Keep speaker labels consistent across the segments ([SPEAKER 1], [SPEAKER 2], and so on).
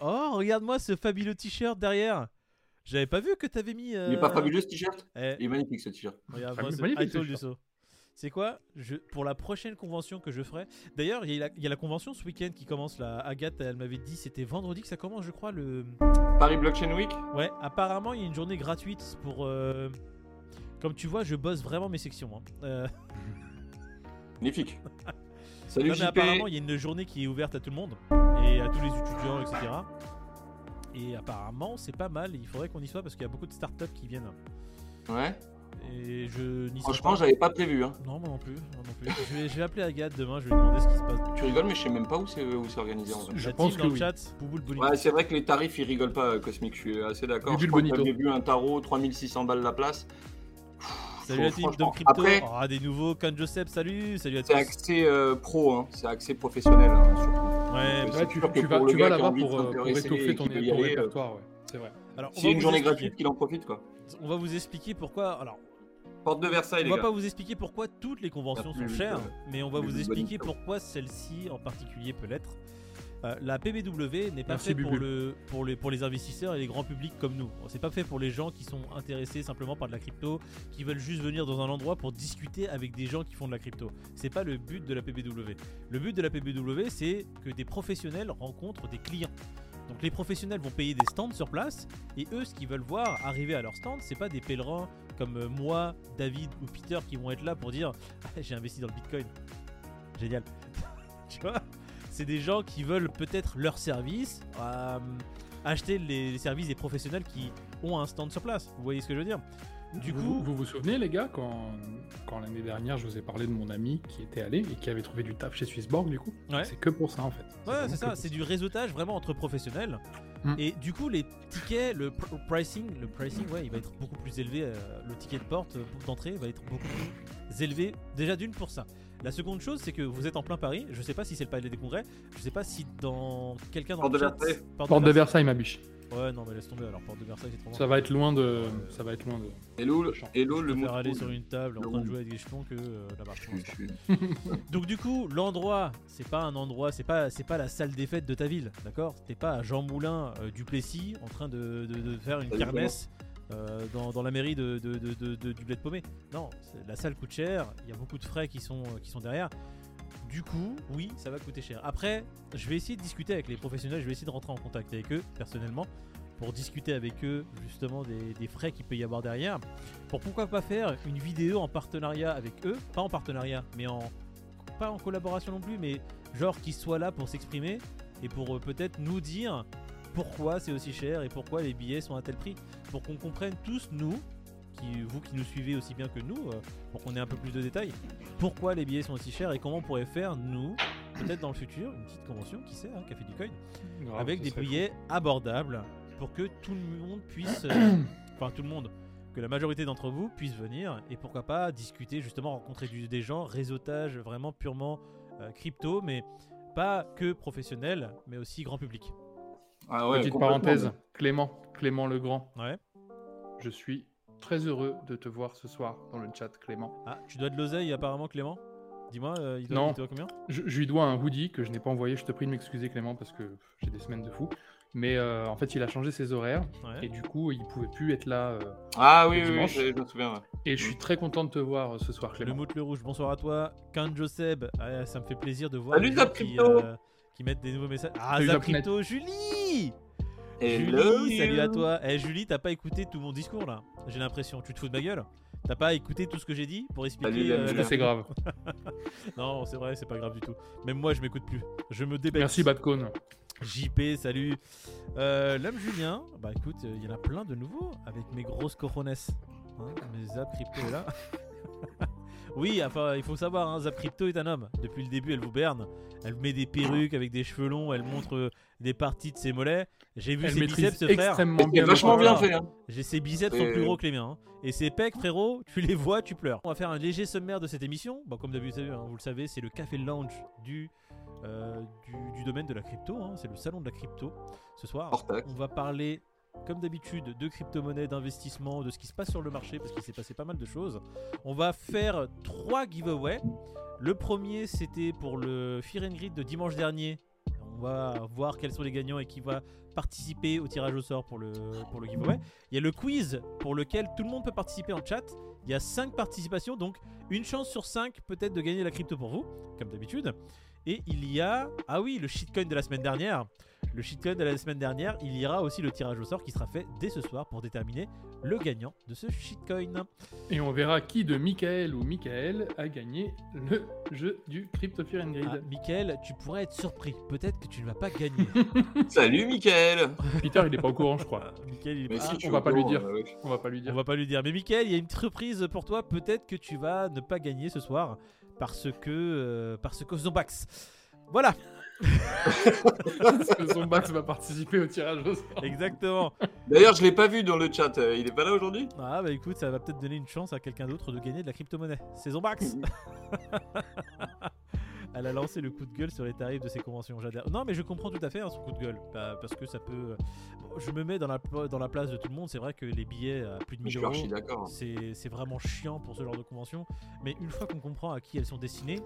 [SPEAKER 1] Oh, regarde-moi ce fabuleux t-shirt derrière. J'avais pas vu que t'avais mis.
[SPEAKER 2] Il est
[SPEAKER 1] euh,
[SPEAKER 2] pas fabuleux ce t-shirt
[SPEAKER 1] eh,
[SPEAKER 2] Il est magnifique ce t-shirt.
[SPEAKER 1] regarde-moi
[SPEAKER 3] Ah,
[SPEAKER 1] ce
[SPEAKER 3] magnifique,
[SPEAKER 1] I told
[SPEAKER 3] ce
[SPEAKER 1] you so. C'est quoi je, Pour la prochaine convention que je ferai. D'ailleurs, il y, a la- il y a la convention ce week-end qui commence. Là. Agathe, elle m'avait dit, c'était vendredi que ça commence, je crois. Le...
[SPEAKER 2] Paris Blockchain Week
[SPEAKER 1] Ouais, apparemment, il y a une journée gratuite pour. euh, Comme tu vois, je bosse vraiment mes sections. hein. Euh,
[SPEAKER 2] Magnifique. Salut
[SPEAKER 1] Non, mais
[SPEAKER 2] JP.
[SPEAKER 1] apparemment, il y a une journée qui est ouverte à tout le monde et à tous les étudiants, etc. Et apparemment, c'est pas mal. Il faudrait qu'on y soit parce qu'il y a beaucoup de startups qui viennent. hein.
[SPEAKER 2] Ouais.
[SPEAKER 1] Et je n'y serai
[SPEAKER 2] Franchement,
[SPEAKER 1] pas.
[SPEAKER 2] j'avais pas prévu. Hein.
[SPEAKER 1] Non, moi non plus. moi non plus. je, vais, je vais appeler Agathe demain. Je vais lui demander ce qui se passe.
[SPEAKER 2] Tu rigoles, mais je sais même pas où c'est où c'est organisé en vrai.
[SPEAKER 3] Je
[SPEAKER 1] La
[SPEAKER 3] pense
[SPEAKER 1] team
[SPEAKER 3] que
[SPEAKER 1] dans le
[SPEAKER 3] oui.
[SPEAKER 1] chat, Bouboule Bolivie.
[SPEAKER 2] Ouais, c'est vrai que les tarifs ils rigolent pas, euh, Cosmic, je suis assez d'accord.
[SPEAKER 3] Bubule
[SPEAKER 2] Je crois que
[SPEAKER 3] Bonito.
[SPEAKER 2] j'avais vu un tarot, 3600 balles la place.
[SPEAKER 1] salut la team Dom
[SPEAKER 2] franchement,
[SPEAKER 1] Crypto.
[SPEAKER 2] après-
[SPEAKER 1] Ah, des nouveaux. Con Joseph, salut. Salut à
[SPEAKER 2] C'est
[SPEAKER 1] tous.
[SPEAKER 2] axé euh, pro, hein. c'est axé professionnel. hein, surtout.
[SPEAKER 1] Ouais, bah,
[SPEAKER 2] c'est
[SPEAKER 3] Là,
[SPEAKER 2] sûr
[SPEAKER 3] Eh bah, tu,
[SPEAKER 2] que
[SPEAKER 3] tu vas,
[SPEAKER 2] pour
[SPEAKER 3] tu
[SPEAKER 2] le
[SPEAKER 3] vas
[SPEAKER 2] gars qui a
[SPEAKER 3] là-bas
[SPEAKER 2] envie de
[SPEAKER 3] pour, euh, pour
[SPEAKER 2] s'intéresser et
[SPEAKER 3] étoffer ton,
[SPEAKER 2] qui veut y
[SPEAKER 3] ton
[SPEAKER 2] aller, euh,
[SPEAKER 3] répertoire, ouais. C'est vrai.
[SPEAKER 1] alors, on
[SPEAKER 2] C'est
[SPEAKER 1] va
[SPEAKER 2] une
[SPEAKER 1] vous
[SPEAKER 2] journée
[SPEAKER 1] expliquer.
[SPEAKER 2] gratuite, qu'il en profite quoi.
[SPEAKER 1] On va vous expliquer pourquoi. Alors,
[SPEAKER 2] Porte de Versailles,
[SPEAKER 1] on
[SPEAKER 2] les
[SPEAKER 1] va
[SPEAKER 2] gars.
[SPEAKER 1] pas vous expliquer pourquoi toutes les conventions
[SPEAKER 2] Merci,
[SPEAKER 1] sont
[SPEAKER 2] oui,
[SPEAKER 1] chères,
[SPEAKER 2] oui.
[SPEAKER 1] mais on va
[SPEAKER 2] Mais
[SPEAKER 1] vous
[SPEAKER 2] bonne
[SPEAKER 1] expliquer
[SPEAKER 2] idée.
[SPEAKER 1] pourquoi celle-ci en particulier peut l'être. Euh, la PBW n'est pas
[SPEAKER 3] Merci,
[SPEAKER 1] faite pour,
[SPEAKER 3] Bubu.
[SPEAKER 1] le, pour, les, pour les investisseurs et les grands publics comme nous. C'est pas fait pour les gens qui sont intéressés simplement par de la crypto, qui veulent juste venir dans un endroit pour discuter avec des gens qui font de la crypto. C'est pas le but de la PBW. Le but de la PBW, c'est que des professionnels rencontrent des clients. Donc les professionnels vont payer des stands sur place et eux, ce qu'ils veulent voir arriver à leur stand, c'est pas des pèlerins comme euh, moi, David ou Peter qui vont être là pour dire Ah, j'ai investi dans le Bitcoin. Génial. tu vois C'est des gens qui veulent peut-être leur service, euh, acheter les, les services des professionnels qui ont un stand sur place. Vous voyez ce que je veux dire Du
[SPEAKER 3] vous,
[SPEAKER 1] coup,
[SPEAKER 3] vous vous souvenez, les gars, quand, quand l'année dernière, je vous ai parlé de mon ami qui était allé et qui avait trouvé du taf chez Swissborg, du coup
[SPEAKER 1] Ouais.
[SPEAKER 3] C'est que pour ça, en fait.
[SPEAKER 1] Ouais,
[SPEAKER 3] vraiment
[SPEAKER 1] c'est
[SPEAKER 3] que
[SPEAKER 1] ça,
[SPEAKER 3] pour
[SPEAKER 1] c'est du réseautage vraiment entre professionnels.
[SPEAKER 3] Mm.
[SPEAKER 1] Et du coup, les tickets, le pr- pricing, le pricing, ouais, il va être beaucoup plus élevé. euh, le ticket de porte euh, d'entrée va être beaucoup plus élevé. Déjà d'une pour ça. La seconde chose, c'est que vous êtes en plein Paris. Je sais pas si c'est le palais des congrès. Je sais pas si dans quelqu'un dans
[SPEAKER 2] Porte
[SPEAKER 1] le
[SPEAKER 2] de
[SPEAKER 1] chat.
[SPEAKER 2] Versailles.
[SPEAKER 3] Porte de Versailles, ma biche.
[SPEAKER 1] Versailles. Ouais, non, mais laisse tomber. Alors, porte de Versailles, c'est trop loin.
[SPEAKER 3] Ça va être loin de. Ça va être loin de.
[SPEAKER 2] Hello, le- hello
[SPEAKER 1] Je
[SPEAKER 2] le
[SPEAKER 1] préfère aller
[SPEAKER 2] mot.
[SPEAKER 1] sur une table en
[SPEAKER 2] Le
[SPEAKER 1] train de
[SPEAKER 2] monde.
[SPEAKER 1] jouer avec des jetons que euh, là-bas. pour
[SPEAKER 2] Je-
[SPEAKER 1] l'instant.
[SPEAKER 2] je-
[SPEAKER 1] Donc du coup, l'endroit, c'est pas un endroit, c'est pas, c'est pas la salle des fêtes de ta ville, d'accord T'es pas à Jean Moulin euh, du Plessis en train de, de- de faire une
[SPEAKER 2] Salut,
[SPEAKER 1] kermesse euh, dans, dans la mairie de, de- de- de- de- du bled paumé. Non, c'est- la salle coûte cher, il y a beaucoup de frais qui sont, euh, qui sont derrière. Du coup, oui, ça va coûter cher. Après, je vais essayer de discuter avec les professionnels, je vais essayer de rentrer en contact avec eux personnellement pour discuter avec eux justement des, des frais qu'il peut y avoir derrière. Pour pourquoi pas faire une vidéo en partenariat avec eux, pas en partenariat, mais en pas en collaboration non plus, mais genre qu'ils soient là pour s'exprimer et pour euh, peut-être nous dire pourquoi c'est aussi cher et pourquoi les billets sont à tel prix, pour qu'on comprenne tous nous, qui, vous qui nous suivez aussi bien que nous, euh, pour qu'on ait un peu plus de détails, pourquoi les billets sont aussi chers et comment on pourrait faire nous, peut-être dans le futur, une petite convention, qui sait, hein, Café du Coin
[SPEAKER 3] Grave,
[SPEAKER 1] avec
[SPEAKER 3] ça
[SPEAKER 1] des
[SPEAKER 3] Ah, serait
[SPEAKER 1] billets abordables pour que tout le monde puisse, euh, enfin tout le monde, que la majorité d'entre vous puisse venir et pourquoi pas discuter justement, rencontrer du- des gens, réseautage vraiment purement euh, crypto, mais pas que professionnel, mais aussi grand public.
[SPEAKER 2] Ah ouais,
[SPEAKER 3] Petite
[SPEAKER 2] complètement.
[SPEAKER 3] parenthèse, Clément, Clément le Grand,
[SPEAKER 1] Ouais.
[SPEAKER 3] je suis très heureux de te voir ce soir dans le chat, Clément.
[SPEAKER 1] Ah, tu dois de l'oseille apparemment, Clément. Dis-moi, euh, il doit
[SPEAKER 3] Non.
[SPEAKER 1] il doit combien
[SPEAKER 3] Je, je lui dois un hoodie que je n'ai pas envoyé, je te prie de m'excuser, Clément, parce que pff, j'ai des semaines de fou. Mais euh, en fait, il a changé ses horaires
[SPEAKER 1] Ouais.
[SPEAKER 3] et du coup, il pouvait plus être là. euh,
[SPEAKER 2] Ah oui,
[SPEAKER 3] Le
[SPEAKER 2] oui, oui,
[SPEAKER 3] dimanche.
[SPEAKER 2] je, je me souviens. ouais.
[SPEAKER 3] et je suis très content de te voir euh, ce soir,
[SPEAKER 1] Mm. Le
[SPEAKER 3] Clément.
[SPEAKER 1] mout le rouge, bonsoir à toi. Kanjo Seb, ah, ça me fait plaisir de voir
[SPEAKER 2] Salut,
[SPEAKER 1] les gens
[SPEAKER 2] Zap
[SPEAKER 1] qui,
[SPEAKER 2] Crypto.
[SPEAKER 1] euh, qui mettent des nouveaux messages. Ah,
[SPEAKER 3] Salut,
[SPEAKER 1] Zap
[SPEAKER 3] Zap Net.
[SPEAKER 1] Crypto, Julie
[SPEAKER 2] Hello,
[SPEAKER 1] Julie, salut à
[SPEAKER 2] you.
[SPEAKER 1] toi. Eh Julie, t'as pas écouté tout mon discours là J'ai l'impression, tu te fous de ma gueule T'as pas écouté tout ce que j'ai dit pour expliquer
[SPEAKER 2] Salut,
[SPEAKER 1] euh,
[SPEAKER 2] Damien.
[SPEAKER 3] Ça,
[SPEAKER 1] la-
[SPEAKER 3] C'est grave.
[SPEAKER 1] Non, c'est vrai, c'est pas grave du tout. Même moi, je m'écoute plus. Je me débête.
[SPEAKER 3] Merci, bah. Babcone.
[SPEAKER 1] JP, salut. Euh, L'homme Julien, bah écoute, il y en a plein de nouveaux avec mes grosses cojones. Hein, mes Zap Crypto est là. oui, enfin, il faut savoir, hein, Zap Crypto est un homme. Depuis le début, elle vous berne. Elle met des perruques avec des cheveux longs, elle montre euh, des parties de ses mollets. J'ai vu
[SPEAKER 3] Elle
[SPEAKER 1] ses
[SPEAKER 3] maîtrise
[SPEAKER 1] biceps se faire.
[SPEAKER 3] extrêmement
[SPEAKER 2] C'était
[SPEAKER 3] bien. le
[SPEAKER 2] vachement bien
[SPEAKER 3] sport.
[SPEAKER 2] fait. Hein.
[SPEAKER 1] J'ai ses biceps sont
[SPEAKER 2] Et-
[SPEAKER 1] plus gros que les miens. hein. Et ses pecs, frérot, tu les vois, tu pleures. On va faire un léger sommaire de cette émission. Bon, comme d'habitude, hein, vous le savez, c'est le café lounge du, euh, du, du domaine de la crypto. hein. C'est le salon de la crypto ce soir.
[SPEAKER 2] Hors taxe.
[SPEAKER 1] On va parler, comme d'habitude, de crypto-monnaie, d'investissement, de ce qui se passe sur le marché, parce qu'il s'est passé pas mal de choses. On va faire trois giveaways. Le premier, c'était pour le Fear and Grid de dimanche dernier. On va voir quels sont les gagnants et qui va participer au tirage au sort pour le, pour le giveaway. Il y a le quiz pour lequel tout le monde peut participer en chat. Il y a 5 participations, donc une chance sur 5 peut-être de gagner la crypto pour vous, comme d'habitude. Et il y a, ah oui, le shitcoin de la semaine dernière. Le shitcoin de la semaine dernière, il y aura aussi le tirage au sort qui sera fait dès ce soir pour déterminer le gagnant de ce shitcoin.
[SPEAKER 3] Et on verra qui de Michael ou Michael a gagné le jeu du Crypto Fear and
[SPEAKER 1] Ah,
[SPEAKER 3] Greed.
[SPEAKER 1] Michael, tu pourrais être surpris. Peut-être que tu ne vas pas gagner.
[SPEAKER 2] Salut, Michael
[SPEAKER 1] Ah.
[SPEAKER 3] Peter, il est pas au courant, je crois.
[SPEAKER 1] Michael, il est
[SPEAKER 2] Mais
[SPEAKER 1] pas-
[SPEAKER 2] si,
[SPEAKER 3] Ah, on
[SPEAKER 2] je suis
[SPEAKER 3] va
[SPEAKER 2] au
[SPEAKER 3] pas lui
[SPEAKER 2] courant,
[SPEAKER 3] dire.
[SPEAKER 2] euh, ouais.
[SPEAKER 3] On va pas lui
[SPEAKER 1] On
[SPEAKER 3] dire.
[SPEAKER 1] va pas lui dire. Mais Michael, il y a une surprise pour toi. Peut-être que tu vas ne pas gagner ce soir parce que euh, parce que Zombax. Voilà,
[SPEAKER 3] Parce que son Max va participer au tirage au sort.
[SPEAKER 1] exactement.
[SPEAKER 2] D'ailleurs, je l'ai pas vu dans le chat. euh, Il est pas là aujourd'hui
[SPEAKER 1] Ah bah écoute, ça va peut-être donner une chance à quelqu'un d'autre de gagner de la crypto-monnaie. C'est Zombax. Elle a lancé le coup de gueule sur les tarifs de ses conventions. J'adhère. Non, mais je comprends tout à fait hein, son coup de gueule. Bah, parce que ça peut. Bon, je me mets dans la, dans la place de tout le monde. C'est vrai que les billets à plus de
[SPEAKER 2] Je
[SPEAKER 1] 1000
[SPEAKER 2] suis
[SPEAKER 1] euros.
[SPEAKER 2] archi d'accord.
[SPEAKER 1] C'est c'est vraiment chiant pour ce genre de convention. Mais une fois qu'on comprend à qui elles sont destinées,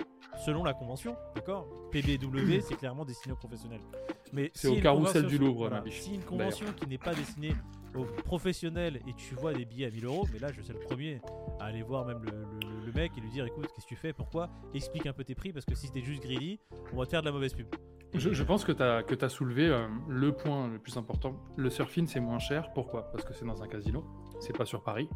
[SPEAKER 1] selon la convention, d'accord PBW, c'est clairement destiné aux professionnels. Mais
[SPEAKER 3] C'est
[SPEAKER 1] si
[SPEAKER 3] au
[SPEAKER 1] une
[SPEAKER 3] carrousel du
[SPEAKER 1] convention-
[SPEAKER 3] Louvre,
[SPEAKER 1] voilà,
[SPEAKER 3] ma biche,
[SPEAKER 1] Si une convention qui n'est pas destinée aux professionnels et tu vois des billets à 1000 euros, mais là, je sais le premier à aller voir même le, le- le- le mec et lui dire écoute, qu'est-ce que tu fais Pourquoi Explique un peu tes prix parce que si c'était juste greedy, on va te faire de la mauvaise pub.
[SPEAKER 3] Je, je pense que tu as, soulevé euh, le point le plus important. Le surfing, c'est moins cher. Pourquoi Parce que c'est dans un casino, c'est pas sur Paris.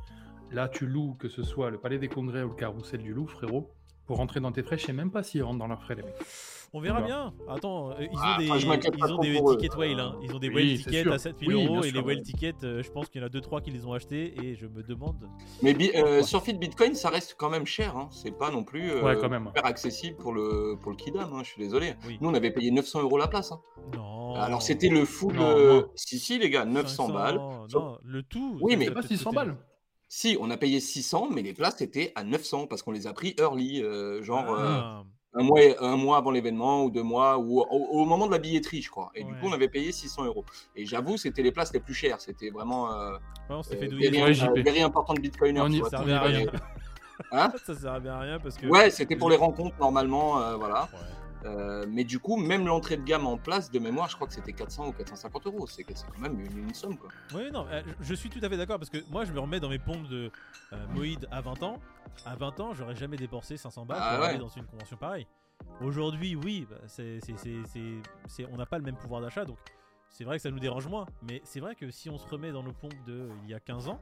[SPEAKER 3] Là, tu loues, que ce soit le Palais des Congrès ou le Carrousel du Louvre, frérot, pour rentrer dans tes frais. Je sais même pas s'ils rentrent dans leurs frais, les mecs.
[SPEAKER 1] On verra
[SPEAKER 3] Voilà.
[SPEAKER 1] bien. Attends, euh, ils ont
[SPEAKER 2] Ah,
[SPEAKER 1] des,
[SPEAKER 2] enfin, je m'inquiète pas
[SPEAKER 1] ils ont
[SPEAKER 2] trop
[SPEAKER 1] des
[SPEAKER 2] pour eux.
[SPEAKER 1] tickets whale. hein. Ils ont des
[SPEAKER 3] Oui,
[SPEAKER 1] whale
[SPEAKER 3] c'est
[SPEAKER 1] tickets
[SPEAKER 3] sûr.
[SPEAKER 1] à 7000
[SPEAKER 3] Oui, bien
[SPEAKER 1] euros. Et
[SPEAKER 3] sûr,
[SPEAKER 1] les whale
[SPEAKER 3] ouais.
[SPEAKER 1] tickets, euh, je pense qu'il y en a 2-3 qui les ont achetés. Et je me demande.
[SPEAKER 2] Mais bi- euh, surfit Bitcoin, ça reste quand même cher. hein. C'est pas non plus euh,
[SPEAKER 3] Ouais, quand même.
[SPEAKER 2] super accessible pour le, pour le Kidam. hein, Je suis désolé.
[SPEAKER 1] Oui. Oh.
[SPEAKER 2] Nous, on avait payé 900 euros la place. hein.
[SPEAKER 1] Non.
[SPEAKER 2] Alors, c'était le full.
[SPEAKER 3] Non,
[SPEAKER 2] euh,
[SPEAKER 3] non.
[SPEAKER 2] Si, si, les gars, 900
[SPEAKER 1] 500,
[SPEAKER 2] balles.
[SPEAKER 1] Non, le tout.
[SPEAKER 2] Oui,
[SPEAKER 1] ça
[SPEAKER 2] mais-
[SPEAKER 1] peut
[SPEAKER 3] C'est pas
[SPEAKER 1] te
[SPEAKER 3] 600
[SPEAKER 1] coûter-
[SPEAKER 3] Ah, balles.
[SPEAKER 2] Si, on a payé 600, mais les places étaient à 900 parce qu'on les a pris early, euh, genre euh,
[SPEAKER 1] Ah,
[SPEAKER 2] un, mois, un mois avant l'événement ou deux mois ou au, au moment de la billetterie, je crois. Et du
[SPEAKER 1] Ouais.
[SPEAKER 2] coup, on avait payé 600 euros. Et j'avoue, c'était les places les plus chères. C'était vraiment euh,
[SPEAKER 1] ouais, on s'est
[SPEAKER 2] euh,
[SPEAKER 1] fait douiller.
[SPEAKER 2] very,
[SPEAKER 3] Ouais, j'y
[SPEAKER 2] euh,
[SPEAKER 3] paie.
[SPEAKER 2] very important bitcoiner.
[SPEAKER 3] On y-
[SPEAKER 2] tu vois,
[SPEAKER 1] ça
[SPEAKER 2] tout
[SPEAKER 1] servait à
[SPEAKER 2] le
[SPEAKER 1] rien.
[SPEAKER 2] monde avait- Hein
[SPEAKER 1] ça servait à rien parce que.
[SPEAKER 2] Ouais, c'était pour les rencontres normalement, euh, voilà.
[SPEAKER 1] Ouais.
[SPEAKER 2] Euh, mais du coup, même l'entrée de gamme en place de mémoire, je crois que c'était 400 ou 450 euros. C'est c'est quand même une, une somme, quoi.
[SPEAKER 1] Oui, non, euh, je- je suis tout à fait d'accord parce que moi je me remets dans mes pompes de euh, Moïd à 20 ans. À 20 ans, j'aurais jamais dépensé 500 balles
[SPEAKER 2] Ah
[SPEAKER 1] pour
[SPEAKER 2] ouais.
[SPEAKER 1] aller dans une convention pareille. Aujourd'hui, oui, bah, c'est, c'est, c'est, c'est- c'est- on n'a pas le même pouvoir d'achat donc c'est vrai que ça nous dérange moins. Mais c'est vrai que si on se remet dans nos pompes de euh, il y a 15 ans,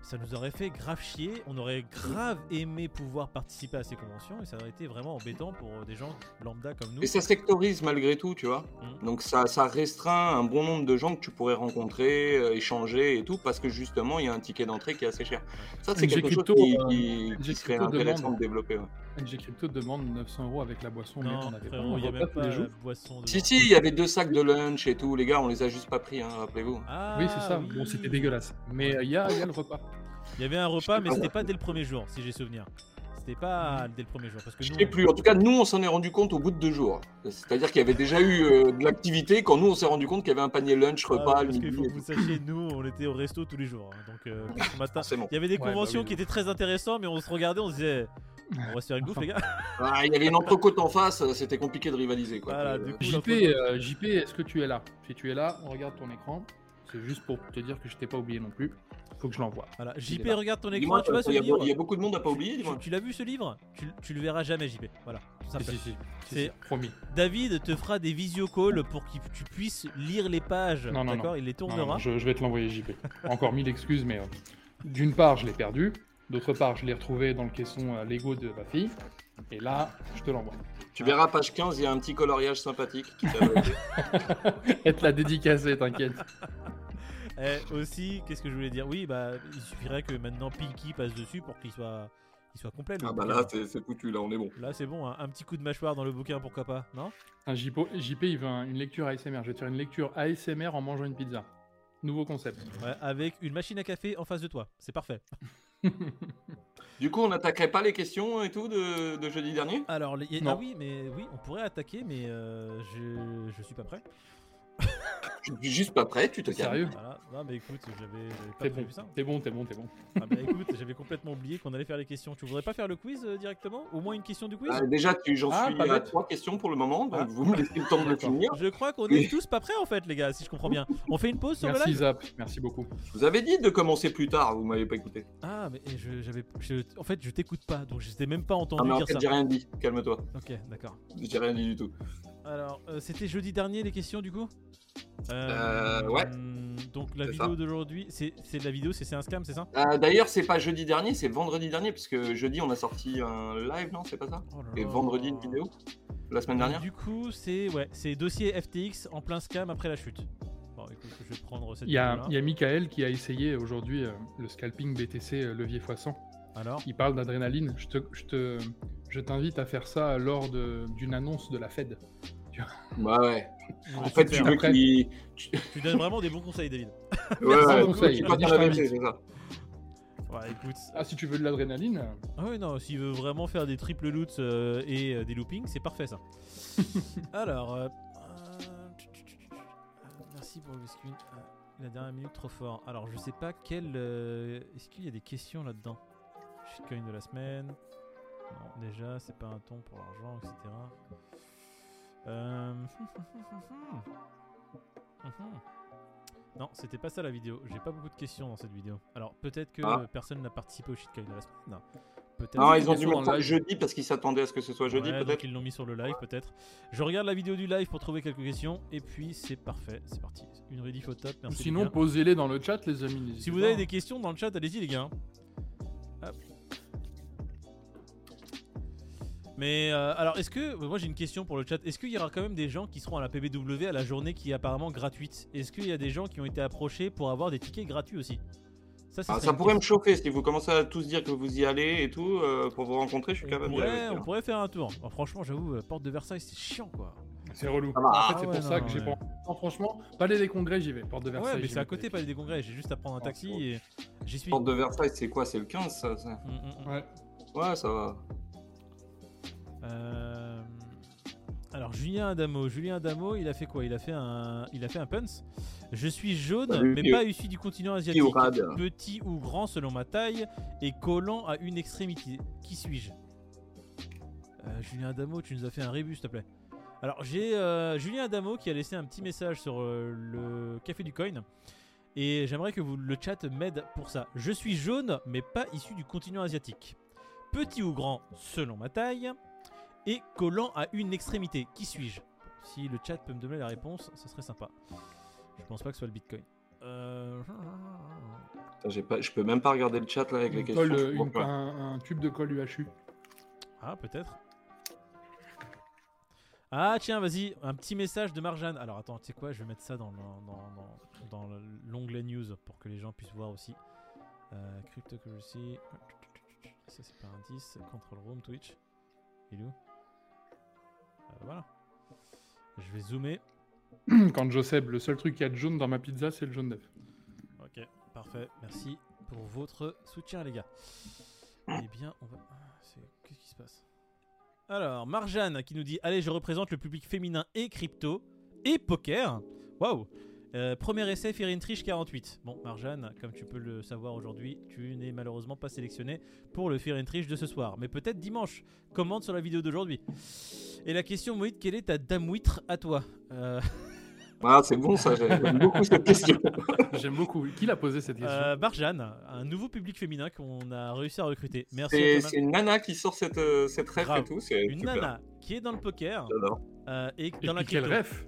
[SPEAKER 1] ça nous aurait fait grave chier. On aurait grave aimé pouvoir participer à ces conventions et ça aurait été vraiment embêtant pour euh, des gens lambda comme nous.
[SPEAKER 2] Et ça sectorise malgré tout, tu vois.
[SPEAKER 1] Mhm.
[SPEAKER 2] Donc ça, ça restreint un bon nombre de gens que tu pourrais rencontrer, euh, échanger et tout, parce que justement, il y a un ticket d'entrée qui est assez cher. Ça, c'est
[SPEAKER 3] NG
[SPEAKER 2] quelque chose
[SPEAKER 3] Crypto,
[SPEAKER 2] qui,
[SPEAKER 3] euh,
[SPEAKER 2] qui-
[SPEAKER 3] NG
[SPEAKER 2] qui serait
[SPEAKER 3] Crypto
[SPEAKER 2] intéressant
[SPEAKER 3] demande.
[SPEAKER 2] de développer. ouais.
[SPEAKER 1] Mmh.
[SPEAKER 3] NG Crypto demande 900 euros avec la boisson. mais
[SPEAKER 1] Non,
[SPEAKER 3] on avait
[SPEAKER 1] frérot, il n'y
[SPEAKER 3] on
[SPEAKER 1] a
[SPEAKER 3] voit
[SPEAKER 1] même
[SPEAKER 3] tous
[SPEAKER 1] pas
[SPEAKER 3] les
[SPEAKER 1] la
[SPEAKER 3] jours.
[SPEAKER 1] boisson de.
[SPEAKER 2] Si, si, il y avait deux sacs de lunch et tout, les gars, on les a juste pas pris, hein, rappelez-vous.
[SPEAKER 1] Ah,
[SPEAKER 3] Oui, c'est ça. Bon,
[SPEAKER 1] oui.
[SPEAKER 3] c'était dégueulasse. Mais euh, il y, a y a le repas.
[SPEAKER 1] Il y avait un repas,
[SPEAKER 2] sais
[SPEAKER 1] mais
[SPEAKER 2] pas. Hmm.
[SPEAKER 1] c'était pas dès le premier jour, si j'ai souvenir. C'était pas dès le premier jour, parce que
[SPEAKER 2] Je
[SPEAKER 1] nous,
[SPEAKER 2] sais plus. En tout cas, nous, on s'en est rendu compte au bout de deux jours. C'est-à-dire qu'il y avait déjà eu euh, de l'activité quand nous, on s'est rendu compte qu'il y avait un panier lunch,
[SPEAKER 1] Ah,
[SPEAKER 2] repas,
[SPEAKER 1] parce
[SPEAKER 2] midi.
[SPEAKER 1] qu'il faut
[SPEAKER 2] et
[SPEAKER 1] que
[SPEAKER 2] tout.
[SPEAKER 1] vous sachiez, nous, on était au resto tous les jours. hein, donc euh, ce matin,
[SPEAKER 2] Forcément.
[SPEAKER 1] il y avait des
[SPEAKER 3] Ouais, bah
[SPEAKER 1] conventions
[SPEAKER 3] oui,
[SPEAKER 1] qui étaient très intéressantes, mais on se regardait, on se disait, on va se faire une bouffe, les gars.
[SPEAKER 2] Ah, il y avait une entrecôte en face, euh, c'était compliqué de rivaliser. Quoi.
[SPEAKER 1] Voilà,
[SPEAKER 2] Puis,
[SPEAKER 1] du
[SPEAKER 2] euh,
[SPEAKER 1] coup,
[SPEAKER 3] JP,
[SPEAKER 1] l'entreprise-
[SPEAKER 3] euh, JP, est-ce que tu es là Si tu es là, on regarde ton écran. C'est juste pour te dire que je t'ai pas oublié non plus. Faut que je l'envoie.
[SPEAKER 1] Voilà, JP,
[SPEAKER 3] là.
[SPEAKER 1] regarde ton
[SPEAKER 2] dis-moi,
[SPEAKER 1] écran, tu vois ce
[SPEAKER 2] il y a-
[SPEAKER 1] livre.
[SPEAKER 2] il y a beaucoup de monde à pas
[SPEAKER 1] Tu-
[SPEAKER 2] oublier,
[SPEAKER 1] tu-
[SPEAKER 2] dis-moi.
[SPEAKER 1] Tu, l'as vu ce livre tu, tu le verras jamais, JP. Voilà. tout simple.
[SPEAKER 3] Si, si, si. Si,
[SPEAKER 1] C'est-
[SPEAKER 3] si, promis.
[SPEAKER 1] David te fera des visiocalls pour que tu puisses lire les pages.
[SPEAKER 3] Non, non, non.
[SPEAKER 1] D'accord Il les
[SPEAKER 3] Non,
[SPEAKER 1] tournera.
[SPEAKER 3] non, je, je vais te l'envoyer, JP. Encore mille excuses, mais euh, d'une part, je l'ai perdu. D'autre part, je l'ai retrouvé dans le caisson euh, Lego de ma fille. Et là, je te l'envoie.
[SPEAKER 2] Tu verras, page 15, il y a un petit coloriage sympathique. qui t'a-
[SPEAKER 3] Être la dédicacée, t'inquiète.
[SPEAKER 1] Eh, aussi, qu'est-ce que je voulais dire Oui, bah, il suffirait que maintenant Pinky passe dessus pour qu'il soit, il soit complet. le
[SPEAKER 2] Ah bah
[SPEAKER 1] bouquin.
[SPEAKER 2] là, c'est c'est foutu, là, on est bon.
[SPEAKER 1] Là, c'est bon, hein, un petit coup de mâchoire dans le bouquin, pourquoi pas Non
[SPEAKER 3] Un JP, JP, il veut un- une lecture ASMR. Je vais te faire une lecture ASMR en mangeant une pizza. Nouveau concept.
[SPEAKER 1] Ouais, Avec une machine à café en face de toi, c'est parfait.
[SPEAKER 2] Du coup, on n'attaquerait pas les questions et tout de, de jeudi dernier
[SPEAKER 1] Alors, les-
[SPEAKER 3] Non.
[SPEAKER 1] ah oui, mais oui, on pourrait attaquer, mais euh, je, je suis pas prêt.
[SPEAKER 2] Je suis juste pas prêt, tu te calmes.
[SPEAKER 3] Sérieux
[SPEAKER 1] Voilà, Non, mais écoute, j'avais j'avais pas
[SPEAKER 3] T'es
[SPEAKER 1] prévu
[SPEAKER 3] Ah, bon,
[SPEAKER 1] ça.
[SPEAKER 3] t'es bon, t'es bon, t'es bon.
[SPEAKER 1] Ah, bah écoute, j'avais complètement oublié qu'on allait faire les questions. Tu voudrais pas faire le quiz euh, directement Au moins une question du quiz
[SPEAKER 2] Euh, déjà, tu- j'en
[SPEAKER 3] Ah,
[SPEAKER 2] suis
[SPEAKER 3] pas
[SPEAKER 2] à
[SPEAKER 3] bête.
[SPEAKER 2] trois questions pour le moment, donc
[SPEAKER 1] Ah.
[SPEAKER 2] vous me laissez le temps de le finir.
[SPEAKER 1] Je crois qu'on
[SPEAKER 2] Oui.
[SPEAKER 1] est tous pas prêts en fait, les gars, si je comprends bien. On fait une pause sur le
[SPEAKER 3] Merci
[SPEAKER 1] live
[SPEAKER 3] Zap, merci beaucoup.
[SPEAKER 2] Je vous avais dit de commencer plus tard, vous m'avez pas écouté.
[SPEAKER 1] Ah, mais je- j'avais. je- En fait, je t'écoute pas, donc je t'ai même pas
[SPEAKER 2] Ah,
[SPEAKER 1] entendu
[SPEAKER 2] mais en
[SPEAKER 1] dire
[SPEAKER 2] fait,
[SPEAKER 1] ça.
[SPEAKER 2] j'ai rien dit, calme-toi.
[SPEAKER 1] Ok, d'accord.
[SPEAKER 2] J'ai rien dit du tout.
[SPEAKER 1] Alors, euh, c'était jeudi dernier les questions du coup
[SPEAKER 2] Euh, ouais.
[SPEAKER 1] hum, Donc la
[SPEAKER 2] C'est
[SPEAKER 1] vidéo
[SPEAKER 2] ça.
[SPEAKER 1] d'aujourd'hui, c'est c'est de la vidéo, c'est c'est un scam, c'est ça
[SPEAKER 2] Euh, D'ailleurs, c'est pas jeudi dernier, c'est vendredi dernier, puisque jeudi on a sorti un live, non C'est pas ça
[SPEAKER 1] Oh là
[SPEAKER 2] Et
[SPEAKER 1] là.
[SPEAKER 2] vendredi une vidéo La semaine
[SPEAKER 1] Donc,
[SPEAKER 2] dernière
[SPEAKER 1] Du coup, c'est ouais, c'est dossier FTX en plein scam après la chute. Bon, écoute, je vais prendre cette
[SPEAKER 3] Il y a,
[SPEAKER 1] vidéo-là.
[SPEAKER 3] il y a Michael qui a essayé aujourd'hui euh, le scalping BTC euh, levier x100.
[SPEAKER 1] Alors,
[SPEAKER 3] Il parle d'adrénaline. Je te, je te, je t'invite à faire ça lors de- d'une annonce de la Fed.
[SPEAKER 2] Bah ouais.
[SPEAKER 1] ouais,
[SPEAKER 2] En fait, tu
[SPEAKER 1] super.
[SPEAKER 2] veux
[SPEAKER 3] Après-
[SPEAKER 2] qu'il.
[SPEAKER 1] tu donnes vraiment des bons conseils, David.
[SPEAKER 2] Ouais, ouais,
[SPEAKER 3] beaucoup,
[SPEAKER 2] tu
[SPEAKER 3] je
[SPEAKER 2] passes
[SPEAKER 3] dis,
[SPEAKER 2] à
[SPEAKER 3] je
[SPEAKER 2] la
[SPEAKER 3] t'invite.
[SPEAKER 2] BC, c'est ça.
[SPEAKER 1] Ouais, écoute.
[SPEAKER 3] Ah, si tu veux de l'adrénaline, euh,
[SPEAKER 1] Ah oui, non, s'il veut vraiment faire des triple loots euh, et euh, des loopings, c'est parfait ça. Alors, euh, euh, tch, tch, tch, tch. merci pour le screen. Euh, La dernière minute, trop fort. Alors, je sais pas quel. euh, Est-ce qu'il y a des questions là-dedans Shitcoin de la semaine. Non, déjà, c'est pas un ton pour l'argent, etc. Euh, Mhm. Non, c'était pas ça la vidéo. J'ai pas beaucoup de questions dans cette vidéo. Alors, peut-être que
[SPEAKER 2] Ah.
[SPEAKER 1] euh, personne n'a participé au shitcoin de la semaine. Non. Peut-être
[SPEAKER 2] Non,
[SPEAKER 1] que-
[SPEAKER 2] ils ont
[SPEAKER 3] Ils
[SPEAKER 2] dû
[SPEAKER 3] sont
[SPEAKER 2] mettre
[SPEAKER 3] dans
[SPEAKER 2] ça
[SPEAKER 3] le live.
[SPEAKER 2] jeudi parce qu'ils s'attendaient à ce que ce soit jeudi,
[SPEAKER 1] Ouais, donc
[SPEAKER 2] peut-être.
[SPEAKER 1] ils l'ont mis sur le live peut-être. Je regarde la vidéo du live pour trouver quelques questions et puis c'est parfait, c'est parti. Une rediff au top,
[SPEAKER 3] ou
[SPEAKER 1] merci. les
[SPEAKER 3] sinon
[SPEAKER 1] gars.
[SPEAKER 3] posez-les dans le chat, les amis. n'hésitez
[SPEAKER 1] si vous
[SPEAKER 3] pas.
[SPEAKER 1] avez des questions dans le chat, allez-y les gars. Hop. Mais euh, alors est-ce que moi j'ai une question pour le chat. Est-ce qu'il y aura quand même des gens qui seront à la PBW à la journée qui est apparemment gratuite Est-ce qu'il y a des gens qui ont été approchés pour avoir des tickets gratuits aussi Ça, ce
[SPEAKER 2] Ah,
[SPEAKER 1] serait
[SPEAKER 2] ça
[SPEAKER 1] une
[SPEAKER 2] pourrait me
[SPEAKER 1] question.
[SPEAKER 2] chauffer si vous commencez à tous dire que vous y allez et tout euh, pour vous rencontrer. Je suis
[SPEAKER 1] on
[SPEAKER 2] capable d'y
[SPEAKER 1] pourrait,
[SPEAKER 2] aller.
[SPEAKER 1] on pourrait faire un tour. Alors, franchement, j'avoue, euh, porte de Versailles, c'est chiant quoi.
[SPEAKER 3] C'est relou.
[SPEAKER 2] Ah bah,
[SPEAKER 3] en fait, c'est
[SPEAKER 1] ouais,
[SPEAKER 3] pour
[SPEAKER 1] non,
[SPEAKER 3] ça que j'ai
[SPEAKER 1] ouais.
[SPEAKER 3] pas. Non, franchement, palais des congrès, j'y vais. Porte de
[SPEAKER 1] Ah
[SPEAKER 3] Versailles.
[SPEAKER 1] ouais, mais
[SPEAKER 3] j'y
[SPEAKER 1] c'est à
[SPEAKER 3] vais.
[SPEAKER 1] côté, pas des congrès. J'ai juste à prendre un
[SPEAKER 3] Ah,
[SPEAKER 1] taxi
[SPEAKER 3] c'est
[SPEAKER 1] et j'y suis.
[SPEAKER 2] Porte de Versailles, c'est quoi C'est le 15 ça, ça
[SPEAKER 1] Mm, mm, mm.
[SPEAKER 3] Ouais.
[SPEAKER 2] Ouais, ça va.
[SPEAKER 1] Euh, Alors, Julien Adamo. Julien Adamo, il a fait quoi Il a fait un, il a fait un punch. Je suis jaune,
[SPEAKER 2] Salut,
[SPEAKER 1] mais
[SPEAKER 2] Guillaume.
[SPEAKER 1] pas issu du continent asiatique.
[SPEAKER 2] Guillaume Rad.
[SPEAKER 1] Petit ou grand selon ma taille et collant à une extrémité. Qui suis-je Euh, Julien Adamo, tu nous as fait un rébus, s'il te plaît. Alors, j'ai euh, Julien Adamo qui a laissé un petit message sur euh, le Café du Coin. Et j'aimerais que vous, le chat m'aide pour ça. Je suis jaune, mais pas issu du continent asiatique. Petit ou grand, selon ma taille. Et collant à une extrémité. Qui suis-je Si le chat peut me donner la réponse, ça serait sympa. Je pense pas que ce soit le Bitcoin. Euh,
[SPEAKER 2] Putain, j'ai pas... Je peux même pas regarder le chat là avec les
[SPEAKER 3] Une
[SPEAKER 2] questions.
[SPEAKER 3] colle,
[SPEAKER 2] je
[SPEAKER 3] euh,
[SPEAKER 2] comprends
[SPEAKER 3] une-
[SPEAKER 2] pas.
[SPEAKER 3] un, un tube de colle UHU.
[SPEAKER 1] Ah, peut-être. Ah, tiens, vas-y, un petit message de Marjane. Alors, attends, tu sais quoi, je vais mettre ça dans, le- dans, dans- dans l'onglet news pour que les gens puissent voir aussi. Euh, cryptocurrency. Ça, c'est pas un 10. Control Room, Twitch. Il est où Euh, Voilà. Je vais zoomer.
[SPEAKER 3] Quand Joseph, le seul truc qui a de jaune dans ma pizza, c'est le jaune d'œuf.
[SPEAKER 1] Ok, parfait. Merci pour votre soutien, les gars. Eh bien, on va. Ah, c'est- Qu'est-ce qui se passe Alors, Marjane qui nous dit Allez, je représente le public féminin et crypto et poker. Waouh Euh, Premier essai, Firin Triche 48. Bon, Marjane, comme tu peux le savoir aujourd'hui, tu n'es malheureusement pas sélectionnée pour le Firin Triche de ce soir. Mais peut-être dimanche. Commente sur la vidéo d'aujourd'hui. Et la question, Moïd, quelle est ta dame huître à toi Euh,
[SPEAKER 2] Ah, c'est bon ça, j'aime beaucoup cette question.
[SPEAKER 3] J'aime beaucoup. Qui l'a posé cette question
[SPEAKER 1] Euh, Marjane, un nouveau public féminin qu'on a réussi à recruter. Merci.
[SPEAKER 2] C'est
[SPEAKER 1] à toi,
[SPEAKER 2] c'est une nana qui sort cette, euh, cette ref
[SPEAKER 1] Grave.
[SPEAKER 2] et tout, c'est
[SPEAKER 1] une
[SPEAKER 2] super.
[SPEAKER 1] nana qui est dans le poker
[SPEAKER 2] J'adore.
[SPEAKER 1] euh, et
[SPEAKER 3] Et
[SPEAKER 1] dans la
[SPEAKER 3] puis quel
[SPEAKER 1] crypto.
[SPEAKER 3] rêve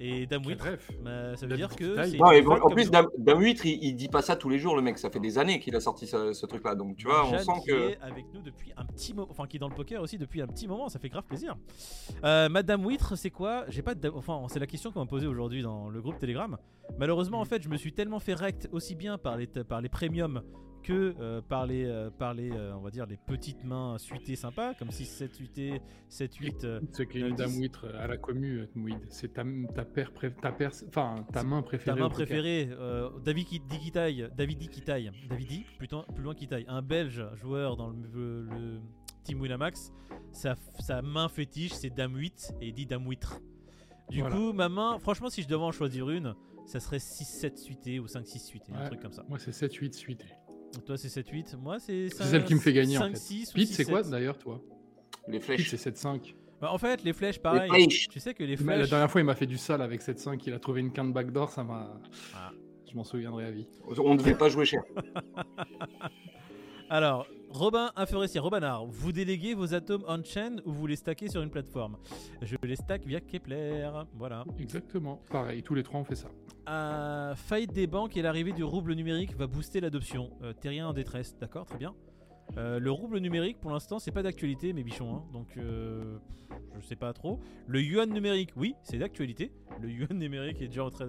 [SPEAKER 1] Et Dame
[SPEAKER 3] Quel
[SPEAKER 1] Huître,
[SPEAKER 3] rêve
[SPEAKER 1] bah, ça veut
[SPEAKER 3] Dame
[SPEAKER 1] dire
[SPEAKER 3] Huître
[SPEAKER 1] que
[SPEAKER 3] taille.
[SPEAKER 1] c'est
[SPEAKER 2] Non,
[SPEAKER 1] une
[SPEAKER 2] et bon,
[SPEAKER 1] folle
[SPEAKER 2] en
[SPEAKER 1] comme
[SPEAKER 2] plus,
[SPEAKER 1] nous.
[SPEAKER 2] Dame, Dame Huître, il, il dit pas ça tous les jours, le mec. Ça fait des années qu'il a sorti ce, ce truc-là. Donc, tu vois, on
[SPEAKER 1] Jeanne
[SPEAKER 2] sent
[SPEAKER 1] qui
[SPEAKER 2] que.
[SPEAKER 1] est avec nous depuis un petit moment, enfin qui est dans le poker aussi depuis un petit moment, ça fait grave plaisir. Euh, Madame Huître, c'est quoi J'ai pas de, dame- enfin c'est la question qu'on m'a posée aujourd'hui dans le groupe Telegram. Malheureusement, en fait, je me suis tellement fait rect aussi bien par les par les premiums que euh, par les euh, par les euh, on va dire les petites mains suitées sympas comme 6 7 8 7 8
[SPEAKER 3] Ce qu'est une dame huître à la commu, euh, Mouïd. C'est ta, ta, paire pré- ta, paire- enfin, ta main
[SPEAKER 1] Ta
[SPEAKER 3] préférée.
[SPEAKER 1] main
[SPEAKER 3] au poker.
[SPEAKER 1] préférée, euh, David Ki- Di Kitaï, David Di Kitaï, David Di, plutôt, plus loin Kitaï, un belge joueur dans le, le- le Team Winamax, sa, sa main fétiche c'est Dame 8 et il dit Dame 8. Du
[SPEAKER 3] Voilà.
[SPEAKER 1] coup, ma main, franchement, si je devais en choisir une, ça serait 6-7 suité ou 5-6 suité, un
[SPEAKER 3] Ouais.
[SPEAKER 1] truc comme ça.
[SPEAKER 3] Moi, c'est 7-8 suité.
[SPEAKER 1] Toi, c'est 7-8, moi, c'est.
[SPEAKER 3] C'est celle qui me fait gagner, en fait.
[SPEAKER 1] 6
[SPEAKER 3] Pete, c'est quoi d'ailleurs, toi
[SPEAKER 2] Les
[SPEAKER 3] Pete,
[SPEAKER 2] flèches.
[SPEAKER 3] c'est 7-5.
[SPEAKER 1] Bah, En fait, les flèches, pareil.
[SPEAKER 2] flèches.
[SPEAKER 1] Tu sais que les
[SPEAKER 3] Mais La
[SPEAKER 1] flèches.
[SPEAKER 3] dernière fois, il m'a fait du sale avec 7-5. Il a trouvé une quinte backdoor, ça m'a.
[SPEAKER 1] Ah.
[SPEAKER 3] Je m'en souviendrai à vie.
[SPEAKER 2] On ne devait pas jouer cher.
[SPEAKER 1] Alors, Robin Infurestier, Robinard, vous déléguez vos atomes on-chain ou vous les stackez sur une plateforme Je les stack via Kepler. Voilà.
[SPEAKER 3] Exactement. Pareil, tous les trois, on fait ça.
[SPEAKER 1] Euh, faillite des banques et l'arrivée du rouble numérique va booster l'adoption. Euh, terrien en détresse, d'accord, très bien. Euh, le rouble numérique, pour l'instant, c'est pas d'actualité, mes bichons. hein. donc, euh, je sais pas trop. Le yuan numérique, oui, c'est d'actualité. Le yuan numérique est déjà, en train,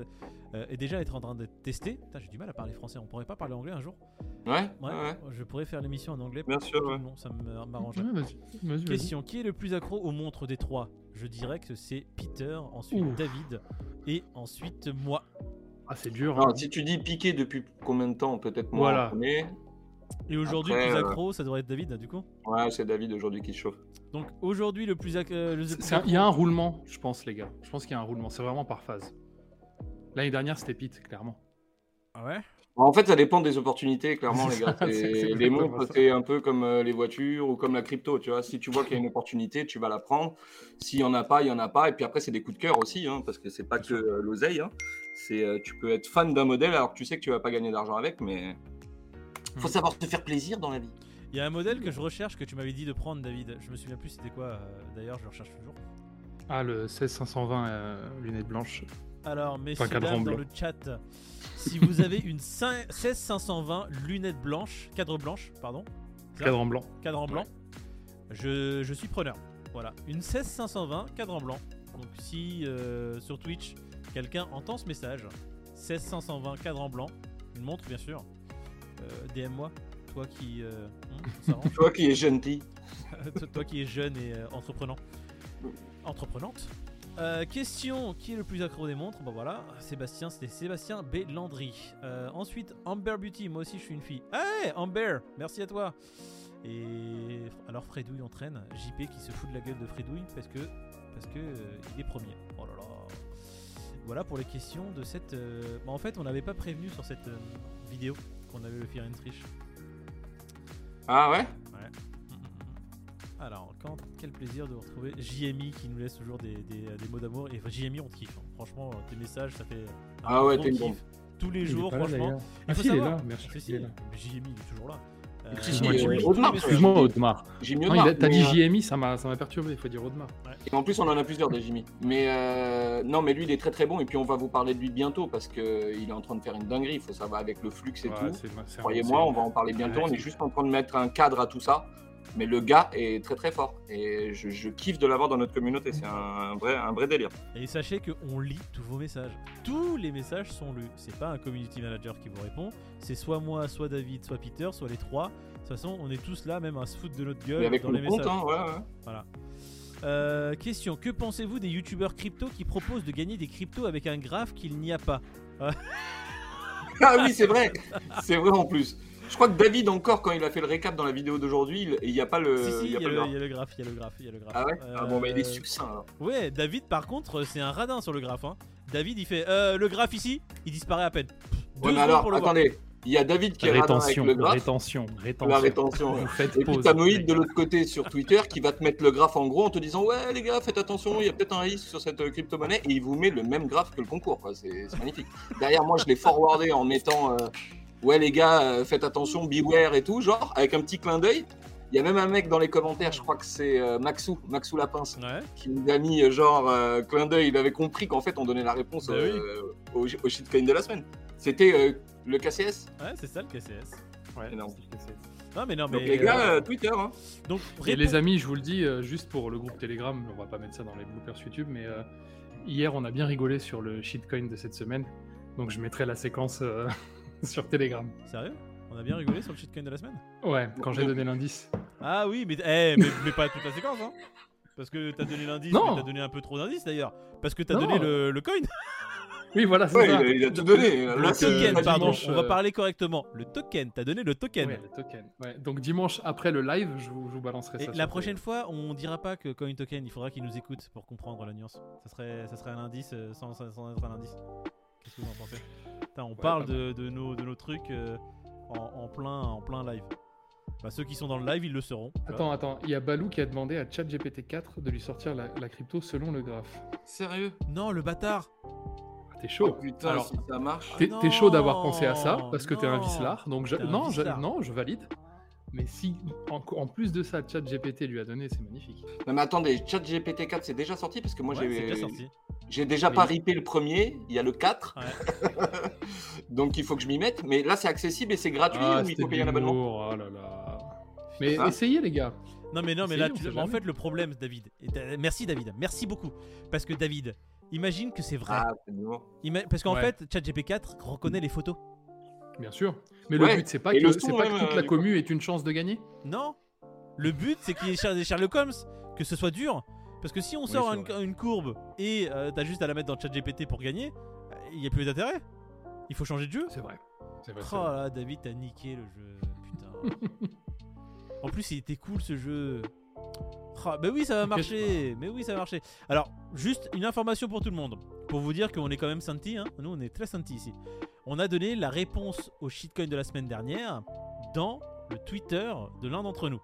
[SPEAKER 1] euh, est déjà être en train d'être testé. Putain, J'ai du mal à parler français. On pourrait pas parler anglais un jour
[SPEAKER 2] Ouais,
[SPEAKER 1] Ouais.
[SPEAKER 2] ouais, ouais.
[SPEAKER 1] Je pourrais faire l'émission en anglais.
[SPEAKER 2] Bien sûr,
[SPEAKER 1] tout
[SPEAKER 2] ouais.
[SPEAKER 1] le long, ça me- m'arrangerait.
[SPEAKER 3] Ouais, vas-y, vas-y, vas-y.
[SPEAKER 1] Question Qui est le plus accro aux montres des trois Je dirais que c'est Peter, ensuite
[SPEAKER 3] Ouf.
[SPEAKER 1] David et ensuite moi.
[SPEAKER 3] Ah, c'est dur. hein.
[SPEAKER 2] Alors, si tu dis piqué depuis combien de temps, peut-être moi.
[SPEAKER 3] Voilà.
[SPEAKER 2] en premier.
[SPEAKER 1] Et aujourd'hui, le
[SPEAKER 2] Après,
[SPEAKER 1] plus
[SPEAKER 2] euh,
[SPEAKER 1] accro, ça devrait être David, hein, du coup.
[SPEAKER 2] Ouais, c'est David aujourd'hui qui se chauffe.
[SPEAKER 1] Donc aujourd'hui, le plus, acc- euh, le plus
[SPEAKER 3] C'est- c'est un-
[SPEAKER 1] accro.
[SPEAKER 3] Il y a un roulement, je pense, les gars. Je pense qu'il y a un roulement. C'est vraiment par phase. L'année dernière, c'était Pete, clairement.
[SPEAKER 1] Ah ouais
[SPEAKER 2] En fait, ça dépend des opportunités, clairement, les
[SPEAKER 3] C'est
[SPEAKER 2] gars.
[SPEAKER 3] ça, c'est-
[SPEAKER 2] C'est-
[SPEAKER 3] c'est
[SPEAKER 2] les
[SPEAKER 3] exactement
[SPEAKER 2] montres,
[SPEAKER 3] ça.
[SPEAKER 2] c'est un peu comme euh, les voitures ou comme la crypto, tu vois. Si tu vois qu'il y a une opportunité, tu vas la prendre. S'il n'y en a pas, il n'y en a pas. Et puis après, c'est des coups de cœur aussi, hein, parce que c'est pas que euh, l'oseille. hein. C'est, euh, tu peux être fan d'un modèle alors que tu sais que tu vas pas gagner d'argent avec, mais faut
[SPEAKER 3] Hmm.
[SPEAKER 2] savoir se faire plaisir dans la vie.
[SPEAKER 1] Il y a un modèle que je recherche que tu m'avais dit de prendre, David. Je me souviens plus c'était quoi. euh, D'ailleurs, je le recherche toujours.
[SPEAKER 3] Ah, le 16520, euh, lunettes blanches.
[SPEAKER 1] Alors, messieurs,
[SPEAKER 3] cadran
[SPEAKER 1] dames, dans
[SPEAKER 3] blanc.
[SPEAKER 1] le chat, si vous avez une 5- 16520 lunettes blanches, cadre blanche, pardon, Ça.
[SPEAKER 3] Cadre en blanc.
[SPEAKER 1] cadran blanc, je, je suis preneur. Voilà, une 16520 cadran blanc. Donc si euh, sur Twitch quelqu'un entend ce message, 16520 cadran blanc, une montre bien sûr, euh, DM-moi, toi qui euh, hein, on s'arrange.
[SPEAKER 2] Toi qui es gentil.
[SPEAKER 1] Toi- toi qui es jeune et euh, entreprenant, entreprenante. Euh, question qui est le plus accro des montres Bon voilà, Sébastien, c'était Sébastien B. Landry. Euh, ensuite, Amber Beauty, moi aussi je suis une fille. Hey Amber, merci à toi. Et alors Fredouille on traîne, JP qui se fout de la gueule de Fredouille parce que parce que euh, il est premier. Oh là là. Voilà pour les questions de cette. euh, bah, en fait, on n'avait pas prévenu sur cette euh, vidéo qu'on avait le Fear and Trish.
[SPEAKER 2] Ah ouais
[SPEAKER 1] Mhm. Alors, quand, quel plaisir de vous retrouver JMI qui nous laisse toujours des, des- des mots d'amour. Et JMI, on te kiffe. hein. Franchement, tes messages, ça fait. un
[SPEAKER 2] Ah
[SPEAKER 1] gros
[SPEAKER 2] ouais, t'es une
[SPEAKER 1] kiff
[SPEAKER 2] bombe.
[SPEAKER 1] Tous les
[SPEAKER 3] Il est
[SPEAKER 1] jours,
[SPEAKER 3] pas là,
[SPEAKER 1] franchement.
[SPEAKER 3] d'ailleurs. Ah,
[SPEAKER 1] faut
[SPEAKER 3] si, il est
[SPEAKER 1] savoir.
[SPEAKER 3] là, bien sûr.
[SPEAKER 1] Si, si,
[SPEAKER 3] il est là.
[SPEAKER 1] JMI, il est toujours là. Euh,
[SPEAKER 2] Si, si,
[SPEAKER 1] moi,
[SPEAKER 2] euh,
[SPEAKER 1] JMI, tous les
[SPEAKER 2] Audemars,
[SPEAKER 1] messages.
[SPEAKER 2] excuse-moi,
[SPEAKER 3] Excuse-moi, Audemar.
[SPEAKER 2] J'ai mieux
[SPEAKER 3] Non,
[SPEAKER 2] de
[SPEAKER 3] il a-
[SPEAKER 2] marque,
[SPEAKER 3] T'as
[SPEAKER 2] mais,
[SPEAKER 3] dit
[SPEAKER 2] euh,
[SPEAKER 3] JMI, ça m'a ça m'a perturbé. Il faut dire Audemars.
[SPEAKER 2] Et en plus, on en a plusieurs des Jimmy. Mais euh, non, mais lui, il est très très bon. Et puis, on va vous parler de lui bientôt parce qu'il est en train de faire une dinguerie. Il faut savoir avec le flux et
[SPEAKER 3] Ouais,
[SPEAKER 2] tout.
[SPEAKER 3] c'est- c'est un-
[SPEAKER 2] Croyez-moi,
[SPEAKER 3] c'est-
[SPEAKER 2] on va en parler bientôt.
[SPEAKER 3] Ouais,
[SPEAKER 2] on est
[SPEAKER 3] c'est-
[SPEAKER 2] juste en train de mettre un cadre à tout ça. Mais le gars est très très fort. Et je, je kiffe de l'avoir dans notre communauté. C'est un, un vrai, un vrai délire.
[SPEAKER 1] Et sachez qu'on lit tous vos messages. Tous les messages sont lus. C'est pas un community manager qui vous répond. C'est soit moi, soit David, soit Peter, soit les trois. De toute façon, on est tous là, même à se foutre de notre gueule
[SPEAKER 2] Mais avec
[SPEAKER 1] dans les
[SPEAKER 2] le compte,
[SPEAKER 1] messages.
[SPEAKER 2] hein, ouais, ouais.
[SPEAKER 1] Euh, question Que pensez-vous des youtubeurs crypto qui proposent de gagner des cryptos avec un graphe qu'il n'y a pas
[SPEAKER 2] Ah oui, c'est vrai. c'est vrai en plus. Je crois que David, encore, quand il a fait le récap dans la vidéo d'aujourd'hui, il- il n'y a pas le.
[SPEAKER 1] Si, si, il
[SPEAKER 2] il Euh, y a pas le graphe.
[SPEAKER 1] le graphe, il y a le graphe, il y a le graphe.
[SPEAKER 2] Ah ouais Ah bon, bah, il est
[SPEAKER 1] Euh,
[SPEAKER 2] succinct alors.
[SPEAKER 1] Ouais, David, par contre, c'est un radin sur le graphe. hein. David, il fait euh, le graphe ici, il disparaît à peine. Pff, deux
[SPEAKER 2] Ouais, mais
[SPEAKER 1] secondes pour
[SPEAKER 2] alors,
[SPEAKER 1] le voir.
[SPEAKER 2] attendez. Il y a David qui est radin avec le graphe.
[SPEAKER 3] rétention, rétention.
[SPEAKER 2] La rétention. ouais.
[SPEAKER 3] Vous faites
[SPEAKER 2] Et puis
[SPEAKER 3] pause.
[SPEAKER 2] t'as Moïd de l'autre côté sur Twitter qui va te mettre le graphe en gros en te disant ouais les gars faites attention il y a peut-être un risque sur cette euh, crypto-monnaie et il vous met le même graphe que le concours quoi. c'est c'est magnifique. Derrière moi je l'ai forwardé en mettant euh, ouais les gars euh, faites attention beware et tout genre avec un petit clin d'œil. Il y a même un mec dans les commentaires je crois que c'est euh, Maxou Maxou la pince
[SPEAKER 1] Ouais,
[SPEAKER 2] qui nous a mis euh, genre euh, clin d'œil il avait compris qu'en fait on donnait la réponse
[SPEAKER 1] Bah
[SPEAKER 3] Ben
[SPEAKER 2] euh, au, au shitcoin de la semaine. C'était euh, le KCS.
[SPEAKER 1] ouais c'est ça le KCS.
[SPEAKER 3] Ouais,
[SPEAKER 2] Énorme.
[SPEAKER 3] c'est- c'est-
[SPEAKER 1] Non, mais non,
[SPEAKER 2] Donc
[SPEAKER 1] mais.
[SPEAKER 2] les gars
[SPEAKER 1] euh,
[SPEAKER 2] euh, Twitter hein.
[SPEAKER 1] donc,
[SPEAKER 3] Et
[SPEAKER 1] réponse-
[SPEAKER 3] les amis, je vous le dis, euh, juste pour le groupe Telegram, on va pas mettre ça dans les bloopers YouTube, mais euh, hier on a bien rigolé sur le shitcoin de cette semaine, donc je mettrai la séquence euh, sur Telegram.
[SPEAKER 1] Sérieux On a bien rigolé sur le shitcoin de la semaine
[SPEAKER 3] Ouais, quand j'ai donné l'indice.
[SPEAKER 1] Ah oui, mais, eh, mais, mais pas toute la séquence, hein Parce que t'as donné l'indice,
[SPEAKER 3] Non.
[SPEAKER 1] mais t'as donné un peu trop d'indices d'ailleurs. Parce que t'as
[SPEAKER 3] Non.
[SPEAKER 1] donné le- le coin
[SPEAKER 3] Oui, voilà, c'est
[SPEAKER 2] Ouais, il
[SPEAKER 3] ça.
[SPEAKER 2] a, il a tout donné.
[SPEAKER 1] Le
[SPEAKER 2] Là, c'est-
[SPEAKER 1] token,
[SPEAKER 3] euh,
[SPEAKER 1] pardon,
[SPEAKER 3] dimanche,
[SPEAKER 1] on va
[SPEAKER 3] euh,
[SPEAKER 1] parler correctement. Le token, t'as donné le token.
[SPEAKER 3] Ouais, le token. Ouais, Donc dimanche après le live, je vous, je vous balancerai
[SPEAKER 1] Et
[SPEAKER 3] ça.
[SPEAKER 1] la
[SPEAKER 3] sur
[SPEAKER 1] prochaine fois, on dira pas que coin token, il faudra qu'il nous écoute pour comprendre la nuance. Ça serait, ça serait un indice euh, sans, sans- sans être un indice. Qu'est-ce que vous en pensez Putain, On
[SPEAKER 3] Ouais,
[SPEAKER 1] parle
[SPEAKER 3] pas
[SPEAKER 1] de, de nos, de nos trucs euh, en, en plein, en plein live. Bah, ceux qui sont dans le live, ils le seront. tu vois.
[SPEAKER 3] Attends, attends, il y a Balou qui a demandé à ChatGPT4 de lui sortir la, la crypto selon le graphe.
[SPEAKER 4] Sérieux
[SPEAKER 1] Non, le bâtard
[SPEAKER 3] Ah, t'es
[SPEAKER 2] Oh
[SPEAKER 3] chaud.
[SPEAKER 2] putain,
[SPEAKER 3] Alors,
[SPEAKER 2] si ça marche.
[SPEAKER 3] T'es
[SPEAKER 1] Ah
[SPEAKER 3] t'es chaud d'avoir pensé à ça
[SPEAKER 1] non,
[SPEAKER 3] parce que t'es un
[SPEAKER 1] non,
[SPEAKER 3] vicelard. Donc je-
[SPEAKER 1] t'es un
[SPEAKER 3] non, je,
[SPEAKER 1] vicelard.
[SPEAKER 3] non, je valide. Mais si en, en plus de ça, ChatGPT lui a donné, c'est magnifique.
[SPEAKER 2] Non, mais attendez, ChatGPT 4 c'est déjà sorti parce que moi
[SPEAKER 1] Ouais,
[SPEAKER 2] j'ai
[SPEAKER 1] C'est déjà sorti.
[SPEAKER 2] J'ai déjà
[SPEAKER 3] Mais-
[SPEAKER 2] pas ripé le premier, il y a le 4. Donc il faut que je m'y mette. Mais là, c'est accessible et c'est
[SPEAKER 1] Ah,
[SPEAKER 2] gratuit ou il
[SPEAKER 3] c'était
[SPEAKER 2] faut
[SPEAKER 3] de
[SPEAKER 2] payer un abonnement
[SPEAKER 3] l'humour,
[SPEAKER 1] oh
[SPEAKER 3] ah là là. Mais
[SPEAKER 2] Ah.
[SPEAKER 3] essayez les gars.
[SPEAKER 1] Non mais non mais
[SPEAKER 3] Essayez,
[SPEAKER 1] là
[SPEAKER 3] on
[SPEAKER 1] tu-
[SPEAKER 3] sait
[SPEAKER 1] en
[SPEAKER 3] jamais.
[SPEAKER 1] fait le problème David et t'as- merci David merci beaucoup parce que David imagine que c'est vrai
[SPEAKER 2] Ah, c'est de l'humour.
[SPEAKER 1] Ima- parce qu'en
[SPEAKER 3] Ouais.
[SPEAKER 1] fait ChatGPT4 reconnaît les photos
[SPEAKER 3] Bien sûr. Mais
[SPEAKER 2] Ouais,
[SPEAKER 3] le but, c'est pas
[SPEAKER 2] et
[SPEAKER 3] que,
[SPEAKER 2] le
[SPEAKER 3] c'est
[SPEAKER 2] son
[SPEAKER 3] pas que
[SPEAKER 2] même,
[SPEAKER 3] toute
[SPEAKER 2] euh,
[SPEAKER 3] la
[SPEAKER 2] du
[SPEAKER 3] commu ait une chance de gagner.
[SPEAKER 1] non le but c'est qu'il y ait Sher- Sherlock Holmes que ce soit dur parce que si on sort
[SPEAKER 3] c'est
[SPEAKER 1] une, une courbe et euh, t'as juste à la mettre dans ChatGPT pour gagner euh, il n'y a plus d'intérêt il faut changer de jeu
[SPEAKER 3] C'est vrai. C'est vrai.
[SPEAKER 1] oh
[SPEAKER 3] c'est vrai.
[SPEAKER 1] là David t'as niqué le jeu putain en plus il était cool ce jeu Ah, bah oui, ça va
[SPEAKER 3] T'inquiète
[SPEAKER 1] marcher. Mais oui, ça va marcher. Alors, juste une information pour tout le monde. Pour vous dire qu'on est quand même senti. Hein. Nous, on est très senti ici. On a donné la réponse au shitcoin de la semaine dernière dans le Twitter de l'un d'entre nous.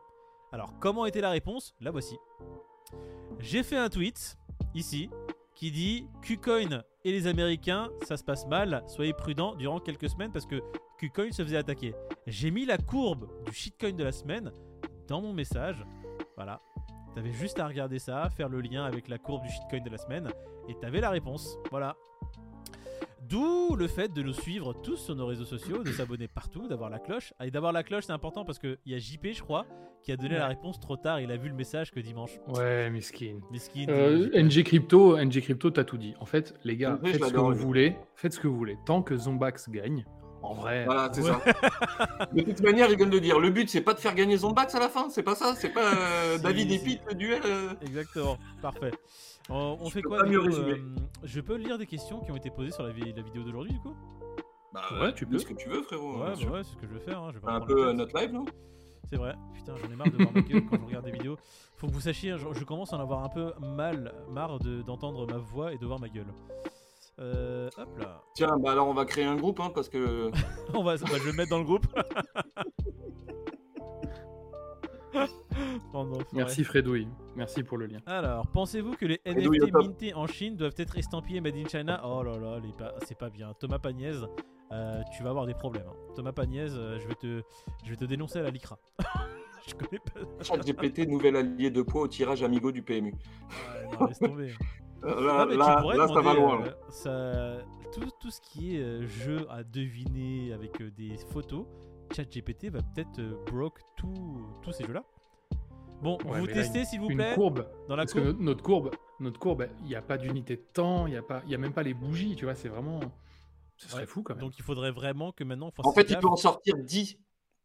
[SPEAKER 1] Alors, comment était la réponse La voici. J'ai fait un tweet, ici, qui dit Qcoin et les Américains, ça se passe mal. Soyez prudents durant quelques semaines parce que Qcoin se faisait attaquer. J'ai mis la courbe du shitcoin de la semaine dans mon message. Voilà. T'avais juste à regarder ça, faire le lien avec la courbe du shitcoin de la semaine, et t'avais la réponse. Voilà. D'où le fait de nous suivre tous sur nos réseaux sociaux, de s'abonner partout, d'avoir la cloche. Ah, Et d'avoir la cloche, c'est important parce qu'il y a JP, je crois, qui a donné la réponse trop tard. Il a vu le message que dimanche.
[SPEAKER 3] Ouais, miskin.
[SPEAKER 1] Miskin.
[SPEAKER 3] Euh, NG Crypto, NG Crypto, t'as tout dit. En fait, les gars,
[SPEAKER 2] Oui, je
[SPEAKER 3] faites ce que
[SPEAKER 2] l'adore,
[SPEAKER 3] vous
[SPEAKER 2] lui.
[SPEAKER 3] voulez. Faites ce que vous voulez. Tant que Zombax gagne, en vrai,
[SPEAKER 2] Voilà, c'est
[SPEAKER 1] Ouais.
[SPEAKER 2] ça. De toute manière, il vient de le dire. Le but, c'est pas de faire gagner Zombax à la fin. C'est pas ça. C'est pas euh,
[SPEAKER 1] Si,
[SPEAKER 2] David et
[SPEAKER 1] si.
[SPEAKER 2] Pete, le duel. euh.
[SPEAKER 1] Exactement, parfait. On, on
[SPEAKER 2] Je
[SPEAKER 1] fait
[SPEAKER 2] peux
[SPEAKER 1] quoi
[SPEAKER 2] pas
[SPEAKER 1] du
[SPEAKER 2] mieux
[SPEAKER 1] coup,
[SPEAKER 2] résumer.
[SPEAKER 1] euh, Je peux lire des questions qui ont été posées sur la, vi- la vidéo d'aujourd'hui du coup
[SPEAKER 2] Bah,
[SPEAKER 3] Ouais, tu peux.
[SPEAKER 2] Dis ce que tu veux, frérot.
[SPEAKER 1] Ouais,
[SPEAKER 2] bien sûr.
[SPEAKER 1] bah ouais, c'est ce que je vais faire. hein, je vais pas
[SPEAKER 2] Un
[SPEAKER 1] prendre
[SPEAKER 2] peu
[SPEAKER 1] la
[SPEAKER 2] euh,
[SPEAKER 1] tête.
[SPEAKER 2] notre live, non
[SPEAKER 1] C'est vrai. Putain, j'en ai marre de voir ma gueule quand je regarde des vidéos. Faut que vous sachiez, je, je commence à en avoir un peu mal, marre de- d'entendre ma voix et de voir ma gueule. Euh, hop là.
[SPEAKER 2] Tiens, bah alors on va créer un groupe, hein, parce que.
[SPEAKER 1] On va, bah, je vais me mettre dans le groupe. Oh non, faut
[SPEAKER 3] merci Fredouille. Merci pour le lien.
[SPEAKER 1] Alors, pensez-vous que les
[SPEAKER 2] d'où
[SPEAKER 1] NFT
[SPEAKER 2] il est au top.
[SPEAKER 1] mintés en Chine doivent être estampillés Made in China Oh là là, les pa- c'est pas bien. Thomas Pagnez, euh, tu vas avoir des problèmes. hein. Thomas Pagnez, euh, je, vais te, je vais te dénoncer à la LICRA. je connais pas.
[SPEAKER 2] ChatGPT, nouvel allié de poids au tirage amigo du PMU.
[SPEAKER 1] Ouais, non, laisse tomber. hein.
[SPEAKER 2] Euh,
[SPEAKER 1] Non,
[SPEAKER 2] Là,
[SPEAKER 1] Ah, mais tu
[SPEAKER 2] là,
[SPEAKER 1] pourrais
[SPEAKER 2] là, ça va
[SPEAKER 1] demander,
[SPEAKER 2] loin. là.
[SPEAKER 1] euh, ça- tout, tout ce qui est euh, jeu à deviner avec euh, des photos, ChatGPT va peut-être euh, broke tous tous ces jeux-là. Bon,
[SPEAKER 3] Ouais,
[SPEAKER 1] vous
[SPEAKER 3] mais là,
[SPEAKER 1] testez s'il vous
[SPEAKER 3] Une
[SPEAKER 1] plaît
[SPEAKER 3] courbe.
[SPEAKER 1] dans la
[SPEAKER 3] Parce que
[SPEAKER 1] courbe.
[SPEAKER 3] no- notre courbe, notre courbe, il n'y a pas d'unité de temps, il n'y a pas, il y a même pas les bougies. Tu vois, c'est vraiment. Ce serait
[SPEAKER 1] Ouais,
[SPEAKER 3] fou quand même.
[SPEAKER 1] Donc il faudrait vraiment que maintenant.
[SPEAKER 2] En fait, il
[SPEAKER 1] gaffe.
[SPEAKER 2] peut en sortir 10.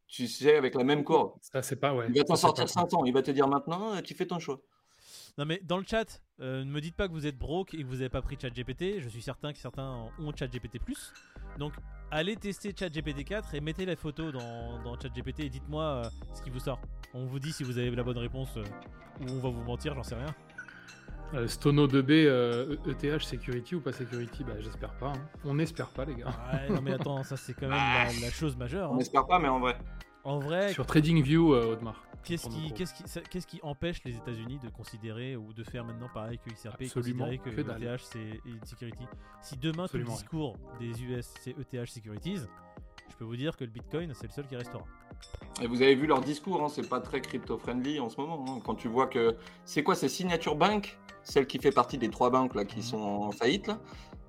[SPEAKER 2] Tu sais, avec la même courbe.
[SPEAKER 3] Ça, c'est pas ouais.
[SPEAKER 2] Il va t'en
[SPEAKER 3] ça, c'est
[SPEAKER 2] sortir
[SPEAKER 3] pas-
[SPEAKER 2] 500, il va te dire maintenant, euh, tu fais ton choix.
[SPEAKER 1] Non mais dans le chat, euh, ne me dites pas que vous êtes broke et que vous n'avez pas pris ChatGPT. Je suis certain que certains ont ChatGPT+. Donc allez tester ChatGPT 4 et mettez la photo dans, dans ChatGPT et dites-moi euh, ce qui vous sort. On vous dit si vous avez la bonne réponse euh, ou on va vous mentir, j'en sais rien.
[SPEAKER 3] Euh, Stono 2B, euh, ETH Security ou pas Security Bah, j'espère pas. hein. On n'espère pas, les gars.
[SPEAKER 1] Ouais, non mais attends, ça c'est quand même la, la chose majeure.
[SPEAKER 2] On
[SPEAKER 1] hein.
[SPEAKER 2] n'espère pas, mais en vrai.
[SPEAKER 1] En vrai,
[SPEAKER 3] Sur TradingView, euh, Audemars.
[SPEAKER 1] qu'est-ce
[SPEAKER 3] prendre en
[SPEAKER 1] qui,
[SPEAKER 3] compte.
[SPEAKER 1] qu'est-ce qui, ça- qu'est-ce qui empêche les États-Unis de considérer ou de faire maintenant pareil que XRP et
[SPEAKER 3] Absolument
[SPEAKER 1] considérer
[SPEAKER 3] que dalle.
[SPEAKER 1] ETH c'est une security Si demain tout
[SPEAKER 3] Absolument
[SPEAKER 1] le
[SPEAKER 3] rien.
[SPEAKER 1] discours des US c'est ETH E securities, je peux vous dire que le Bitcoin c'est le seul qui restera.
[SPEAKER 2] Et vous avez vu leur discours, hein, c'est pas très crypto-friendly en ce moment. hein. Quand tu vois que. C'est quoi, c'est Signature Bank, celle qui fait partie des trois banques là, qui
[SPEAKER 1] Mhm.
[SPEAKER 2] sont en faillite, là.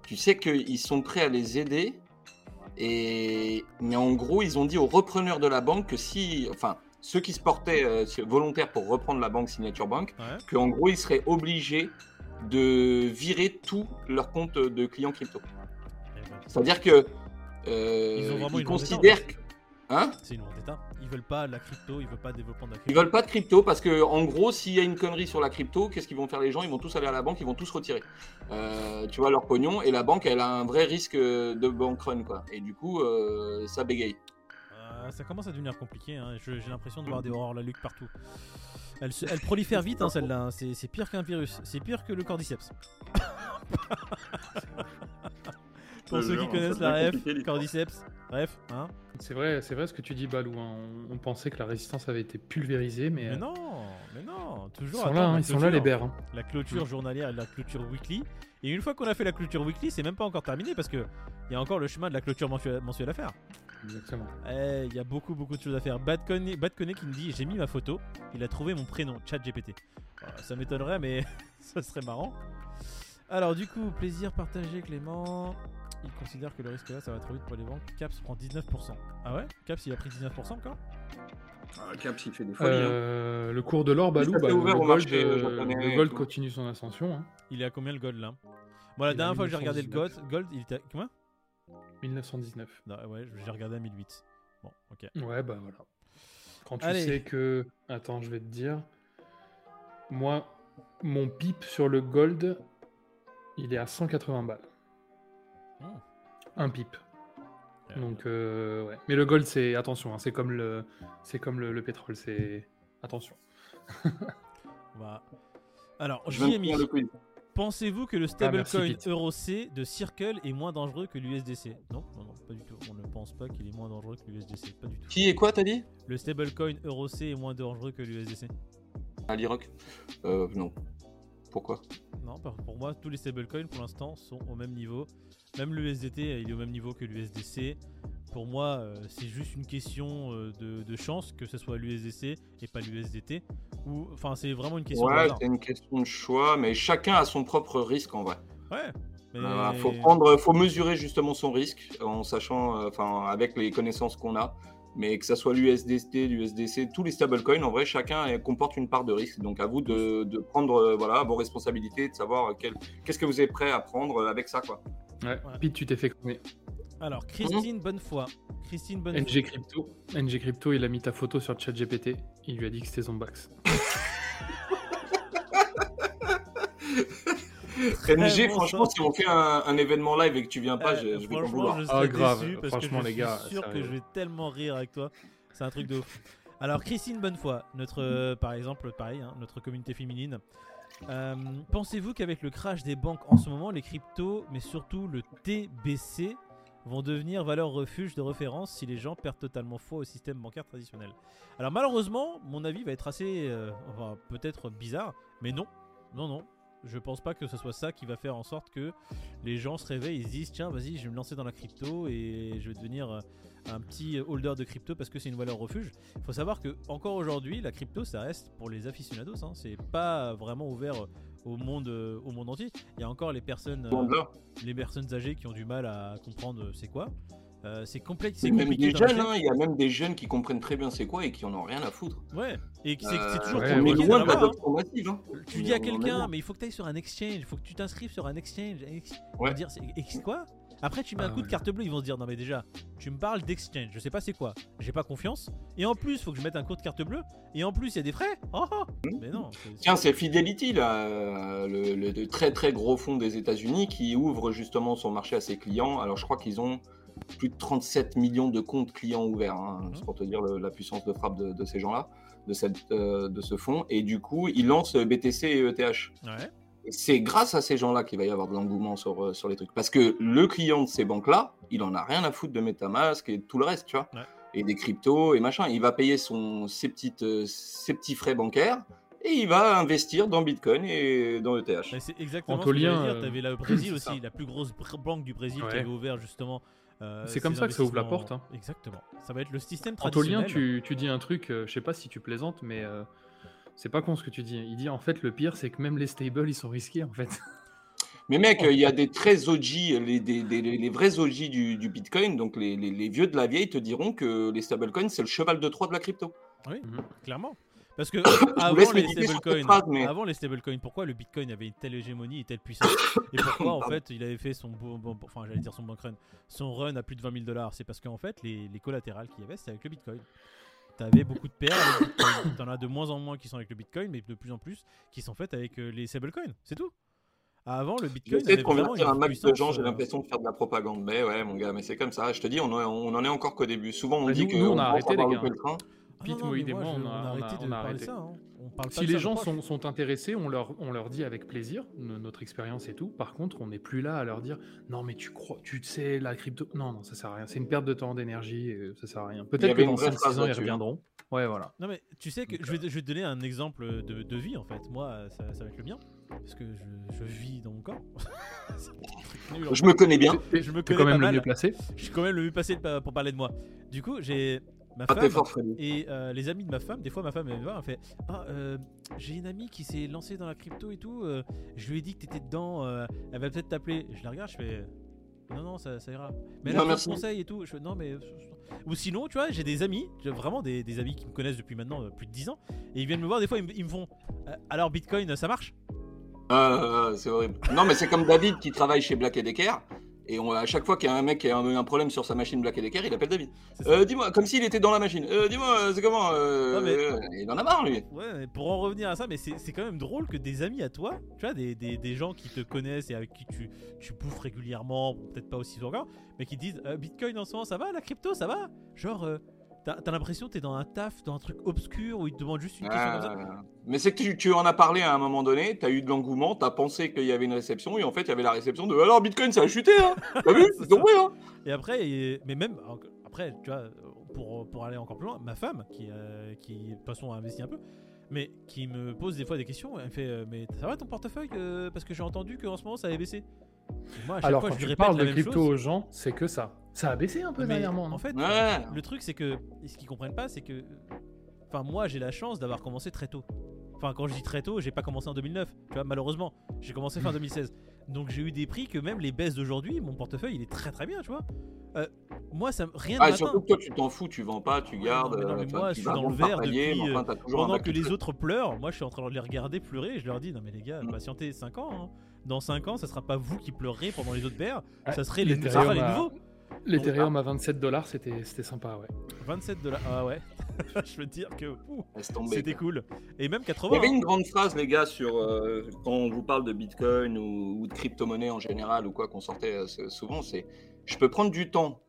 [SPEAKER 2] Tu sais qu'ils sont prêts à les aider. Et... Mais en gros, ils ont dit aux repreneurs de la banque que si. Enfin, ceux qui se portaient euh, volontaires pour reprendre la banque Signature Bank,
[SPEAKER 1] Ouais.
[SPEAKER 2] qu'en gros, ils seraient obligés de virer tous leurs comptes de clients crypto.
[SPEAKER 1] Et ben,
[SPEAKER 2] C'est-à-dire que. euh,
[SPEAKER 1] Ils ont vraiment
[SPEAKER 2] ils
[SPEAKER 1] une grande
[SPEAKER 2] considèrent.
[SPEAKER 1] état,
[SPEAKER 2] que- Hein
[SPEAKER 1] C'est une honte d'État. Ils veulent pas la crypto, ils veulent pas le développement de la
[SPEAKER 2] Ils
[SPEAKER 1] crypto.
[SPEAKER 2] veulent pas de crypto parce que, en gros, s'il y a une connerie sur la crypto, qu'est-ce qu'ils vont faire les gens Ils vont tous aller à la banque, ils vont tous retirer. Euh, tu vois, leur pognon. Et la banque, elle a un vrai risque euh, de bank run, quoi. Et du coup, euh, ça bégaye.
[SPEAKER 1] Euh, ça commence à devenir compliqué, hein. Je- j'ai l'impression de voir des horreurs la luc partout. Elle, se- elle prolifère vite hein, celle-là, hein. c'est c'est pire qu'un virus, c'est pire que le cordyceps. Pour ceux qui connaissent la ref, Cordyceps, ref, hein
[SPEAKER 3] C'est vrai, c'est vrai ce que tu dis, Balou. hein. On, on pensait que la résistance avait été pulvérisée, mais,
[SPEAKER 1] Mais
[SPEAKER 3] euh,
[SPEAKER 1] non, mais non,
[SPEAKER 3] ils
[SPEAKER 1] toujours
[SPEAKER 3] sont là,
[SPEAKER 1] attendre
[SPEAKER 3] hein,
[SPEAKER 1] la
[SPEAKER 3] ils sont là les
[SPEAKER 1] clôture.
[SPEAKER 3] bères. hein.
[SPEAKER 1] La clôture journalière et la clôture weekly. Et une fois qu'on a fait la clôture weekly, c'est même pas encore terminé parce que il y a encore le chemin de la clôture mensuelle, mensuelle à faire.
[SPEAKER 3] Exactement.
[SPEAKER 1] Eh, Il y a beaucoup beaucoup de choses à faire. Bad Conne, Bad Conne qui me dit j'ai mis ma photo, il a trouvé mon prénom, ChatGPT. Alors, ça m'étonnerait mais ça serait marrant. Alors du coup, plaisir partagé Clément. Il considère que le risque là ça va trop vite pour les banques. Caps prend 19%. Ah ouais Caps il a pris 19% encore
[SPEAKER 2] Ah, Caps, il fait des folies. hein.
[SPEAKER 3] Euh, le cours de l'or, Balou,
[SPEAKER 2] Ça s'est
[SPEAKER 3] bah, le,
[SPEAKER 2] ouvert au
[SPEAKER 3] gold,
[SPEAKER 2] marché
[SPEAKER 3] euh,
[SPEAKER 2] japonais
[SPEAKER 3] le
[SPEAKER 2] et
[SPEAKER 3] gold
[SPEAKER 2] tout.
[SPEAKER 3] continue son ascension. hein.
[SPEAKER 1] Il est à combien le gold là Bon la
[SPEAKER 3] Il est à
[SPEAKER 1] dernière fois que j'ai regardé le gold,
[SPEAKER 3] 1919.
[SPEAKER 1] gold il était à... Combien
[SPEAKER 3] 1919.
[SPEAKER 1] Non, ouais, j'ai regardé à 1008. Bon, ok.
[SPEAKER 3] Ouais, bah voilà. Quand tu
[SPEAKER 1] Allez.
[SPEAKER 3] sais que. Attends, je vais te dire. Moi, mon pipe sur le gold, il est à 180 balles.
[SPEAKER 1] Oh.
[SPEAKER 3] Un pipe. Donc, euh, ouais. Mais le gold, c'est. Attention, hein, c'est comme le, c'est comme le, le pétrole, c'est. Attention.
[SPEAKER 1] Euh, On va- Alors,
[SPEAKER 2] Je vais me
[SPEAKER 1] JMI,
[SPEAKER 2] prendre le quiz.
[SPEAKER 1] pensez-vous que le
[SPEAKER 3] Ah, merci,
[SPEAKER 1] stablecoin
[SPEAKER 3] Pete.
[SPEAKER 1] Euro C de Circle est moins dangereux que l'USDC non, non, non, pas du tout. On ne pense pas qu'il est moins dangereux que l'USDC. Pas du tout.
[SPEAKER 2] Qui et quoi, t'as dit
[SPEAKER 1] Le stablecoin Euro C est moins dangereux que l'USDC
[SPEAKER 2] Ali Rock Ah, Euh, non. Pourquoi
[SPEAKER 1] Non, par- pour moi, tous les stablecoins pour l'instant sont au même niveau. Même l'USDT, euh, il est au même niveau que l'USDC. Pour moi, euh, c'est juste une question euh, de, de chance que ce soit l'USDC et pas l'USDT. Ou, enfin, c'est vraiment une question de
[SPEAKER 2] Ouais,
[SPEAKER 1] hasard.
[SPEAKER 2] c'est une question de choix, mais chacun a son propre risque en vrai.
[SPEAKER 1] Ouais. Mais...
[SPEAKER 2] Euh, voilà, faut prendre, faut mesurer justement son risque en sachant, euh, enfin, avec les connaissances qu'on a. Mais que ça soit l'USDT, l'USDC, tous les stablecoins, en vrai, chacun euh, comporte une part de risque. Donc à vous de, de prendre euh, voilà, vos responsabilités, de savoir quel- qu'est-ce que vous êtes prêt à prendre euh, avec ça. Quoi.
[SPEAKER 3] Ouais.
[SPEAKER 1] Ouais.
[SPEAKER 3] Pete, tu t'es fait connaître.
[SPEAKER 1] Alors,
[SPEAKER 2] Hein
[SPEAKER 1] Christine Bonnefoy. Christine Bonnefoy.
[SPEAKER 3] NG Crypto, NG Crypto, il a mis ta photo sur ChatGPT. Il lui a dit que c'était son bax.
[SPEAKER 2] NG,
[SPEAKER 1] bon
[SPEAKER 2] franchement,
[SPEAKER 1] sens.
[SPEAKER 2] si on fait un, un événement live et que tu viens pas,
[SPEAKER 1] Euh,
[SPEAKER 2] je, je vais t'en
[SPEAKER 1] franchement,
[SPEAKER 2] vouloir.
[SPEAKER 1] je
[SPEAKER 3] Ah,
[SPEAKER 1] serais
[SPEAKER 3] grave.
[SPEAKER 1] déçu parce
[SPEAKER 3] Franchement,
[SPEAKER 1] que je
[SPEAKER 3] les gars,
[SPEAKER 1] suis sûr
[SPEAKER 3] sérieux.
[SPEAKER 1] que je vais tellement rire avec toi. C'est un truc de ouf. Alors, Christine Bonnefoy, notre, euh, par exemple, pareil, hein, notre communauté féminine. Euh, Pensez-vous qu'avec le crash des banques en ce moment, les cryptos, mais surtout le TBC, vont devenir valeur refuge de référence si les gens perdent totalement foi au système bancaire traditionnel Alors, malheureusement, mon avis va être assez, euh, enfin, peut-être bizarre, mais non, non, non. Je pense pas que ce soit ça qui va faire en sorte que les gens se réveillent, ils se disent tiens vas-y je vais me lancer dans la crypto et je vais devenir euh, un petit holder de crypto parce que c'est une valeur refuge. Il faut savoir que encore aujourd'hui la crypto ça reste pour les aficionados, hein. c'est pas vraiment ouvert euh, au monde, euh, au monde entier. Il y a encore les personnes, euh,
[SPEAKER 2] Bon, là,
[SPEAKER 1] les personnes âgées qui ont du mal à comprendre c'est quoi. Euh, c'est complexe, c'est
[SPEAKER 2] c'est même
[SPEAKER 1] compliqué.
[SPEAKER 2] des
[SPEAKER 1] d'en
[SPEAKER 2] jeunes,
[SPEAKER 1] acheter.
[SPEAKER 2] hein, il y a même des jeunes qui comprennent très bien c'est quoi et qui en ont rien à foutre.
[SPEAKER 1] Ouais. Et que c'est que c'est
[SPEAKER 2] Euh,
[SPEAKER 1] toujours
[SPEAKER 3] ouais,
[SPEAKER 2] on est
[SPEAKER 1] compliqué.
[SPEAKER 2] loin
[SPEAKER 1] d'en
[SPEAKER 2] de
[SPEAKER 1] avoir, hein.
[SPEAKER 2] l'adoption massive. hein.
[SPEAKER 1] Tu
[SPEAKER 2] On
[SPEAKER 1] dis
[SPEAKER 2] est-
[SPEAKER 1] à
[SPEAKER 2] on est
[SPEAKER 1] quelqu'un,
[SPEAKER 2] loin.
[SPEAKER 1] mais il faut que tu ailles sur un exchange, il faut que tu t'inscrives sur un exchange. un ex- Ils vont
[SPEAKER 2] Ouais.
[SPEAKER 1] dire, c'est- ex- quoi Après, tu mets un
[SPEAKER 3] Ah
[SPEAKER 1] coup de
[SPEAKER 3] ouais.
[SPEAKER 1] carte bleue, ils vont se dire, non mais déjà, tu me parles d'exchange, je sais pas c'est quoi, j'ai pas confiance, et en plus, faut que je mette un coup de carte bleue, et en plus, il y a des frais Oh, oh.
[SPEAKER 3] Mmh.
[SPEAKER 1] Mais non c'est-
[SPEAKER 2] Tiens, c'est Fidelity, là, euh, le, le- le très très gros fonds des États-Unis qui ouvre justement son marché à ses clients. Alors, je crois qu'ils ont plus de 37 millions de comptes clients ouverts. hein. C'est pour te dire le- la puissance de frappe de, de ces gens-là, de, cette, euh, de ce fonds. Et du coup, ils lancent BTC et E ETH.
[SPEAKER 1] Ouais,
[SPEAKER 2] Et c'est grâce à ces gens-là qu'il va y avoir de l'engouement sur, euh, sur les trucs. Parce que le client de ces banques-là, il en a rien à foutre de Metamask et de tout le reste, tu vois.
[SPEAKER 1] Ouais.
[SPEAKER 2] Et des cryptos et machin. Il va payer son, ses, petites, euh, ses petits frais bancaires et il va investir dans Bitcoin et dans E ETH.
[SPEAKER 1] Mais c'est exactement
[SPEAKER 3] Antolien,
[SPEAKER 1] ce que je
[SPEAKER 3] euh,
[SPEAKER 1] dire, t'avais le Brésil
[SPEAKER 3] c'est
[SPEAKER 1] aussi,
[SPEAKER 3] ça.
[SPEAKER 1] la plus grosse br- banque du Brésil qui
[SPEAKER 3] Ouais.
[SPEAKER 1] avait ouvert justement. euh,
[SPEAKER 3] C'est comme
[SPEAKER 1] ses
[SPEAKER 3] ça que ça ouvre la
[SPEAKER 1] investissements.
[SPEAKER 3] porte, hein.
[SPEAKER 1] Exactement. Ça va être le système traditionnel.
[SPEAKER 3] Antolien, tu, tu dis un truc, euh, je sais pas si tu plaisantes, mais euh, c'est pas con ce que tu dis. Il dit en fait, le pire, c'est que même les stables, ils sont risqués en fait.
[SPEAKER 1] Ah,
[SPEAKER 2] Mais mec, il y a des très OG, les, des, des- les- les vrais OG du, du Bitcoin, donc les, les- les vieux de la vieille te diront que les stablecoins, c'est le cheval de Troie de la crypto.
[SPEAKER 1] Clairement. Parce que
[SPEAKER 2] laisse
[SPEAKER 1] avant les
[SPEAKER 2] méditer sur cette
[SPEAKER 1] stablecoins,
[SPEAKER 2] phrase, mais-
[SPEAKER 1] avant les stablecoins, pourquoi le Bitcoin avait une telle hégémonie et telle puissance Et pourquoi en
[SPEAKER 2] Pardon.
[SPEAKER 1] fait il avait fait son bon, bon- enfin j'allais dire son bank run, son run à plus de 20 000 dollars C'est parce qu'en fait les, les collatérales qu'il y avait, c'était avec le Bitcoin. T'avais beaucoup de paires, avec le Bitcoin. t'en as de moins en moins qui sont avec le Bitcoin, mais de plus en plus qui sont faites avec euh, les stablecoins. C'est tout. Avant le Bitcoin,
[SPEAKER 2] J'essaie
[SPEAKER 1] avait
[SPEAKER 2] de
[SPEAKER 1] vraiment une
[SPEAKER 2] convertir un max de
[SPEAKER 1] puissance,
[SPEAKER 2] gens, j'ai
[SPEAKER 1] euh,
[SPEAKER 2] l'impression de faire de la propagande. Mais ouais, mon gars, mais c'est comme ça. Je te dis, on, en- on en est encore qu'au début. Souvent, on
[SPEAKER 1] Bah,
[SPEAKER 3] Mais
[SPEAKER 2] dit
[SPEAKER 3] nous-
[SPEAKER 2] que
[SPEAKER 3] nous, on a
[SPEAKER 2] pense
[SPEAKER 3] arrêté,
[SPEAKER 2] avoir
[SPEAKER 3] les gars.
[SPEAKER 2] loupé le train.
[SPEAKER 1] Ah non,
[SPEAKER 3] Pete
[SPEAKER 1] non, mais
[SPEAKER 3] Moïd et
[SPEAKER 1] moi,
[SPEAKER 3] moi,
[SPEAKER 1] je-
[SPEAKER 3] hein, on
[SPEAKER 1] on a
[SPEAKER 3] a- on a-
[SPEAKER 1] arrêté de
[SPEAKER 3] on
[SPEAKER 1] parler
[SPEAKER 3] a
[SPEAKER 1] de
[SPEAKER 3] arrêté.
[SPEAKER 1] ça. hein. On- parle pas
[SPEAKER 3] Si
[SPEAKER 1] de
[SPEAKER 3] les
[SPEAKER 1] ça,
[SPEAKER 3] gens
[SPEAKER 1] je crois.
[SPEAKER 3] sont, sont intéressés, on leur, on leur dit avec plaisir no- notre expérience et tout. Par contre, on n'est plus là à leur dire non, mais tu crois, tu sais, la crypto. Non, non, ça sert à rien. C'est une perte de temps, d'énergie, et ça sert à rien. Peut-être que
[SPEAKER 2] avait une
[SPEAKER 3] dans
[SPEAKER 2] vraie
[SPEAKER 3] 5-6
[SPEAKER 2] phrase
[SPEAKER 3] ans, ils
[SPEAKER 2] là-dessus, hein.
[SPEAKER 3] reviendront. Ouais, voilà.
[SPEAKER 1] Non mais tu sais que
[SPEAKER 3] Donc, euh,
[SPEAKER 1] je vais, te- je vais te donner un exemple de, de vie en fait. Moi, ça, ça va être le mien parce que je, je vis dans mon corps. C'est un truc nul, en
[SPEAKER 2] Je me connais bien.
[SPEAKER 3] T'es-
[SPEAKER 1] Je me
[SPEAKER 3] t'es
[SPEAKER 1] connais
[SPEAKER 3] quand
[SPEAKER 1] pas
[SPEAKER 3] même le
[SPEAKER 1] mal.
[SPEAKER 3] mieux placé.
[SPEAKER 1] Je suis quand même le mieux passé pa- pour parler de moi. Du coup, j'ai ma
[SPEAKER 2] Ah, t'es
[SPEAKER 1] femme
[SPEAKER 2] fort, Freddy.
[SPEAKER 1] et euh, les amis de ma femme. Des fois, ma femme elle me voir, elle fait Ah, euh, j'ai une amie qui s'est lancée dans la crypto et tout. euh, je lui ai dit que t'étais dedans. euh, elle va peut-être t'appeler. Je la regarde, je fais Non, non, ça, ça ira. Mais elle
[SPEAKER 2] Non,
[SPEAKER 1] a
[SPEAKER 2] merci.
[SPEAKER 1] besoin de conseils et tout. Je fais, Non, mais. Ou sinon, tu vois, j'ai des amis, j'ai vraiment des, des amis qui me connaissent depuis maintenant euh, plus de 10 ans. Et ils viennent me voir, des fois, ils, me- ils me font Euh, Alors, Bitcoin, ça marche
[SPEAKER 2] Ah, c'est horrible. Non, mais c'est comme David qui travaille chez Black Decker. Et on, à chaque fois qu'il y a un mec qui a un, un problème sur sa machine Black Decker, il appelle David.
[SPEAKER 1] C'est ça.
[SPEAKER 2] Euh, dis-moi, comme s'il était dans la machine. Euh, dis-moi, euh, c'est comment euh,
[SPEAKER 1] Non, mais-
[SPEAKER 2] euh, Il en a marre, lui.
[SPEAKER 1] Ouais, mais pour en revenir à ça, mais c'est c'est quand même drôle que des amis à toi, tu vois, des, des- des gens qui te connaissent et avec qui tu, tu bouffes régulièrement, bon, peut-être pas aussi souvent, mais qui te disent euh, Bitcoin en ce moment, ça va La crypto, ça va Genre, euh, t'as t'as l'impression que t'es dans un taf, dans un truc obscur où ils te demandent juste une question comme ça.
[SPEAKER 2] Euh, mais c'est que tu, tu en as parlé à un moment donné, t'as eu de l'engouement, t'as pensé qu'il y avait une réception, et en fait, il y avait la réception de alors Bitcoin, ça a chuté, hein T'as vu
[SPEAKER 1] C'est
[SPEAKER 2] Donc,
[SPEAKER 1] ça.
[SPEAKER 2] ouais, hein
[SPEAKER 1] Et après, et- mais même, en- après, tu vois, pour, pour aller encore plus loin, ma femme, qui, euh, qui de toute façon, a investi un peu, mais qui me pose des fois des questions, elle me fait euh, Mais ça va ton portefeuille euh, Parce que j'ai entendu qu'en ce moment, ça avait baissé. Et moi, à chaque
[SPEAKER 3] Alors,
[SPEAKER 1] fois,
[SPEAKER 3] quand
[SPEAKER 1] je lui
[SPEAKER 3] tu
[SPEAKER 1] répète
[SPEAKER 3] parles
[SPEAKER 1] la
[SPEAKER 3] de
[SPEAKER 1] même
[SPEAKER 3] crypto
[SPEAKER 1] chose.
[SPEAKER 3] aux gens, c'est que ça. Ça a baissé un peu
[SPEAKER 1] Mais
[SPEAKER 3] dernièrement.
[SPEAKER 1] en fait,
[SPEAKER 2] Ouais.
[SPEAKER 1] le truc c'est que ce qu'ils comprennent pas, c'est que, enfin moi j'ai la chance d'avoir commencé très tôt. Enfin quand je dis très tôt, j'ai pas commencé en 2009, tu vois malheureusement, j'ai commencé fin
[SPEAKER 3] Mm.
[SPEAKER 1] 2016. Donc j'ai eu des prix que même les baisses d'aujourd'hui, mon portefeuille il est très très bien, tu vois. Euh, moi ça me- rien
[SPEAKER 2] Ah,
[SPEAKER 1] ne
[SPEAKER 2] surtout
[SPEAKER 1] m'atteint.
[SPEAKER 2] que toi, tu t'en fous, tu vends pas, tu
[SPEAKER 1] Ouais,
[SPEAKER 2] gardes.
[SPEAKER 1] non, mais non, mais
[SPEAKER 2] euh, enfin,
[SPEAKER 1] moi,
[SPEAKER 2] tu
[SPEAKER 1] je suis
[SPEAKER 2] vas
[SPEAKER 1] dans le
[SPEAKER 2] vendre par
[SPEAKER 1] vert
[SPEAKER 2] panier,
[SPEAKER 1] depuis, euh,
[SPEAKER 2] mais enfin, t'as toujours un
[SPEAKER 1] Pendant
[SPEAKER 2] bac
[SPEAKER 1] que
[SPEAKER 2] de
[SPEAKER 1] les
[SPEAKER 2] trucs.
[SPEAKER 1] autres pleurent, moi je suis en train de les regarder pleurer et je leur dis non mais les gars,
[SPEAKER 2] Mm.
[SPEAKER 1] patientez 5 ans. hein. Dans 5 ans, ça sera pas vous qui pleurerez pendant les autres pères,
[SPEAKER 2] Ah,
[SPEAKER 3] Ouais,
[SPEAKER 1] ça serait les, ça
[SPEAKER 3] l'Ethereum
[SPEAKER 1] sera les
[SPEAKER 3] a-
[SPEAKER 2] bah.
[SPEAKER 1] nouveaux.
[SPEAKER 3] L'Ethereum à 27 dollars, c'était c'était sympa, ouais.
[SPEAKER 1] 27 dollars. Ah ouais. je veux dire que ouh,
[SPEAKER 2] Laisse tomber.
[SPEAKER 1] C'était cool. Et même
[SPEAKER 2] Il
[SPEAKER 1] 80.
[SPEAKER 2] y avait
[SPEAKER 1] hein.
[SPEAKER 2] une grande phrase, les gars, sur euh, quand on vous parle de Bitcoin ou, ou de crypto-monnaie en général ou quoi qu'on sortait euh, c'est- souvent, c'est je peux prendre du temps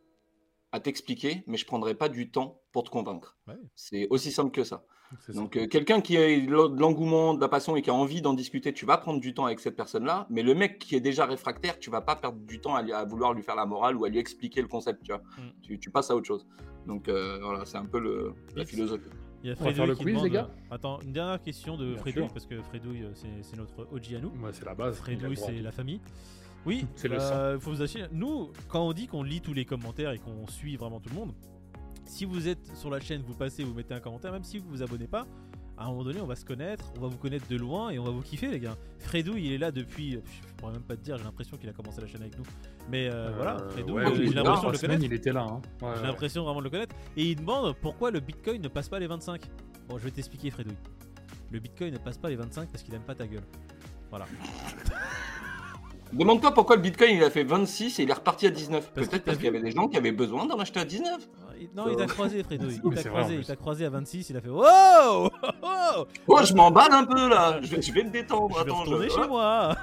[SPEAKER 2] à t'expliquer, mais je prendrai pas du temps pour te convaincre.
[SPEAKER 1] Ouais.
[SPEAKER 2] C'est aussi simple que ça.
[SPEAKER 3] C'est ça.
[SPEAKER 2] Donc euh, quelqu'un qui a eu de l'en- de l'engouement, de la passion et qui a envie d'en discuter, tu vas prendre du temps avec cette personne-là, mais le mec qui est déjà réfractaire, tu vas pas perdre du temps à, lui- à vouloir lui faire la morale ou à lui expliquer le concept, tu vois.
[SPEAKER 1] Mm.
[SPEAKER 2] Tu, tu passes à autre chose. Donc euh, voilà, c'est un peu le, la
[SPEAKER 1] Yes.
[SPEAKER 2] philosophie.
[SPEAKER 1] Il y a
[SPEAKER 3] On va faire
[SPEAKER 1] Fredouille
[SPEAKER 3] le
[SPEAKER 1] qui
[SPEAKER 3] quiz,
[SPEAKER 1] demande- euh,
[SPEAKER 3] les gars
[SPEAKER 1] Attends, une dernière question de
[SPEAKER 3] Bien
[SPEAKER 1] Fredouille,
[SPEAKER 3] sûr.
[SPEAKER 1] parce que Fredouille, euh, c'est c'est notre OG à nous.
[SPEAKER 3] Ouais, c'est la base. il a le
[SPEAKER 1] Fredouille,
[SPEAKER 3] droit.
[SPEAKER 1] c'est la famille. Oui,
[SPEAKER 3] C'est le
[SPEAKER 1] euh, faut vous acheter. Nous, quand on dit qu'on lit tous les commentaires et qu'on suit vraiment tout le monde, si vous êtes sur la chaîne, vous passez, vous mettez un commentaire, même si vous vous abonnez pas, à un moment donné, on va se connaître, on va vous connaître de loin et on va vous kiffer, les gars. Fredouille, il est là depuis. Je pourrais même pas te dire, j'ai l'impression qu'il a commencé la chaîne avec nous. Mais euh,
[SPEAKER 3] Euh,
[SPEAKER 1] voilà, Fredouille,
[SPEAKER 3] ouais,
[SPEAKER 1] euh,
[SPEAKER 3] au bout
[SPEAKER 1] j'ai
[SPEAKER 3] de
[SPEAKER 2] l'impression
[SPEAKER 1] l'impression
[SPEAKER 3] trois
[SPEAKER 1] de le
[SPEAKER 3] semaines,
[SPEAKER 1] connaître.
[SPEAKER 3] Il était là. hein. Ouais,
[SPEAKER 1] J'ai
[SPEAKER 3] ouais.
[SPEAKER 1] l'impression vraiment de le connaître. Et il demande pourquoi le Bitcoin ne passe pas les 25. Bon, je vais t'expliquer, Fredouille. Le Bitcoin ne passe pas les 25 parce qu'il aime pas ta gueule.
[SPEAKER 2] Demande-toi pourquoi le Bitcoin il a fait 26 et il est reparti à 19.
[SPEAKER 1] Parce que
[SPEAKER 2] Peut-être
[SPEAKER 1] t'as
[SPEAKER 2] parce qu'il y
[SPEAKER 1] vu-
[SPEAKER 2] avait des gens qui avaient besoin d'en acheter à 19.
[SPEAKER 1] Ah, il- Non, il t'a croisé, Fredouille. Il
[SPEAKER 3] Mais
[SPEAKER 1] t'a
[SPEAKER 3] c'est vrai, en
[SPEAKER 1] croisé, il
[SPEAKER 3] plus.
[SPEAKER 1] t'a croisé à 26. Il a fait Wow Oh
[SPEAKER 2] Oh, je m'emballe un peu là. Je vais, je vais me détendre.
[SPEAKER 1] Je vais
[SPEAKER 2] Attends, je- Ah.
[SPEAKER 1] retourner chez
[SPEAKER 2] ouais.
[SPEAKER 1] moi.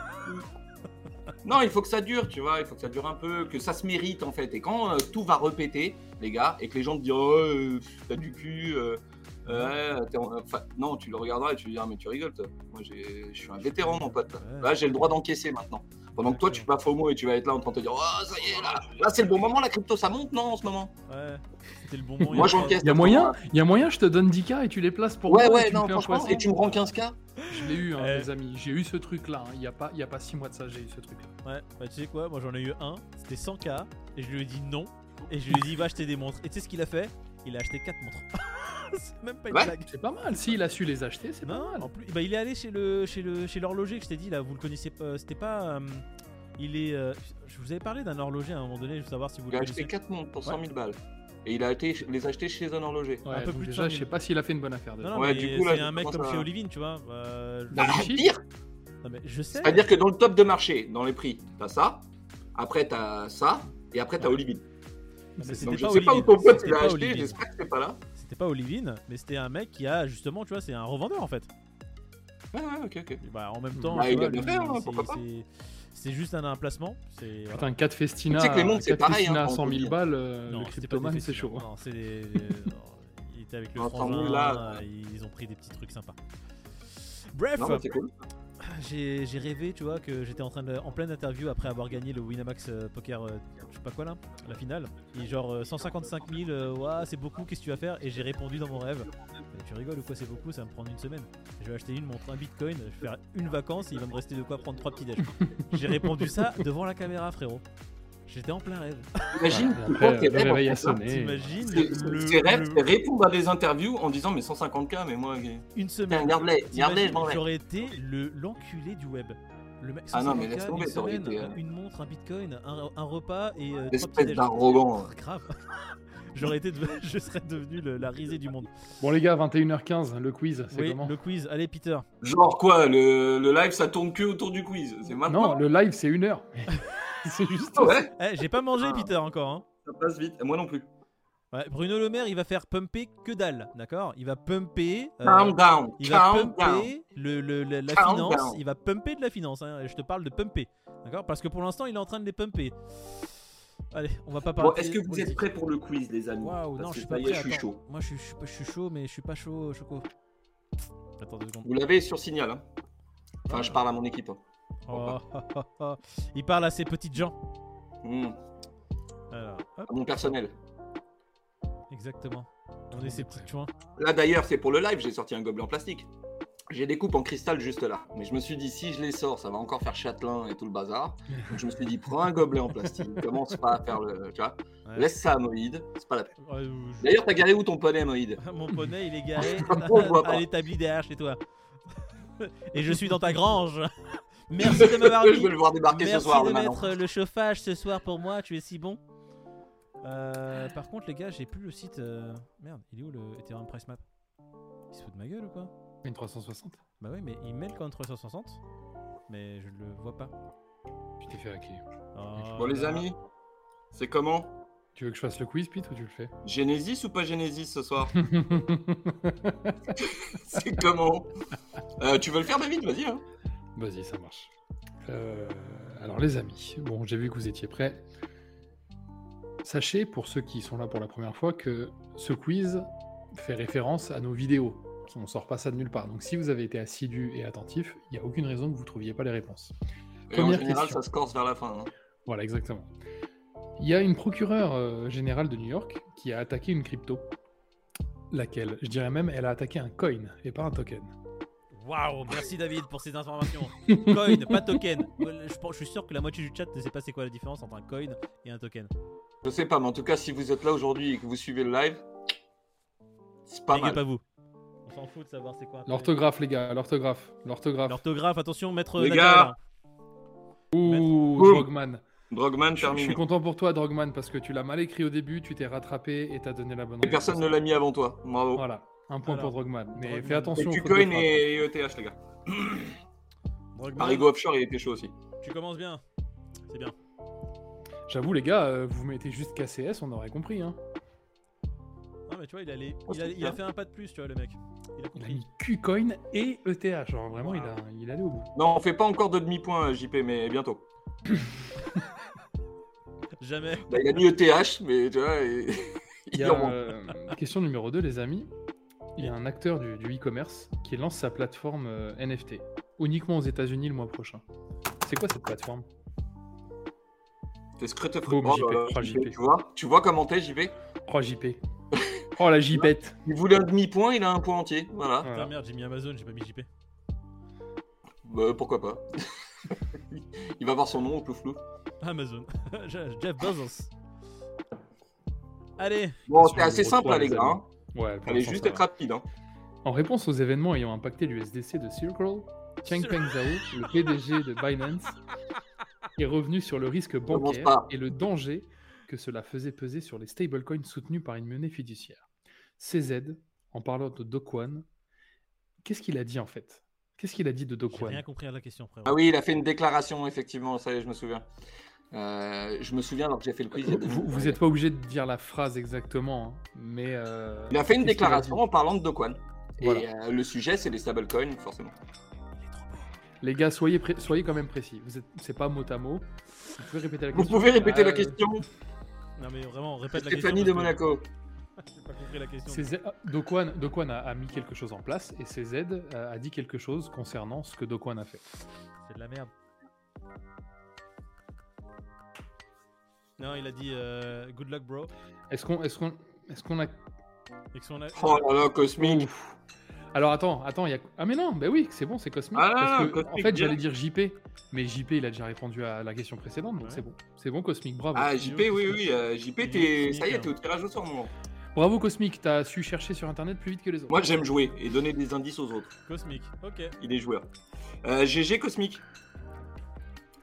[SPEAKER 2] Non, il faut que ça dure, tu vois. Il faut que ça dure un peu, que ça se mérite en fait. Et quand euh, tout va répéter, les gars, et que les gens te disent oh, euh, t'as du cul. euh, euh, t'es en- enfin, non, tu le regarderas et tu lui diras mais tu rigoles toi. Moi, j'ai- je suis un vétéran mon pote.
[SPEAKER 1] Ouais.
[SPEAKER 2] Là, j'ai le droit d'encaisser maintenant. Pendant que toi, tu te bats FOMO et tu vas être là en train de te dire oh ça y est là, là c'est le bon moment la crypto ça monte non en ce moment.
[SPEAKER 1] Ouais, c'était le bon moment.
[SPEAKER 2] Moi, j'encaisse.
[SPEAKER 3] Il y a moyen, il y a moyen, je te donne 10K et tu les places pour
[SPEAKER 2] Ouais
[SPEAKER 3] moi et
[SPEAKER 2] ouais
[SPEAKER 3] tu me
[SPEAKER 2] non
[SPEAKER 3] fais un
[SPEAKER 2] franchement
[SPEAKER 3] poisson.
[SPEAKER 2] et tu me rends 15K.
[SPEAKER 3] Je l'ai eu, hein,
[SPEAKER 1] Ouais.
[SPEAKER 3] les amis. J'ai eu ce truc-là. hein. Il n'y a pas, il y a pas six mois de ça, j'ai eu ce truc-là.
[SPEAKER 1] Ouais, bah, tu sais quoi, moi j'en ai eu un. C'était 100K. Et je lui ai dit non. Et je lui ai dit Va acheter des montres. Et tu sais ce qu'il a fait Il a acheté 4 montres. C'est même pas une
[SPEAKER 2] Ouais.
[SPEAKER 1] blague.
[SPEAKER 3] C'est pas mal. S'il a su les acheter, c'est pas
[SPEAKER 1] Non,
[SPEAKER 3] mal.
[SPEAKER 1] en plus, bah, il est allé chez le chez le chez l'horloger que je t'ai dit là. Vous le connaissez pas C'était pas. euh, il est. euh, je vous avais parlé d'un horloger à un moment donné. Je veux savoir si vous
[SPEAKER 2] Il
[SPEAKER 1] le
[SPEAKER 2] a acheté
[SPEAKER 1] connaissez.
[SPEAKER 2] 4 montres pour 100 000 balles. Et il a été les acheter chez un horloger.
[SPEAKER 3] Ouais,
[SPEAKER 1] un peu
[SPEAKER 3] donc
[SPEAKER 1] plus de
[SPEAKER 3] déjà,
[SPEAKER 1] 100 000.
[SPEAKER 3] je sais pas s'il a fait une bonne affaire.
[SPEAKER 1] Non,
[SPEAKER 3] Déjà.
[SPEAKER 1] non,
[SPEAKER 2] Ouais,
[SPEAKER 1] mais
[SPEAKER 2] du coup, là,
[SPEAKER 1] c'est
[SPEAKER 2] je
[SPEAKER 1] un mec
[SPEAKER 2] commence
[SPEAKER 1] comme
[SPEAKER 2] à-
[SPEAKER 1] chez Olivine, tu vois. euh, je-
[SPEAKER 2] Bah,
[SPEAKER 3] Chiffre.
[SPEAKER 2] pire
[SPEAKER 1] non, mais je sais.
[SPEAKER 2] C'est-à-dire que dans le top de marché, dans les prix, t'as ça, après t'as ça, et après t'as Olivine.
[SPEAKER 1] mais c'était
[SPEAKER 2] Donc je
[SPEAKER 1] pas
[SPEAKER 2] sais pas où
[SPEAKER 1] Olivine,
[SPEAKER 2] ton pote
[SPEAKER 1] c'était
[SPEAKER 2] il a
[SPEAKER 1] pas
[SPEAKER 2] acheté,
[SPEAKER 1] Olivine.
[SPEAKER 2] j'espère que c'est pas là.
[SPEAKER 1] C'était pas Olivine, mais c'était un mec qui a justement, tu vois, c'est un revendeur en fait.
[SPEAKER 2] Ouais, ouais, ok, ok.
[SPEAKER 1] Et bah, en même temps,
[SPEAKER 3] Bah,
[SPEAKER 1] tu
[SPEAKER 2] il
[SPEAKER 1] vois,
[SPEAKER 2] a bien
[SPEAKER 1] lui,
[SPEAKER 2] fait, hein,
[SPEAKER 1] c'est-
[SPEAKER 2] pourquoi pas.
[SPEAKER 1] c'est- c'est juste un, un placement. C'est voilà.
[SPEAKER 3] Putain, 4 Festina,
[SPEAKER 2] Tu sais que les montres, c'est
[SPEAKER 3] quatre
[SPEAKER 2] pareil,
[SPEAKER 3] Festina
[SPEAKER 2] hein,
[SPEAKER 3] à
[SPEAKER 2] quand
[SPEAKER 3] 100
[SPEAKER 2] on
[SPEAKER 3] 000
[SPEAKER 2] dit.
[SPEAKER 3] balles, euh,
[SPEAKER 1] Non,
[SPEAKER 3] le
[SPEAKER 1] c'était pas des
[SPEAKER 3] cryptomane, c'est
[SPEAKER 1] festivals.
[SPEAKER 3] chaud. hein.
[SPEAKER 1] Non, c'est des- des- non, euh, Il était avec le
[SPEAKER 2] Attends,
[SPEAKER 1] frangin,
[SPEAKER 2] Ah, là.
[SPEAKER 1] euh, ils ont pris des petits trucs sympas. Bref,
[SPEAKER 2] Non, mais c'est cool.
[SPEAKER 1] j'ai j'ai rêvé, tu vois, que j'étais en train de, en pleine interview après avoir gagné le Winamax euh, Poker, euh, je sais pas quoi là, la finale. Et genre euh, 155 000, euh, Ouah, c'est beaucoup, qu'est-ce que tu vas faire Et j'ai répondu dans mon rêve, Mais tu rigoles ou quoi, c'est beaucoup, ça va me prendre une semaine. Je vais acheter une montre, un bitcoin, je vais faire une vacance, et il va me rester de quoi prendre trois petits déj. j'ai répondu ça devant la caméra, frérot. J'étais en plein rêve.
[SPEAKER 2] Imagine,
[SPEAKER 3] Voilà,
[SPEAKER 2] tu
[SPEAKER 3] après,
[SPEAKER 2] prends tes
[SPEAKER 3] le
[SPEAKER 2] rêves en
[SPEAKER 3] réveil a
[SPEAKER 2] fait, hein.
[SPEAKER 3] sonné.
[SPEAKER 1] T'imagines
[SPEAKER 2] Ces-
[SPEAKER 1] le-
[SPEAKER 2] ces rêves,
[SPEAKER 1] le-
[SPEAKER 2] c'est répondre à des interviews en disant mais 150K, mais moi, gay.
[SPEAKER 1] une
[SPEAKER 2] Tiens,
[SPEAKER 1] semaine.
[SPEAKER 2] garde-les, garde-les, je
[SPEAKER 1] T'imagines,
[SPEAKER 2] m'en vais.
[SPEAKER 1] J'aurais été le l'enculé du web. Le mec,
[SPEAKER 2] Ah non, mais
[SPEAKER 1] 150K,
[SPEAKER 2] laisse tomber,
[SPEAKER 1] une
[SPEAKER 2] t'aurais
[SPEAKER 1] semaine,
[SPEAKER 2] été, euh,
[SPEAKER 1] une montre, un bitcoin, un, un repas et euh, trois
[SPEAKER 2] Espèce
[SPEAKER 1] petits-déj.
[SPEAKER 2] d'arrogant.
[SPEAKER 1] Grave. J'aurais été, de- je serais devenu le- la risée du monde.
[SPEAKER 3] Bon, les gars, 21h15, le quiz, c'est
[SPEAKER 1] Oui,
[SPEAKER 3] comment
[SPEAKER 1] le quiz. Allez, Peter.
[SPEAKER 2] Genre quoi, le, le live ça tourne que autour du quiz. C'est maintenant.
[SPEAKER 3] Non, le live, c'est une heure. c'est juste.
[SPEAKER 2] Ah ouais,
[SPEAKER 1] Eh, j'ai pas mangé,
[SPEAKER 2] Ah.
[SPEAKER 1] Peter, encore. hein.
[SPEAKER 2] ça passe vite. Moi non plus.
[SPEAKER 1] Ouais, Bruno Le Maire, il va faire pumper que dalle, d'accord Il va pumper. euh,
[SPEAKER 2] Calm down,
[SPEAKER 1] Il va
[SPEAKER 2] calm down.
[SPEAKER 1] pumper le, le- le- la
[SPEAKER 2] Calm
[SPEAKER 1] finance,
[SPEAKER 2] down.
[SPEAKER 1] il va pumper de la finance, hein, et je te parle de pumper, d'accord Parce que pour l'instant, il est en train de les pumper. Allez, on va pas parler.
[SPEAKER 2] Bon, est-ce que vous êtes prêts pour le quiz, les amis
[SPEAKER 1] Waouh,
[SPEAKER 2] Parce
[SPEAKER 1] non,
[SPEAKER 2] que
[SPEAKER 1] je suis
[SPEAKER 2] ça
[SPEAKER 1] pas
[SPEAKER 2] y
[SPEAKER 1] prêt.
[SPEAKER 2] est, je suis
[SPEAKER 1] attends.
[SPEAKER 2] chaud.
[SPEAKER 1] Moi, je suis, je suis pas- je suis chaud, mais je suis pas chaud, Choco. Attends deux secondes.
[SPEAKER 2] Vous l'avez sur signal. hein. Enfin, je parle à mon équipe. hein.
[SPEAKER 1] Oh, oh, oh. Il parle à ses petites gens.
[SPEAKER 2] Hmm,
[SPEAKER 1] Alors, hop,
[SPEAKER 2] à mon personnel.
[SPEAKER 1] exactement. On est ses petits joints.
[SPEAKER 2] Là d'ailleurs, c'est pour le live, j'ai sorti un gobelet en plastique. J'ai des coupes en cristal juste là. Mais je me suis dit, si je les sors, ça va encore faire châtelain et tout le bazar. Donc je me suis dit, prends un gobelet en plastique, commence pas à faire le. Tu vois,
[SPEAKER 1] Ouais.
[SPEAKER 2] laisse ça à Moïd, c'est pas la peine.
[SPEAKER 1] Ouais, euh, je-
[SPEAKER 2] D'ailleurs, t'as garé où ton poney, Moïd
[SPEAKER 1] Mon poney, il est garé
[SPEAKER 2] On le voit pas.
[SPEAKER 1] à l'établi derrière chez toi. Et je suis dans ta grange. Merci de m'avoir
[SPEAKER 2] Je
[SPEAKER 1] mis.
[SPEAKER 2] veux le voir débarquer
[SPEAKER 1] Ah Merci
[SPEAKER 2] ce soir,
[SPEAKER 1] de
[SPEAKER 2] le malin.
[SPEAKER 1] mettre le chauffage ce soir pour moi, tu es si bon. Euh, par contre, les gars, j'ai plus le site. euh, Merde, il est où le Ethereum Price Map Il se fout de ma gueule ou quoi
[SPEAKER 3] Une 360
[SPEAKER 1] Bah ouais, mais il met le compte 360, mais je le vois pas.
[SPEAKER 3] Tu t'es fait hacker.
[SPEAKER 1] Oh
[SPEAKER 2] Bon, les
[SPEAKER 1] là.
[SPEAKER 2] amis, c'est comment
[SPEAKER 3] Tu veux que je fasse le quiz, Pete, ou tu le fais
[SPEAKER 2] Genesis ou pas Genesis ce soir C'est comment Euh, Tu veux le faire, David Vas-y. hein.
[SPEAKER 3] Vas-y, ça marche. Euh, alors, les amis, bon, j'ai vu que vous étiez prêts. Sachez, pour ceux qui sont là pour la première fois, que ce quiz fait référence à nos vidéos. On sort pas ça de nulle part. Donc, si vous avez été assidu et attentif, il n'y a aucune raison que vous ne trouviez pas les réponses.
[SPEAKER 2] Et en
[SPEAKER 3] Première
[SPEAKER 2] général,
[SPEAKER 3] question.
[SPEAKER 2] ça se corse vers la fin. hein.
[SPEAKER 3] Voilà, exactement. Il y a une procureure euh, générale de New York qui a attaqué une crypto. Laquelle Je dirais même, elle a attaqué un coin et pas un token.
[SPEAKER 1] Waouh, merci David pour ces informations. coin, pas token. Je, pense- je suis sûr que la moitié du chat ne sait pas c'est quoi la différence entre un coin et un token.
[SPEAKER 2] Je sais pas, mais en tout cas, si vous êtes là aujourd'hui et que vous suivez le live, c'est pas
[SPEAKER 1] Big up
[SPEAKER 2] mal.
[SPEAKER 1] à vous. On s'en fout de savoir c'est quoi. un token.
[SPEAKER 3] L'orthographe, les gars, l'orthographe, l'orthographe.
[SPEAKER 1] L'orthographe, attention, maître.
[SPEAKER 2] Les
[SPEAKER 1] Nathalie,
[SPEAKER 2] gars,
[SPEAKER 1] hein.
[SPEAKER 3] Ouh,
[SPEAKER 2] Boum.
[SPEAKER 3] Drogman.
[SPEAKER 2] Drogman
[SPEAKER 3] Je, je suis
[SPEAKER 2] terminé.
[SPEAKER 3] content pour toi, Drogman, parce que tu l'as mal écrit au début, tu t'es rattrapé et t'as donné la bonne
[SPEAKER 2] Et personne ne l'a mis avant toi. Bravo.
[SPEAKER 3] Voilà, un point
[SPEAKER 1] Voilà.
[SPEAKER 3] pour Drogman. Mais
[SPEAKER 1] Drogman.
[SPEAKER 3] fais
[SPEAKER 2] Et
[SPEAKER 3] attention. aux fautes de
[SPEAKER 2] Kucoin
[SPEAKER 3] frappe.
[SPEAKER 2] et ETH, les gars.
[SPEAKER 1] Drogman,
[SPEAKER 2] Parigo Offshore, il était chaud aussi.
[SPEAKER 1] tu commences bien. C'est bien.
[SPEAKER 3] J'avoue, les gars, euh, vous mettez juste KCS, on aurait compris. Hein.
[SPEAKER 1] Non, mais tu vois, il a, les-
[SPEAKER 2] Oh,
[SPEAKER 1] il a-
[SPEAKER 2] c'est
[SPEAKER 1] il a
[SPEAKER 2] bien.
[SPEAKER 1] fait un pas de plus, tu vois, le mec. Il a
[SPEAKER 3] Il a
[SPEAKER 1] compris.
[SPEAKER 3] mis Qcoin et ETH. Genre, vraiment, il, a, il est allé au bout.
[SPEAKER 2] Non, on fait pas encore de demi-point, JP, mais bientôt.
[SPEAKER 1] Jamais.
[SPEAKER 2] Bah, il a mis ETH, mais tu vois, et- il
[SPEAKER 3] Il y a,
[SPEAKER 2] en manque.
[SPEAKER 3] euh, question numéro 2, les amis. Il y a un acteur du, du e-commerce qui lance sa plateforme euh, NFT, uniquement aux États-Unis le mois prochain. C'est quoi cette plateforme
[SPEAKER 2] C'est Scrutef.
[SPEAKER 3] Boum,
[SPEAKER 2] Oh
[SPEAKER 3] JP,
[SPEAKER 2] là là,
[SPEAKER 3] oh,
[SPEAKER 2] JP,
[SPEAKER 3] JP.
[SPEAKER 2] Tu vois, tu vois comment t'es, JP
[SPEAKER 3] Oh, JP. Oh, la JPette.
[SPEAKER 2] Il voulait un demi-point, il a un point entier. Voilà.
[SPEAKER 3] Voilà.
[SPEAKER 1] Putain, merde, j'ai mis Amazon, j'ai pas mis JP.
[SPEAKER 2] Bah, pourquoi pas Il va voir son nom au plouf plouf.
[SPEAKER 1] Amazon. Je- Jeff Bezos. Allez,
[SPEAKER 2] Bon,
[SPEAKER 3] Question
[SPEAKER 2] c'est assez
[SPEAKER 3] numéro
[SPEAKER 2] simple,
[SPEAKER 3] trois,
[SPEAKER 2] là, les
[SPEAKER 3] les
[SPEAKER 2] gars.
[SPEAKER 3] amis.
[SPEAKER 2] hein.
[SPEAKER 3] Ouais, pour
[SPEAKER 2] Fallait
[SPEAKER 3] l'instant,
[SPEAKER 2] juste
[SPEAKER 3] ça
[SPEAKER 2] être
[SPEAKER 3] va.
[SPEAKER 2] rapide. hein.
[SPEAKER 3] En réponse aux événements ayant impacté l'USDC de Circle, Changpeng Zhao, le PDG de Binance, est revenu sur le risque
[SPEAKER 2] Commence
[SPEAKER 3] bancaire
[SPEAKER 2] pas.
[SPEAKER 3] et le danger que cela faisait peser sur les stablecoins soutenus par une monnaie fiduciaire. CZ, en parlant de Do Kwon, qu'est-ce qu'il a dit en fait Qu'est-ce qu'il a dit de Do
[SPEAKER 1] j'ai rien
[SPEAKER 3] Kwon
[SPEAKER 1] compris à la question, frérot.
[SPEAKER 2] Ah oui, il a fait une déclaration, effectivement, ça y est, je me souviens. Euh, je me souviens alors que j'ai fait le quiz. il y a deux
[SPEAKER 3] Vous
[SPEAKER 2] minutes.
[SPEAKER 3] vous n'êtes pas obligé de dire la phrase exactement, hein, mais euh,
[SPEAKER 2] Il a fait une
[SPEAKER 3] qu'est-ce qu'il a dit
[SPEAKER 2] déclaration en parlant de Doquan. Et
[SPEAKER 3] Voilà.
[SPEAKER 2] euh, le sujet, c'est les stablecoins, forcément. Ah.
[SPEAKER 1] Il est trop beau.
[SPEAKER 3] Les gars, soyez, pré- soyez quand même précis. Vous êtes... C'est pas mot à mot. Vous pouvez répéter la
[SPEAKER 2] Vous
[SPEAKER 3] question.
[SPEAKER 2] pouvez répéter la
[SPEAKER 3] Euh,
[SPEAKER 2] question
[SPEAKER 1] Non, mais vraiment, répète la question.
[SPEAKER 2] Stéphanie de
[SPEAKER 1] parce que-
[SPEAKER 2] Monaco.
[SPEAKER 1] J'ai pas compris la question.
[SPEAKER 3] CZ ah, Dokwan, Dokwan a, a mis quelque chose en place et CZ euh, a dit quelque chose concernant ce que Dokwan a fait.
[SPEAKER 1] C'est de la merde. Non, il a dit euh, good luck, bro.
[SPEAKER 3] Est-ce qu'on est-ce qu'on est-ce qu'on a
[SPEAKER 1] Et que si on a-
[SPEAKER 2] Oh là là, Cosmic.
[SPEAKER 3] Alors attends, attends, il y a ah mais non, bah oui, c'est bon, c'est Cosmic
[SPEAKER 2] Ah,
[SPEAKER 3] parce que,
[SPEAKER 2] Cosmic,
[SPEAKER 3] en fait,
[SPEAKER 2] bien.
[SPEAKER 3] j'allais dire JP, mais JP il a déjà répondu à la question précédente, donc
[SPEAKER 1] Ouais.
[SPEAKER 3] c'est bon. C'est bon Cosmic, bravo.
[SPEAKER 2] Ah, JP, oui, oui. euh, JP, t'es... ça y
[SPEAKER 1] hein.
[SPEAKER 2] est, t'es au tirage au sort, mon grand.
[SPEAKER 3] Bravo Cosmic, t'as su chercher sur internet plus vite que les autres.
[SPEAKER 2] Moi, j'aime jouer et donner des indices aux autres.
[SPEAKER 1] Cosmic. Ok.
[SPEAKER 2] Il est joueur. Euh, GG Cosmic.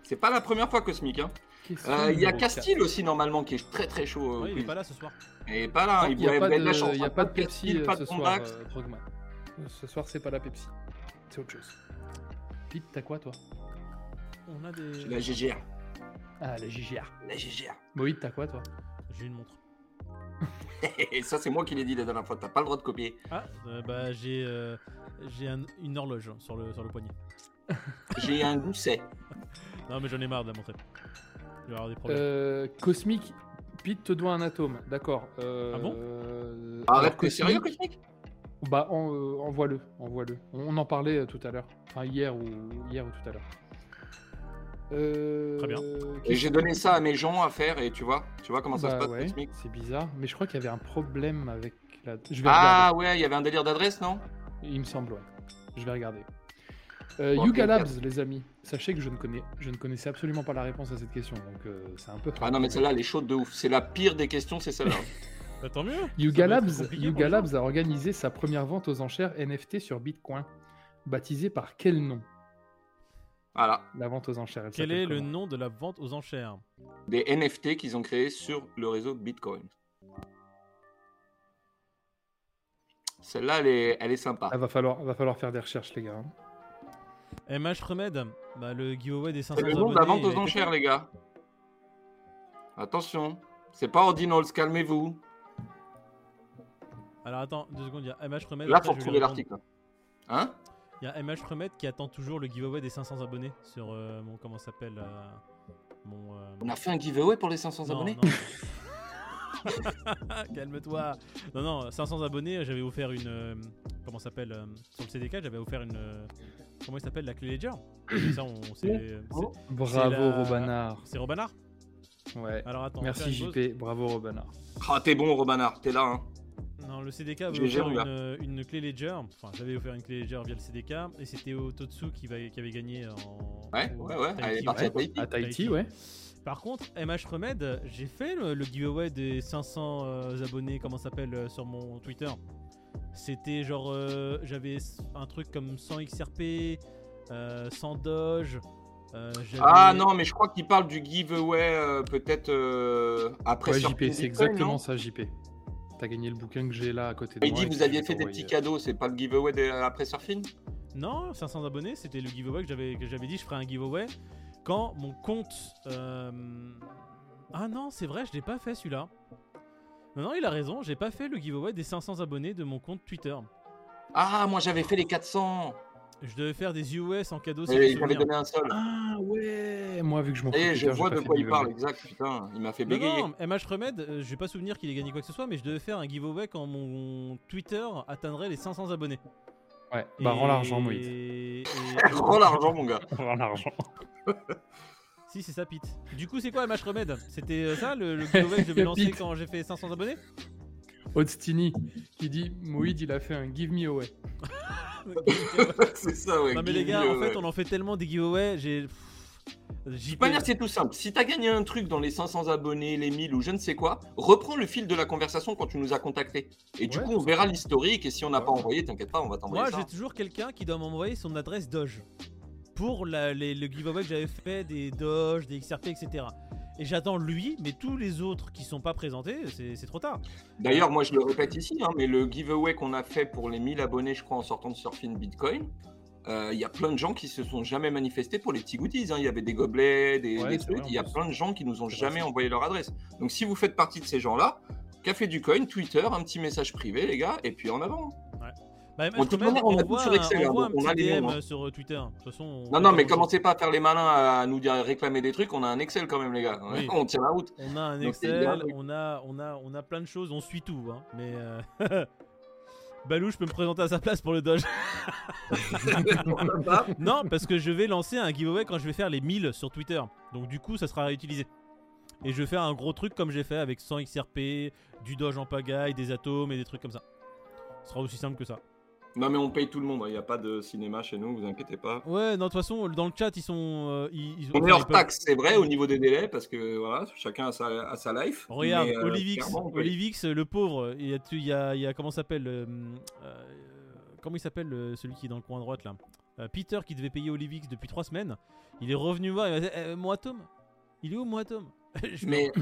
[SPEAKER 2] C'est pas la première fois Cosmic. hein.
[SPEAKER 3] Question
[SPEAKER 2] Euh, Il y a
[SPEAKER 3] numéro quatre.
[SPEAKER 2] Castille aussi, normalement, qui est très très chaud. au
[SPEAKER 1] Ouais, il est
[SPEAKER 2] quiz.
[SPEAKER 1] pas là ce soir.
[SPEAKER 2] Il est pas là. hein,
[SPEAKER 3] Ah, Il
[SPEAKER 2] Il
[SPEAKER 3] n'y a,
[SPEAKER 2] pourrait
[SPEAKER 3] pas
[SPEAKER 2] mettre de
[SPEAKER 3] de-
[SPEAKER 2] la chance.
[SPEAKER 3] il y a
[SPEAKER 2] hein.
[SPEAKER 3] pas de Pepsi
[SPEAKER 2] Castille,
[SPEAKER 3] euh,
[SPEAKER 2] pas
[SPEAKER 3] ce
[SPEAKER 2] de
[SPEAKER 3] soir,
[SPEAKER 2] Combax.
[SPEAKER 3] euh, Brogman. Ce soir, c'est pas la Pepsi. C'est autre chose. Pete, t'as quoi, toi
[SPEAKER 1] On a des.
[SPEAKER 3] euh.
[SPEAKER 2] J'ai La GGR.
[SPEAKER 3] Ah, la JGR.
[SPEAKER 2] La GGR.
[SPEAKER 3] Moïd, t'as quoi, toi
[SPEAKER 1] J'ai une montre.
[SPEAKER 2] Et ça, c'est moi qui l'ai dit la dernière fois. T'as pas le droit de copier.
[SPEAKER 1] Ah, euh, bah j'ai euh, j'ai un- une horloge sur le sur le poignet.
[SPEAKER 2] J'ai un gousset.
[SPEAKER 1] Non mais j'en ai marre de la montrer. Je vais avoir des problèmes.
[SPEAKER 3] euh, Cosmic, Pete te doit un atome, d'accord. euh,
[SPEAKER 1] Ah bon
[SPEAKER 3] euh,
[SPEAKER 2] Arrête,
[SPEAKER 3] alors,
[SPEAKER 2] t'es sérieux, Cosmic
[SPEAKER 3] Cosmic, Bah, en- euh, envoie-le, envoie-le. On, on en parlait euh, tout à l'heure. Enfin, hier ou, hier ou tout à l'heure. Euh,
[SPEAKER 1] Très bien.
[SPEAKER 2] Et j'ai donné ça à mes gens à faire et tu vois, tu vois comment ça
[SPEAKER 3] Bah
[SPEAKER 2] se passe,
[SPEAKER 3] ouais,
[SPEAKER 2] Cosmic.
[SPEAKER 3] c'est bizarre, mais je crois qu'il y avait un problème avec la. Je vais regarder.
[SPEAKER 2] Ah ouais, il y avait un délire d'adresse, non
[SPEAKER 3] Il me semble, ouais. Je vais regarder. Euh,
[SPEAKER 2] Bon,
[SPEAKER 3] Yuga
[SPEAKER 2] ok,
[SPEAKER 3] Labs, les amis. Sachez que je ne, connais, je ne connaissais absolument pas la réponse à cette question, donc euh, c'est un peu.
[SPEAKER 2] Ah non, mais celle-là, elle est chaude de ouf. C'est la pire des questions, c'est celle-là.
[SPEAKER 1] Bah, tant mieux.
[SPEAKER 3] Yuga
[SPEAKER 1] Ça va être
[SPEAKER 3] Labs,
[SPEAKER 1] compliqué pour
[SPEAKER 3] Yuga
[SPEAKER 1] les gens.
[SPEAKER 3] Labs a organisé sa première vente aux enchères NFT sur Bitcoin. Baptisée par quel nom
[SPEAKER 2] voilà.
[SPEAKER 3] La vente aux enchères. elle
[SPEAKER 1] Quel
[SPEAKER 3] s'appelle
[SPEAKER 1] est le
[SPEAKER 3] comment
[SPEAKER 1] nom de la vente aux enchères
[SPEAKER 2] Des NFT qu'ils ont créés sur le réseau Bitcoin. Celle-là, elle est, elle est sympa.
[SPEAKER 3] Ah, va falloir, va falloir faire des recherches, les gars. hein.
[SPEAKER 1] MH Remède, bah, le giveaway des 500
[SPEAKER 2] C'est le nom
[SPEAKER 1] abonnés.
[SPEAKER 2] de la vente
[SPEAKER 1] il a
[SPEAKER 2] aux
[SPEAKER 1] été-
[SPEAKER 2] enchères, les gars. Attention, c'est pas Ordinals, calmez-vous.
[SPEAKER 1] Alors attends, deux secondes, il y a MH Remède.
[SPEAKER 2] Là,
[SPEAKER 1] après,
[SPEAKER 2] faut
[SPEAKER 1] je vais
[SPEAKER 2] retrouver
[SPEAKER 1] répondre.
[SPEAKER 2] l'article. Hein
[SPEAKER 1] Il y a MH Remède qui attend toujours le giveaway des 500 abonnés sur euh, mon. Comment ça s'appelle euh, Mon. euh,
[SPEAKER 2] On a fait un giveaway pour les 500
[SPEAKER 1] non,
[SPEAKER 2] abonnés
[SPEAKER 1] non. Calme-toi. Non, non, 500 abonnés, j'avais offert une. euh, comment ça s'appelle euh, Sur le CDK, j'avais offert une. euh, comment il s'appelle La clé Ledger Et Ça, on s'est.
[SPEAKER 2] Bravo.
[SPEAKER 3] Bravo,
[SPEAKER 1] la-
[SPEAKER 3] Robanard.
[SPEAKER 1] C'est Robanard
[SPEAKER 3] Ouais.
[SPEAKER 1] Alors attends. on va faire
[SPEAKER 3] Merci,
[SPEAKER 1] une pause.
[SPEAKER 3] JP. Bravo, Robanard.
[SPEAKER 2] Ah, t'es bon, Robanard, t'es là. Hein.
[SPEAKER 1] Non, le CDK avait
[SPEAKER 2] Je vais
[SPEAKER 1] offert
[SPEAKER 2] gérer,
[SPEAKER 1] une, euh, une clé Ledger. Enfin, j'avais offert une clé Ledger via le CDK. Et c'était Ototsu qui, va- qui avait gagné en.
[SPEAKER 2] Ouais,
[SPEAKER 1] au-
[SPEAKER 2] ouais, ouais,
[SPEAKER 1] Tahiti,
[SPEAKER 2] elle est partie à
[SPEAKER 1] ouais.
[SPEAKER 2] Tahiti.
[SPEAKER 3] À Tahiti, ouais.
[SPEAKER 1] Par contre, MH Remède, j'ai fait le, le giveaway des 500 euh, abonnés, comment ça s'appelle, euh, sur mon Twitter. C'était genre, euh, j'avais un truc comme 100 XRP, euh, 100 Doge. euh, j'avais-
[SPEAKER 2] Ah non, mais je crois qu'il parle du giveaway euh, peut-être euh, après
[SPEAKER 3] Ouais,
[SPEAKER 2] sur
[SPEAKER 3] JP, c'est
[SPEAKER 2] Bitcoin,
[SPEAKER 3] exactement
[SPEAKER 2] non
[SPEAKER 3] ça, JP. T'as gagné le bouquin que j'ai là à côté de
[SPEAKER 2] Il
[SPEAKER 3] moi.
[SPEAKER 2] dit
[SPEAKER 3] et que
[SPEAKER 2] vous
[SPEAKER 3] je
[SPEAKER 2] aviez
[SPEAKER 3] vais
[SPEAKER 2] fait des
[SPEAKER 3] t'envoyer. euh.
[SPEAKER 2] petits cadeaux, c'est pas le giveaway de- après surfing
[SPEAKER 1] Non, 500 abonnés, c'était le giveaway que j'avais que j'avais dit, je ferais un giveaway quand mon compte. euh, Ah non, c'est vrai, je l'ai pas fait celui-là. Non, non, il a raison, j'ai pas fait le giveaway des 500 abonnés de mon compte Twitter.
[SPEAKER 2] Ah, moi j'avais fait les 400
[SPEAKER 1] Je devais faire des US en cadeau. si je me
[SPEAKER 2] Et il m'avait
[SPEAKER 1] souviens.
[SPEAKER 2] donné un seul.
[SPEAKER 3] Ah ouais, moi vu que je m'en fous.
[SPEAKER 2] Et
[SPEAKER 3] Twitter,
[SPEAKER 2] je
[SPEAKER 3] j'ai
[SPEAKER 2] vois
[SPEAKER 3] pas
[SPEAKER 2] de
[SPEAKER 3] fait
[SPEAKER 2] quoi il
[SPEAKER 3] giveaway.
[SPEAKER 2] parle, exact, putain, il m'a fait
[SPEAKER 1] Non,
[SPEAKER 2] bégayer.
[SPEAKER 1] non, MH Remède, euh, je vais pas souvenir qu'il ait gagné quoi que ce soit, mais je devais faire un giveaway quand mon Twitter atteindrait les 500 abonnés.
[SPEAKER 3] Ouais, bah rends
[SPEAKER 1] Et-
[SPEAKER 3] l'argent, Moïse.
[SPEAKER 1] et-
[SPEAKER 2] Rends l'argent, mon gars.
[SPEAKER 3] Rends l'argent.
[SPEAKER 1] Si, c'est ça, Pete. Du coup, c'est quoi MH Remède C'était euh, ça le, le giveaway que je devais lancer
[SPEAKER 3] Pete.
[SPEAKER 1] quand j'ai fait 500 abonnés
[SPEAKER 3] Odstini qui dit Moïd, il a fait un give me away.
[SPEAKER 2] c'est ça, ouais.
[SPEAKER 1] Non, mais les gars, en fait, on en fait tellement des giveaways, j'ai. pff,
[SPEAKER 2] De
[SPEAKER 1] JP,
[SPEAKER 2] toute manière, c'est tout simple. Si t'as gagné un truc dans les 500 abonnés, les 1000 ou je ne sais quoi, reprends le fil de la conversation quand tu nous as contactés. Et du
[SPEAKER 3] Ouais,
[SPEAKER 2] coup, on verra l'historique. Et si on n'a
[SPEAKER 3] Ouais.
[SPEAKER 2] pas envoyé, t'inquiète pas, on va t'envoyer
[SPEAKER 1] Moi,
[SPEAKER 2] ça.
[SPEAKER 1] j'ai toujours quelqu'un qui doit m'envoyer son adresse Doge pour la- les- le giveaway que j'avais fait des Doge, des XRP, etc. Et j'attends lui, mais tous les autres qui sont pas présentés, c'est c'est trop tard.
[SPEAKER 2] D'ailleurs, moi je le répète ici, hein, mais le giveaway qu'on a fait pour les 1000 abonnés, je crois, en sortant de Surfing Bitcoin, euh, il y a plein de gens qui se sont jamais manifestés pour les petits goodies. hein. Il y avait des gobelets, des,
[SPEAKER 3] Ouais,
[SPEAKER 2] des
[SPEAKER 3] c'est
[SPEAKER 2] trucs.
[SPEAKER 3] vrai, en
[SPEAKER 2] il y a
[SPEAKER 3] plus.
[SPEAKER 2] plein de gens qui nous ont
[SPEAKER 3] C'est vrai,
[SPEAKER 2] jamais
[SPEAKER 3] ça.
[SPEAKER 2] envoyé leur adresse. Donc si vous faites partie de ces gens-là, Café du Coin, Twitter, un petit message privé, les gars, et puis en avant. hein.
[SPEAKER 1] Bah,
[SPEAKER 2] Bon, de toute manière, on a tout
[SPEAKER 1] voit
[SPEAKER 2] sur
[SPEAKER 1] un,
[SPEAKER 2] Excel, hein,
[SPEAKER 1] envoie un
[SPEAKER 2] donc on a
[SPEAKER 1] petit
[SPEAKER 2] les
[SPEAKER 1] DM
[SPEAKER 2] noms, hein.
[SPEAKER 1] sur euh, Twitter. De toute façon, on-
[SPEAKER 2] Non, non, mais
[SPEAKER 1] on-
[SPEAKER 2] commencez pas à faire les malins à nous dire réclamer des trucs. On a un Excel quand même, les gars.
[SPEAKER 1] Oui.
[SPEAKER 2] On tient la route.
[SPEAKER 1] On a un
[SPEAKER 2] Donc, c'est
[SPEAKER 1] Excel,
[SPEAKER 2] bien, oui.
[SPEAKER 1] on a, on, a, on a plein de choses, on suit tout. Hein, mais euh, Balou, je peux me présenter à sa place pour le Doge. non, parce que je vais lancer un giveaway quand je vais faire les 1000 sur Twitter. Donc du coup, ça sera réutilisé. Et je vais faire un gros truc comme j'ai fait avec 100 XRP, du Doge en pagaille, des atomes et des trucs comme ça. Ce sera aussi simple que ça.
[SPEAKER 2] Non, mais on paye tout le monde. hein. Il n'y a pas de cinéma chez nous, vous inquiétez pas.
[SPEAKER 1] Ouais, non, de toute façon, dans le chat, ils sont. euh, ils, ils-
[SPEAKER 2] On
[SPEAKER 1] enfin,
[SPEAKER 2] est
[SPEAKER 1] ils
[SPEAKER 2] hors
[SPEAKER 1] peuvent-
[SPEAKER 2] taxe, c'est vrai, au niveau des délais, parce que voilà, chacun a sa, a sa life.
[SPEAKER 1] Regarde,
[SPEAKER 2] mais, euh,
[SPEAKER 1] Olivix,
[SPEAKER 2] clairement, on paye.
[SPEAKER 1] Olivix, le pauvre, il y a, tu- il y a, il y a- comment s'appelle euh, euh, Comment il s'appelle euh, celui qui est dans le coin droit là Euh, Peter qui devait payer Olivix depuis trois semaines. Il est revenu voir, il m'a dit Eh, Mon atome Il est où mon atome Je fais,
[SPEAKER 2] Mais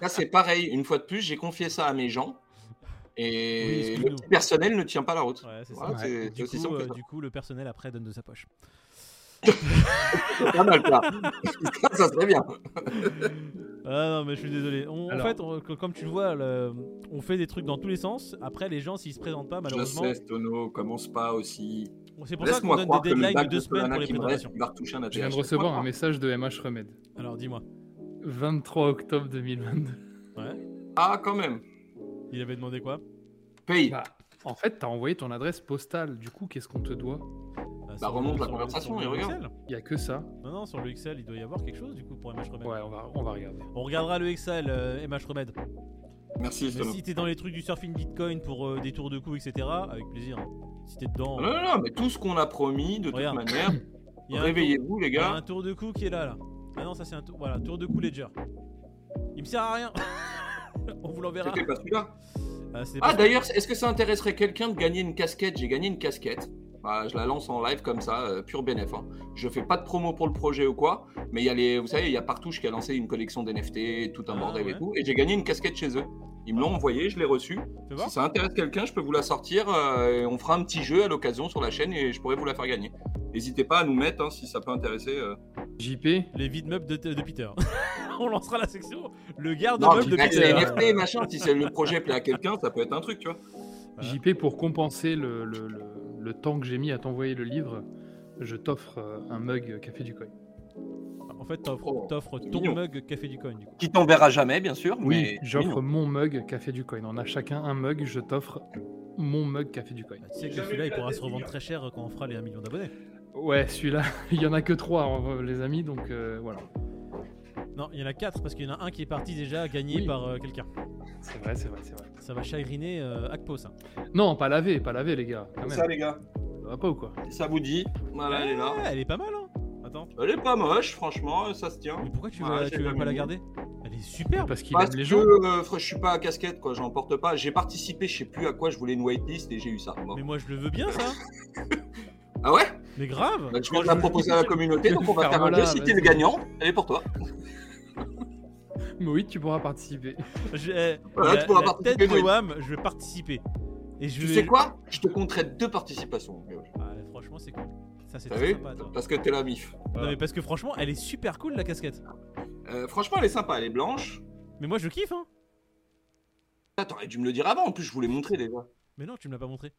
[SPEAKER 2] ça, c'est pareil. Une fois de plus, j'ai confié ça à mes gens.
[SPEAKER 1] Oui,
[SPEAKER 2] Et
[SPEAKER 1] explique-nous.
[SPEAKER 2] le petit personnel ne tient pas la route.
[SPEAKER 1] Ouais, c'est ça.
[SPEAKER 2] Voilà,
[SPEAKER 3] Ouais.
[SPEAKER 2] c'est- c'est
[SPEAKER 1] Du
[SPEAKER 2] aussi
[SPEAKER 1] coup,
[SPEAKER 2] simple que
[SPEAKER 1] euh,
[SPEAKER 2] ça.
[SPEAKER 1] du coup, le personnel après donne de sa poche.
[SPEAKER 2] C'est pas mal, ça. Ça, ça serait bien.
[SPEAKER 1] Ah non, mais je suis désolé. On- En
[SPEAKER 3] Alors.
[SPEAKER 1] fait, on- comme tu le vois, le- on fait des trucs dans tous les sens. Après, les gens, s'ils se présentent pas,
[SPEAKER 2] Je
[SPEAKER 1] malheureusement,
[SPEAKER 2] sais, Stono, commence pas aussi.
[SPEAKER 1] c'est pour ça qu'on
[SPEAKER 2] Laisse-moi
[SPEAKER 1] donne
[SPEAKER 2] croire
[SPEAKER 1] des
[SPEAKER 2] que le
[SPEAKER 1] deadlines de
[SPEAKER 2] bac de
[SPEAKER 1] deux semaines
[SPEAKER 2] Solana
[SPEAKER 1] pour les
[SPEAKER 2] qui me reste,
[SPEAKER 1] présentations.
[SPEAKER 2] il va retoucher un ATH.
[SPEAKER 3] Je viens de recevoir un message de MH Remède.
[SPEAKER 1] Alors, dis-moi.
[SPEAKER 3] 23 octobre 2022.
[SPEAKER 1] Ouais.
[SPEAKER 2] Ah, quand même.
[SPEAKER 1] Il avait demandé quoi
[SPEAKER 2] Paye.
[SPEAKER 3] Bah, en fait, t'as envoyé ton adresse postale. Du coup, qu'est-ce qu'on te doit
[SPEAKER 1] Bah,
[SPEAKER 2] remonte la
[SPEAKER 1] le-
[SPEAKER 2] conversation
[SPEAKER 1] sur le
[SPEAKER 2] et regarde.
[SPEAKER 1] Excel.
[SPEAKER 3] Il y a que ça.
[SPEAKER 1] Non, non, sur le Excel, il doit y avoir quelque chose du coup pour MH Remède.
[SPEAKER 3] Ouais, on va, on va regarder.
[SPEAKER 1] On regardera le Excel euh, MH Remède.
[SPEAKER 2] Merci,
[SPEAKER 1] Mais
[SPEAKER 2] Stono.
[SPEAKER 1] si t'es dans les trucs du surfing Bitcoin pour euh, des tours de coups, etc., avec plaisir. hein. Si t'es dedans,
[SPEAKER 2] Non, non, non, mais tout ce qu'on a promis, de toute
[SPEAKER 1] Regarde.
[SPEAKER 2] manière,
[SPEAKER 1] il y a un tour-
[SPEAKER 2] réveillez-vous, les
[SPEAKER 1] il y a un
[SPEAKER 2] gars.
[SPEAKER 1] tour de coups qui est là, là. Ah non, ça c'est un tour. Voilà, tour de coups Ledger. Il me sert à rien. On vous l'enverra.
[SPEAKER 2] C'était pas celui-là.
[SPEAKER 1] Ah, c'est
[SPEAKER 2] Ah
[SPEAKER 1] pas-
[SPEAKER 2] d'ailleurs, est-ce que ça intéresserait quelqu'un de gagner une casquette J'ai gagné une casquette. Voilà, je la lance en live comme ça, euh, pur bénéf. hein. Je fais pas de promo pour le projet ou quoi, mais il y a les, vous savez, il y a Partouche qui a lancé une collection d'NFT, tout un
[SPEAKER 1] Ah,
[SPEAKER 2] bordel
[SPEAKER 1] ouais.
[SPEAKER 2] et tout, et j'ai gagné une casquette chez eux. Ils me l'ont envoyée, je l'ai reçue.
[SPEAKER 1] Fais voir.
[SPEAKER 2] Si ça intéresse quelqu'un, je peux vous la sortir. euh, et on fera un petit jeu à l'occasion sur la chaîne et je pourrais vous la faire gagner. N'hésitez pas à nous mettre hein, si ça peut intéresser. euh.
[SPEAKER 3] JP,
[SPEAKER 1] Les vides meubles de, de Peter. On lancera la section. Le garde
[SPEAKER 2] Non,
[SPEAKER 1] meuble de
[SPEAKER 2] mais c'est
[SPEAKER 1] Peter. Euh,
[SPEAKER 2] NFT machin. Si c'est le projet plaît à quelqu'un, ça peut être un truc, tu vois.
[SPEAKER 1] Voilà.
[SPEAKER 3] JP, pour compenser le, le- le- le temps que j'ai mis à t'envoyer le livre, je t'offre euh, un mug Café du Coin.
[SPEAKER 1] En fait, t'offres
[SPEAKER 2] Oh,
[SPEAKER 1] t'offres
[SPEAKER 2] c'est
[SPEAKER 1] ton
[SPEAKER 2] mignon.
[SPEAKER 1] mug Café du Coin du coup.
[SPEAKER 2] Qui t'enverra jamais, bien sûr.
[SPEAKER 3] Oui, j'offre mon mug Café du Coin. On a chacun un mug, je t'offre mon mug Café du Coin.
[SPEAKER 1] Bah, tu sais que celui-là, il pourra se revendre très cher euh, quand on fera les 1 million d'abonnés.
[SPEAKER 3] Ouais, celui-là, il y en a que trois, hein, les amis, donc euh, voilà.
[SPEAKER 1] Non, il y en a 4 parce qu'il y en a un qui est parti déjà gagné
[SPEAKER 3] Oui.
[SPEAKER 1] par euh, quelqu'un.
[SPEAKER 3] C'est vrai, c'est vrai, c'est vrai.
[SPEAKER 1] Ça va chagriner euh, Akpo ça.
[SPEAKER 3] Non, pas lavé, pas lavé, les gars. Quand même.
[SPEAKER 2] Ça, les gars,
[SPEAKER 3] Ça va pas ou quoi
[SPEAKER 2] ça vous dit. Voilà, elle est là.
[SPEAKER 1] Ouais, elle est pas mal hein. Attends.
[SPEAKER 2] Elle est pas moche, franchement, euh, ça se tient.
[SPEAKER 1] Mais pourquoi tu veux,
[SPEAKER 2] Ouais,
[SPEAKER 1] tu
[SPEAKER 2] j'ai
[SPEAKER 1] veux
[SPEAKER 2] pas
[SPEAKER 1] pas la
[SPEAKER 2] mis.
[SPEAKER 1] garder Elle est superbe.
[SPEAKER 3] Parce qu'il aime
[SPEAKER 2] Parce que
[SPEAKER 3] les gens.
[SPEAKER 2] euh, fr- je suis pas à casquette, quoi, j'en porte pas. J'ai participé, je sais plus à quoi, je voulais une whitelist et j'ai eu ça. Bon.
[SPEAKER 1] Mais moi je le veux bien ça.
[SPEAKER 2] Ah ouais
[SPEAKER 1] Mais grave.
[SPEAKER 2] bah, Je viens de la proposer à la communauté, donc on va faire un
[SPEAKER 3] Ferme-la,
[SPEAKER 2] jeu. Si t'es
[SPEAKER 3] vas-y.
[SPEAKER 2] le gagnant, elle est pour toi.
[SPEAKER 3] Mais oui, tu pourras participer.
[SPEAKER 1] Je- eh,
[SPEAKER 2] Voilà,
[SPEAKER 1] la-
[SPEAKER 2] tu pourras
[SPEAKER 1] la
[SPEAKER 2] participer,
[SPEAKER 1] tête de
[SPEAKER 2] Noël.
[SPEAKER 1] Wam, je vais participer. Et je
[SPEAKER 2] Tu
[SPEAKER 1] vais-
[SPEAKER 2] sais quoi Je te compterai deux participations. mais ouais.
[SPEAKER 1] Ah, Franchement c'est cool. Ça c'est
[SPEAKER 2] T'as
[SPEAKER 1] très
[SPEAKER 2] vu
[SPEAKER 1] sympa toi.
[SPEAKER 2] Parce que t'es la mif.
[SPEAKER 1] Non mais parce que franchement elle est super cool la casquette.
[SPEAKER 2] Euh, franchement, elle est sympa, elle est blanche.
[SPEAKER 1] Mais moi je kiffe hein.
[SPEAKER 2] Ah, T'aurais dû me le dire avant, en plus je voulais montrer déjà.
[SPEAKER 1] Mais non tu me l'as pas montré.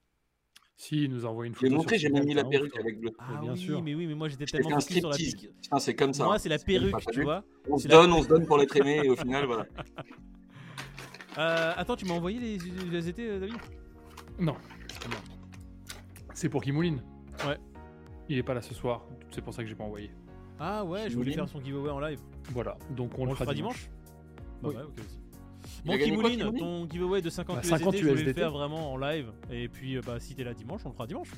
[SPEAKER 3] Si, il nous a envoyé une
[SPEAKER 2] Je l'ai
[SPEAKER 3] photo.
[SPEAKER 2] montré,
[SPEAKER 3] sur
[SPEAKER 2] j'ai même
[SPEAKER 3] Signal,
[SPEAKER 2] mis la
[SPEAKER 3] t'as un
[SPEAKER 2] perruque
[SPEAKER 3] ouf,
[SPEAKER 2] avec bleu.
[SPEAKER 1] Ah
[SPEAKER 3] bien
[SPEAKER 1] oui
[SPEAKER 3] sûr.
[SPEAKER 1] mais oui mais moi j'étais
[SPEAKER 2] Je t'ai fait
[SPEAKER 1] tellement
[SPEAKER 2] un
[SPEAKER 1] focus sur la
[SPEAKER 2] striptease.
[SPEAKER 1] pique.
[SPEAKER 2] Putain, c'est comme ça.
[SPEAKER 1] Moi c'est la
[SPEAKER 2] pas
[SPEAKER 1] perruque
[SPEAKER 2] ça
[SPEAKER 1] tu
[SPEAKER 2] du-
[SPEAKER 1] vois.
[SPEAKER 2] On se
[SPEAKER 1] c'est la-
[SPEAKER 2] donne, on se donne pour l'être aimé et au final, voilà.
[SPEAKER 1] Euh, attends, tu m'as envoyé les, les AZT, euh, David
[SPEAKER 3] toi. C'est pour qu'il mouline.
[SPEAKER 1] Ouais.
[SPEAKER 3] Il est pas là ce soir, c'est pour ça que j'ai pas envoyé.
[SPEAKER 1] Ah ouais, je voulais faire son giveaway en live.
[SPEAKER 3] Voilà, donc on,
[SPEAKER 1] On,
[SPEAKER 3] le fera dimanche.
[SPEAKER 1] Bah
[SPEAKER 3] Oui.
[SPEAKER 1] ouais, ok, vas-y. Bon,
[SPEAKER 2] Il a gagné quoi,
[SPEAKER 1] Kimouline,
[SPEAKER 2] Kimouline
[SPEAKER 1] ton giveaway de 50,
[SPEAKER 3] Bah, 50
[SPEAKER 1] USDT, je voulais le
[SPEAKER 3] USDT.
[SPEAKER 1] faire vraiment en live. Et puis, euh, bah, si t'es là dimanche, on le fera dimanche.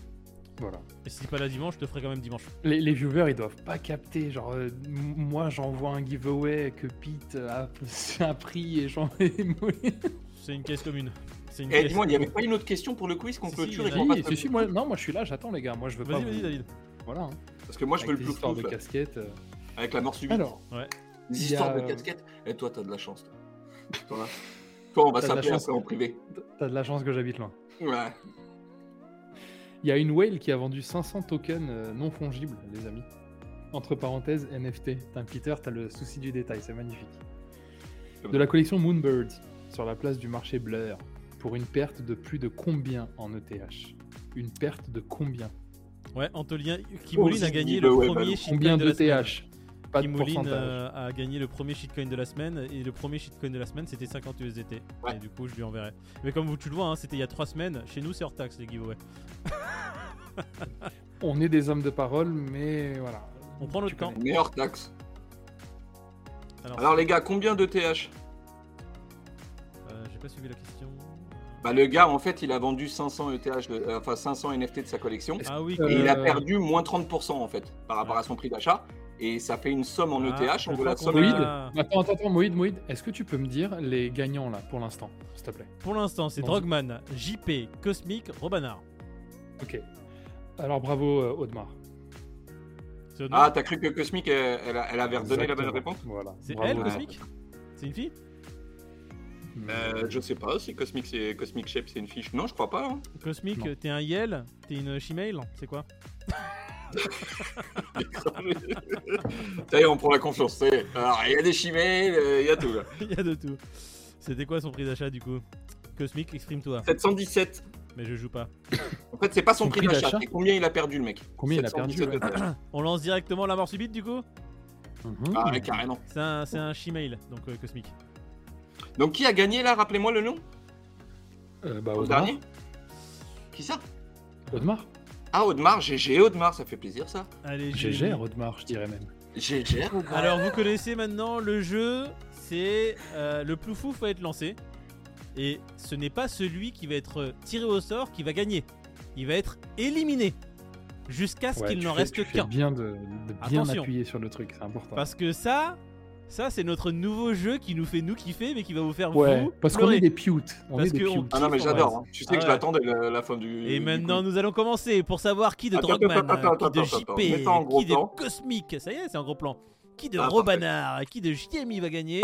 [SPEAKER 3] Voilà.
[SPEAKER 1] Et si t'es pas là dimanche, je te ferai quand même dimanche.
[SPEAKER 3] Les, les viewers, ils doivent pas capter. Genre, euh, m- moi, j'envoie un giveaway que Pete a, a pris et j'en ai mouline.
[SPEAKER 1] C'est une caisse commune. C'est une
[SPEAKER 2] Eh,
[SPEAKER 1] caisse.
[SPEAKER 2] dis-moi, il n'y avait pas une autre question pour le quiz qu'on
[SPEAKER 1] Si,
[SPEAKER 2] clôture
[SPEAKER 1] si,
[SPEAKER 2] et
[SPEAKER 1] il y en
[SPEAKER 2] qu'on
[SPEAKER 1] a
[SPEAKER 2] passe
[SPEAKER 3] Si, si, si, moi, non, moi, je suis là, j'attends, les gars. Moi, je veux pas.
[SPEAKER 1] Vas-y, vas-y,
[SPEAKER 3] vous-
[SPEAKER 1] David.
[SPEAKER 3] Voilà. hein.
[SPEAKER 2] Parce que moi, je veux
[SPEAKER 3] Avec
[SPEAKER 2] le
[SPEAKER 3] des
[SPEAKER 2] plus
[SPEAKER 3] histoires de casquette. euh.
[SPEAKER 2] avec la mort subite.
[SPEAKER 3] Alors,
[SPEAKER 2] Des
[SPEAKER 3] Il y
[SPEAKER 2] histoires
[SPEAKER 3] a,
[SPEAKER 2] de
[SPEAKER 3] euh,
[SPEAKER 2] casquettes Et toi, t'as de la chance. Toi, Toi, là. Toi, on va
[SPEAKER 3] T'as de la
[SPEAKER 2] s'appeler
[SPEAKER 3] chance.
[SPEAKER 2] après en privé.
[SPEAKER 3] t'as de la chance que j'habite loin.
[SPEAKER 2] Ouais.
[SPEAKER 3] Il y a une whale qui a vendu 500 tokens euh, non fongibles, les amis. Entre parenthèses, NFT. T'as Peter, t'as le souci du détail, c'est magnifique. De la collection Moonbirds, sur la place du marché Blair. pour une perte de plus de combien en ETH Une perte de combien
[SPEAKER 1] Ouais, Antolien, Kimoulin a gagné
[SPEAKER 2] dit
[SPEAKER 1] le
[SPEAKER 2] le web,
[SPEAKER 1] premier
[SPEAKER 2] alors.
[SPEAKER 1] shitcoin
[SPEAKER 3] Combien
[SPEAKER 1] de la semaine.
[SPEAKER 3] d'ETH Pas de
[SPEAKER 1] Kimoulin
[SPEAKER 3] pourcentage.
[SPEAKER 1] euh, a gagné le premier shitcoin de la semaine et le premier shitcoin de la semaine c'était 50 USDT.
[SPEAKER 2] Ouais.
[SPEAKER 1] Et du coup je lui enverrai. Mais comme vous tu le vois, hein, c'était il y a 3 semaines, chez nous c'est hors taxe les giveaways.
[SPEAKER 3] On est des hommes de parole, mais voilà.
[SPEAKER 1] On prend notre
[SPEAKER 3] Tu
[SPEAKER 1] temps.
[SPEAKER 3] connais.
[SPEAKER 2] Meilleure taxe.
[SPEAKER 1] Alors,
[SPEAKER 2] Alors les gars, combien de TH
[SPEAKER 1] euh, j'ai pas suivi la question.
[SPEAKER 2] Bah le gars, en fait, il a vendu 500 ETH, de- euh, enfin 500 NFT de sa collection.
[SPEAKER 1] Ah oui,
[SPEAKER 3] Euh,
[SPEAKER 2] Et
[SPEAKER 1] que-
[SPEAKER 2] il a perdu moins 30% en fait par rapport à son prix d'achat. Et ça fait une somme en
[SPEAKER 1] Ah,
[SPEAKER 2] ETH, on
[SPEAKER 1] je
[SPEAKER 2] veut la
[SPEAKER 1] crois qu'on
[SPEAKER 2] somme.
[SPEAKER 1] a-
[SPEAKER 3] Oui. Attends, attends, attends, Moïd, Moïd, est-ce que tu peux me dire les gagnants là pour l'instant, s'il te plaît
[SPEAKER 1] Pour l'instant c'est
[SPEAKER 3] Bon.
[SPEAKER 1] Drogman, JP, Cosmic, Robanard.
[SPEAKER 3] Ok. Alors bravo, euh, Audemars.
[SPEAKER 1] C'est autre
[SPEAKER 2] Ah,
[SPEAKER 1] nom
[SPEAKER 2] t'as cru que Cosmic, elle, elle, a- elle avait redonné la bonne
[SPEAKER 3] Exactement.
[SPEAKER 2] réponse
[SPEAKER 3] Voilà.
[SPEAKER 1] C'est
[SPEAKER 3] Bravo,
[SPEAKER 1] elle
[SPEAKER 3] Audemars.
[SPEAKER 1] Cosmic C'est une fille
[SPEAKER 3] Mais-
[SPEAKER 2] euh, Je sais pas si Cosmic, c'est Cosmic Shape, c'est une fiche. Non, je crois pas. hein.
[SPEAKER 1] Cosmic,
[SPEAKER 3] Non.
[SPEAKER 1] t'es un Yel, t'es une Shemale, c'est quoi
[SPEAKER 2] Ça y est, on prend la confiance. ça y est. Alors, il y a des chimères, euh, il y a tout. là.
[SPEAKER 1] Il y a de tout. C'était quoi son prix d'achat du coup Cosmic, exprime-toi.
[SPEAKER 2] 717.
[SPEAKER 1] Mais je joue pas.
[SPEAKER 2] En fait, c'est pas son,
[SPEAKER 3] Son
[SPEAKER 2] prix
[SPEAKER 3] prix
[SPEAKER 2] d'achat,
[SPEAKER 3] d'achat
[SPEAKER 2] c'est combien il a perdu le mec.
[SPEAKER 3] Combien il a perdu,
[SPEAKER 2] 717 de TH.
[SPEAKER 1] On lance directement la mort subite du coup
[SPEAKER 3] Mhm.
[SPEAKER 2] Ah, ouais, carrément.
[SPEAKER 1] C'est un, c'est un Shemale, donc euh, Cosmic.
[SPEAKER 2] Donc, qui a gagné là Rappelez-moi le nom
[SPEAKER 3] Euh, bah,
[SPEAKER 2] au
[SPEAKER 3] Audemars.
[SPEAKER 2] dernier Qui ça
[SPEAKER 3] Audemars.
[SPEAKER 2] Ah, Audemars, GG Audemars, ça fait plaisir ça.
[SPEAKER 1] Allez,
[SPEAKER 3] GG,
[SPEAKER 1] Julie.
[SPEAKER 3] Audemars, je dirais même.
[SPEAKER 2] GG Audemars.
[SPEAKER 1] Alors vous connaissez maintenant le jeu, c'est euh, le ploufouf va être lancé. Et ce n'est pas celui qui va être euh, tiré au sort qui va gagner. Il va être éliminé. Jusqu'à ce
[SPEAKER 3] Ouais,
[SPEAKER 1] qu'il
[SPEAKER 3] tu
[SPEAKER 1] n'en
[SPEAKER 3] fais- tu
[SPEAKER 1] reste
[SPEAKER 3] fais
[SPEAKER 1] qu'un.
[SPEAKER 3] bien de, de bien
[SPEAKER 1] Attention.
[SPEAKER 3] appuyer sur le truc, c'est important.
[SPEAKER 1] Parce que ça, ça c'est notre nouveau jeu qui nous fait nous kiffer mais qui va vous faire
[SPEAKER 3] ouais,
[SPEAKER 1] vous
[SPEAKER 3] parce qu'on
[SPEAKER 1] pleurer.
[SPEAKER 3] est des pioutes. On
[SPEAKER 1] Parce
[SPEAKER 3] est des
[SPEAKER 1] que on-
[SPEAKER 3] pioutes.
[SPEAKER 2] Ah non, mais
[SPEAKER 1] Kiff, en
[SPEAKER 2] j'adore.
[SPEAKER 1] vrai.
[SPEAKER 2] hein. Tu sais
[SPEAKER 1] Ah
[SPEAKER 2] que je
[SPEAKER 1] ouais.
[SPEAKER 2] l'attendais la, la fin du.
[SPEAKER 1] Et
[SPEAKER 2] du
[SPEAKER 1] maintenant,
[SPEAKER 2] quiz.
[SPEAKER 1] nous allons commencer pour savoir qui de
[SPEAKER 2] Euh, Attends,
[SPEAKER 1] Drogman,
[SPEAKER 2] attends, attends,
[SPEAKER 1] qui de
[SPEAKER 2] attends, attends,
[SPEAKER 1] JP,
[SPEAKER 2] mets ça en gros
[SPEAKER 1] qui de
[SPEAKER 2] plan.
[SPEAKER 1] Cosmic, ça y est, c'est un gros plan, qui de
[SPEAKER 2] Ah, parfait.
[SPEAKER 1] Robanard, qui de JMI va gagner.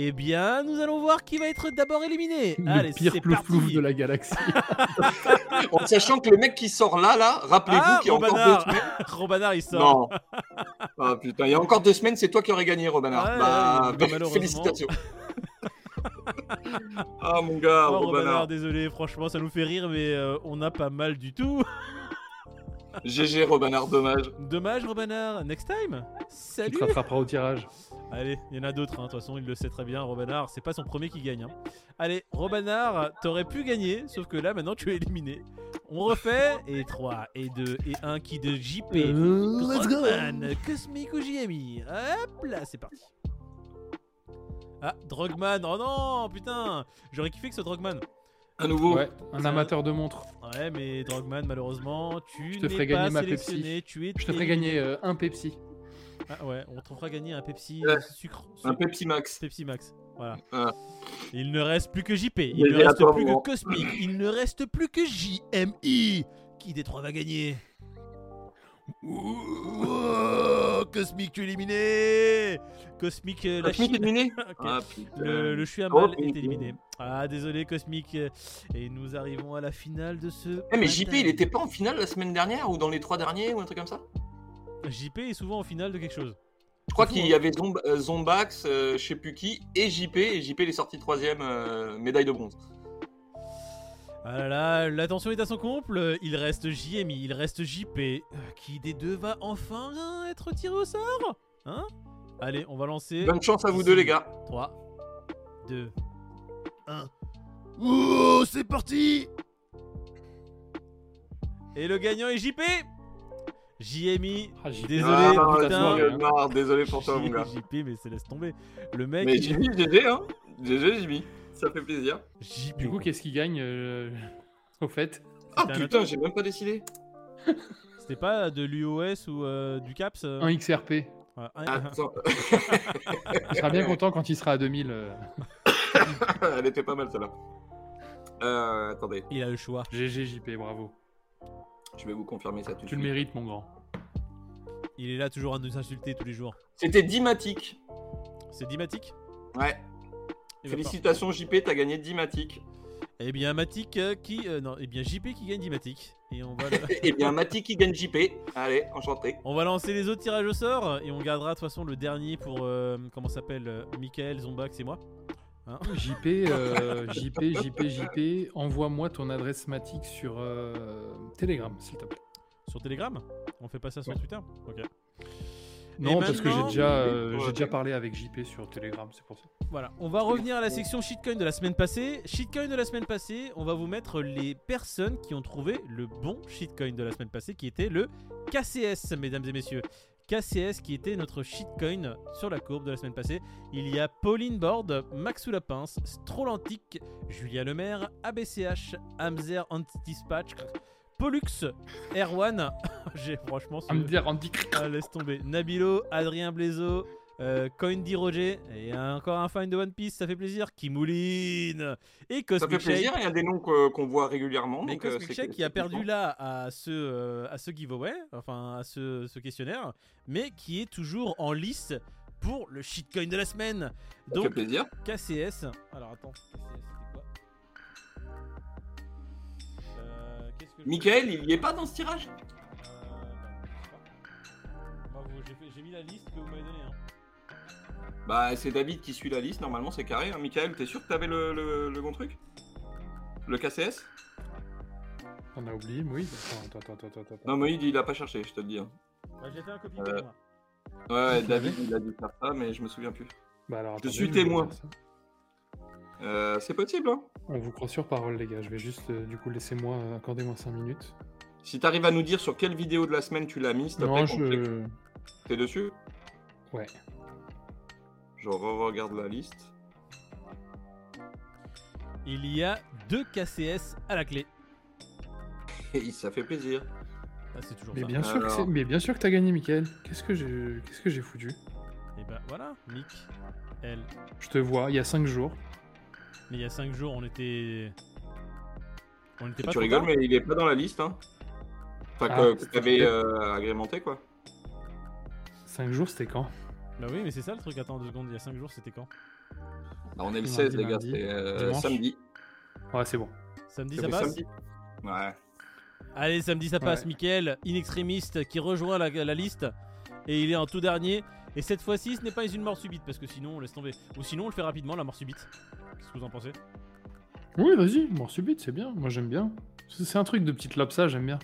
[SPEAKER 1] Eh bien, nous allons voir qui va être d'abord éliminé.
[SPEAKER 3] Le
[SPEAKER 1] Allez,
[SPEAKER 3] pire
[SPEAKER 1] c'est
[SPEAKER 3] plouf
[SPEAKER 1] parti.
[SPEAKER 3] de la galaxie.
[SPEAKER 2] En sachant que le mec qui sort là, là, rappelez-vous
[SPEAKER 1] Ah,
[SPEAKER 2] qu'il y a encore deux
[SPEAKER 1] Robanard,
[SPEAKER 2] semaines.
[SPEAKER 1] Robanard, il sort. Oh,
[SPEAKER 2] Non. Ah putain, il y a encore deux semaines, c'est toi qui aurais gagné, Robanard.
[SPEAKER 1] Ouais, ouais,
[SPEAKER 2] bah,
[SPEAKER 1] mais malheureusement.
[SPEAKER 2] félicitations. ah mon gars,
[SPEAKER 1] Oh, Robanard,
[SPEAKER 2] Robanard.
[SPEAKER 1] désolé, franchement, ça nous fait rire, mais euh, on n'a pas mal du tout.
[SPEAKER 2] GG, Robanard, dommage.
[SPEAKER 1] Dommage, Robanard. Next time.
[SPEAKER 3] Tu
[SPEAKER 1] Salut.
[SPEAKER 3] te rattraperas au tirage.
[SPEAKER 1] Allez, il y en a d'autres, hein. de toute façon, il le sait très bien, Robanard, c'est pas son premier qui gagne. hein. Allez, Robanard, t'aurais pu gagner, sauf que là, maintenant, tu es éliminé. On refait, et 3, et 2, et 1 qui de JP.
[SPEAKER 3] Euh,
[SPEAKER 1] Drogman, Cosmic ou JMI. Hop là, c'est parti. Ah, Drogman, oh non, putain, j'aurais kiffé que ce soit Drogman.
[SPEAKER 2] À nouveau.
[SPEAKER 3] Ouais, un amateur de montres.
[SPEAKER 1] Ouais, mais Drogman, malheureusement, tu
[SPEAKER 3] Je te
[SPEAKER 1] n'es
[SPEAKER 3] ferai
[SPEAKER 1] pas
[SPEAKER 3] gagner ma
[SPEAKER 1] sélectionné, tu es.
[SPEAKER 3] Je te ferai
[SPEAKER 1] éliminé.
[SPEAKER 3] gagner euh, un Pepsi.
[SPEAKER 1] Ah ouais, on te fera gagner un Pepsi
[SPEAKER 2] Ouais.
[SPEAKER 1] euh, sucre.
[SPEAKER 2] Un
[SPEAKER 1] sucre.
[SPEAKER 2] Pepsi Max.
[SPEAKER 1] Pepsi Max. Voilà.
[SPEAKER 2] Ah.
[SPEAKER 1] Il ne reste plus que JP, il
[SPEAKER 2] Mais
[SPEAKER 1] ne
[SPEAKER 2] j'ai
[SPEAKER 1] reste
[SPEAKER 2] attends,
[SPEAKER 1] plus
[SPEAKER 2] moi.
[SPEAKER 1] que Cosmic, il ne reste plus que JMI. Qui des trois va gagner Ouh, Cosmic, tu es éliminé Cosmic, euh, la
[SPEAKER 2] Cosmic
[SPEAKER 1] Chine.
[SPEAKER 2] éliminé
[SPEAKER 1] Ok.
[SPEAKER 2] Ah putain.
[SPEAKER 1] Le, le chou à
[SPEAKER 2] Oh,
[SPEAKER 1] mal
[SPEAKER 2] oui.
[SPEAKER 1] est éliminé. Ah, désolé, Cosmic. Et nous arrivons à la finale de ce.
[SPEAKER 2] Eh, mais
[SPEAKER 1] matin.
[SPEAKER 2] JP, il était pas en finale la semaine dernière ou dans les trois derniers ou un truc comme ça
[SPEAKER 1] JP est souvent en finale de quelque chose.
[SPEAKER 2] Je crois
[SPEAKER 1] C'est fou,
[SPEAKER 2] qu'il
[SPEAKER 1] hein.
[SPEAKER 2] y avait Zomb- euh, Zombax, euh, je sais plus qui, et JP, et JP il est sorti troisième, euh, médaille de bronze.
[SPEAKER 1] Ah là là, la tension est à son comble. Il reste JMI, il reste JP. Euh, Qui des deux va enfin euh, être tiré au sort Hein Allez, on va lancer.
[SPEAKER 2] Bonne chance à vous deux les gars.
[SPEAKER 1] 3, 2, 1. Ouh, c'est parti Et le gagnant est JP JMI.
[SPEAKER 3] Ah, JP.
[SPEAKER 1] Désolé,
[SPEAKER 2] Ah,
[SPEAKER 1] putain.
[SPEAKER 2] c'est mon gars, non, désolé pour toi, mon gars.
[SPEAKER 1] JP, mais c'est laisse tomber. Le mec.
[SPEAKER 2] Mais Jimmy, GG, hein GG, Jimmy. Ça fait plaisir.
[SPEAKER 1] JP.
[SPEAKER 3] Du coup, qu'est-ce qui gagne euh, au fait
[SPEAKER 2] Ah
[SPEAKER 1] C'était un
[SPEAKER 2] putain,
[SPEAKER 1] autre-
[SPEAKER 2] j'ai même pas décidé.
[SPEAKER 1] C'était pas de l'UOS ou euh, du CAPS euh,
[SPEAKER 3] Un XRP.
[SPEAKER 1] ouais, un-
[SPEAKER 2] Attends,
[SPEAKER 3] Il sera bien content quand il sera à 2000. euh,
[SPEAKER 2] elle était pas mal celle-là. Euh, attendez,
[SPEAKER 1] Il a le choix.
[SPEAKER 3] GG, JP, bravo.
[SPEAKER 2] je vais vous confirmer ça tout de
[SPEAKER 3] Tu le
[SPEAKER 2] suite.
[SPEAKER 3] mérites, mon grand.
[SPEAKER 1] Il est là toujours à nous insulter tous les jours.
[SPEAKER 2] C'était Dimatic.
[SPEAKER 1] C'est Dimatic
[SPEAKER 2] Ouais,
[SPEAKER 1] Eh ben,
[SPEAKER 2] félicitations JP, t'as gagné Dimatic.
[SPEAKER 1] Eh bien, Matic euh, qui. euh, non, eh bien, JP qui gagne Dimatic. Et on va, le-
[SPEAKER 2] Eh bien, Matic qui gagne JP. Allez, enchanté.
[SPEAKER 1] on va lancer les autres tirages au sort. Et on gardera de toute façon le dernier pour. euh, comment s'appelle euh, Michael, Zombax et moi. Hein
[SPEAKER 3] JP, euh, JP, JP, JP, envoie-moi ton adresse matique sur euh, Telegram, s'il te plaît.
[SPEAKER 1] Sur Telegram On fait pas ça sur
[SPEAKER 3] Ouais.
[SPEAKER 1] Twitter Ok.
[SPEAKER 3] Non, parce que j'ai
[SPEAKER 1] maintenant-
[SPEAKER 3] déjà, euh,
[SPEAKER 2] Ouais.
[SPEAKER 3] j'ai déjà parlé avec JP sur Telegram, c'est pour ça.
[SPEAKER 1] Voilà, on va revenir à la section shitcoin de la semaine passée. Shitcoin de la semaine passée, on va vous mettre les personnes qui ont trouvé le bon shitcoin de la semaine passée, qui était le KCS, mesdames et messieurs. KCS qui était notre shitcoin sur la courbe de la semaine passée. Il y a Pauline Board, Maxou Lapince, Strolantic, Julia Lemaire, ABCH, Hamzer Antidispatch, Pollux, Erwan. J'ai franchement ce-
[SPEAKER 3] À me dire, Andy,
[SPEAKER 1] ah, laisse tomber. Nabilo, Adrien Blaiseau, euh, Coindy Roger, et encore un fan de One Piece, ça fait plaisir. Kimouline et
[SPEAKER 2] Ça fait
[SPEAKER 1] Cosmic Shake.
[SPEAKER 2] plaisir, Ah, il y a des noms que- qu'on voit régulièrement.
[SPEAKER 1] Mais
[SPEAKER 2] donc, euh,
[SPEAKER 1] Cosmic
[SPEAKER 2] c'est-
[SPEAKER 1] Shake qui
[SPEAKER 2] c'est
[SPEAKER 1] a perdu
[SPEAKER 2] content.
[SPEAKER 1] là à ce, euh, à ce giveaway, enfin à ce, ce questionnaire, mais qui est toujours en lice pour le shitcoin de la semaine.
[SPEAKER 2] Ça fait
[SPEAKER 1] Donc
[SPEAKER 2] plaisir.
[SPEAKER 1] KCS. Alors attends, KCS c'était quoi Euh, qu'est-ce que je-
[SPEAKER 2] Michael, il n'y est pas dans ce tirage
[SPEAKER 1] Euh, non, je sais pas. Moi, vous- j'ai fait- J'ai mis la liste que vous m'avez donnée. hein.
[SPEAKER 2] Bah, c'est David qui suit la liste, normalement c'est carré. Hein. Michael, t'es sûr que t'avais le, le, le bon truc Le KCS
[SPEAKER 3] on a oublié, oui. Attends, attends, attends, attends, attends.
[SPEAKER 2] Non, Moïd, il a pas cherché, je te le dis. hein.
[SPEAKER 1] Bah, j'ai fait un copie
[SPEAKER 2] Euh, Ouais,
[SPEAKER 3] Tu
[SPEAKER 2] David, il a dû faire ça, mais je me souviens plus.
[SPEAKER 3] Bah alors,
[SPEAKER 2] Je
[SPEAKER 3] attendez,
[SPEAKER 2] suis
[SPEAKER 3] vais
[SPEAKER 2] témoin.
[SPEAKER 3] faire ça.
[SPEAKER 2] Euh, c'est possible, hein
[SPEAKER 3] On vous croit sur parole, les gars. Je vais juste, euh, du coup, laissez-moi, euh, accordez-moi 5 minutes.
[SPEAKER 2] Si t'arrives à nous dire sur quelle vidéo de la semaine tu l'as mis, s'il te plaît,
[SPEAKER 3] Non,
[SPEAKER 2] qu'on sait que
[SPEAKER 3] je.
[SPEAKER 2] t'es dessus.
[SPEAKER 3] Ouais.
[SPEAKER 2] Je re-regarde la liste.
[SPEAKER 1] Il y a deux KCS à la clé.
[SPEAKER 2] Et ça fait plaisir.
[SPEAKER 1] Ah, c'est toujours
[SPEAKER 3] Mais
[SPEAKER 1] ça.
[SPEAKER 3] bien, sûr que
[SPEAKER 2] Alors.
[SPEAKER 3] c'est- mais bien sûr que t'as gagné, Mickaël. Qu'est-ce que j'ai qu'est-ce que j'ai foutu
[SPEAKER 1] Et bah voilà, Mick, elle.
[SPEAKER 3] Je te vois, il y a 5 jours.
[SPEAKER 1] Mais il y a 5 jours, on était. On était pas.
[SPEAKER 2] Tu
[SPEAKER 1] trop
[SPEAKER 2] rigoles,
[SPEAKER 1] tard
[SPEAKER 2] mais il est pas dans la liste, hein Enfin,
[SPEAKER 3] Ah,
[SPEAKER 2] que, que
[SPEAKER 3] c'est
[SPEAKER 2] t'avais
[SPEAKER 3] vrai.
[SPEAKER 2] euh, agrémenté, quoi.
[SPEAKER 3] 5 jours, c'était quand
[SPEAKER 1] Bah oui, mais c'est ça le truc. Attends deux secondes, il y a 5 jours, c'était quand
[SPEAKER 2] Bah, on est le
[SPEAKER 3] Mardi,
[SPEAKER 2] 16, les gars,
[SPEAKER 3] lundi,
[SPEAKER 2] c'est euh,
[SPEAKER 3] dimanche.
[SPEAKER 2] samedi.
[SPEAKER 3] Ouais, c'est bon.
[SPEAKER 1] Samedi,
[SPEAKER 2] C'est
[SPEAKER 1] ça
[SPEAKER 2] bon,
[SPEAKER 1] passe
[SPEAKER 2] samedi Ouais.
[SPEAKER 1] Allez, samedi, ça passe.
[SPEAKER 3] Ouais.
[SPEAKER 1] Mickaël, inextrémiste, qui rejoint la, la liste. Et il est en tout dernier. Et cette fois-ci, ce n'est pas une mort subite, parce que sinon, on laisse tomber. Ou sinon, on le fait rapidement, la mort subite. Qu'est-ce que vous en pensez
[SPEAKER 3] Oui, vas-y, mort subite, c'est bien. Moi, j'aime bien. C'est c'est un truc de petite lapsa, j'aime bien.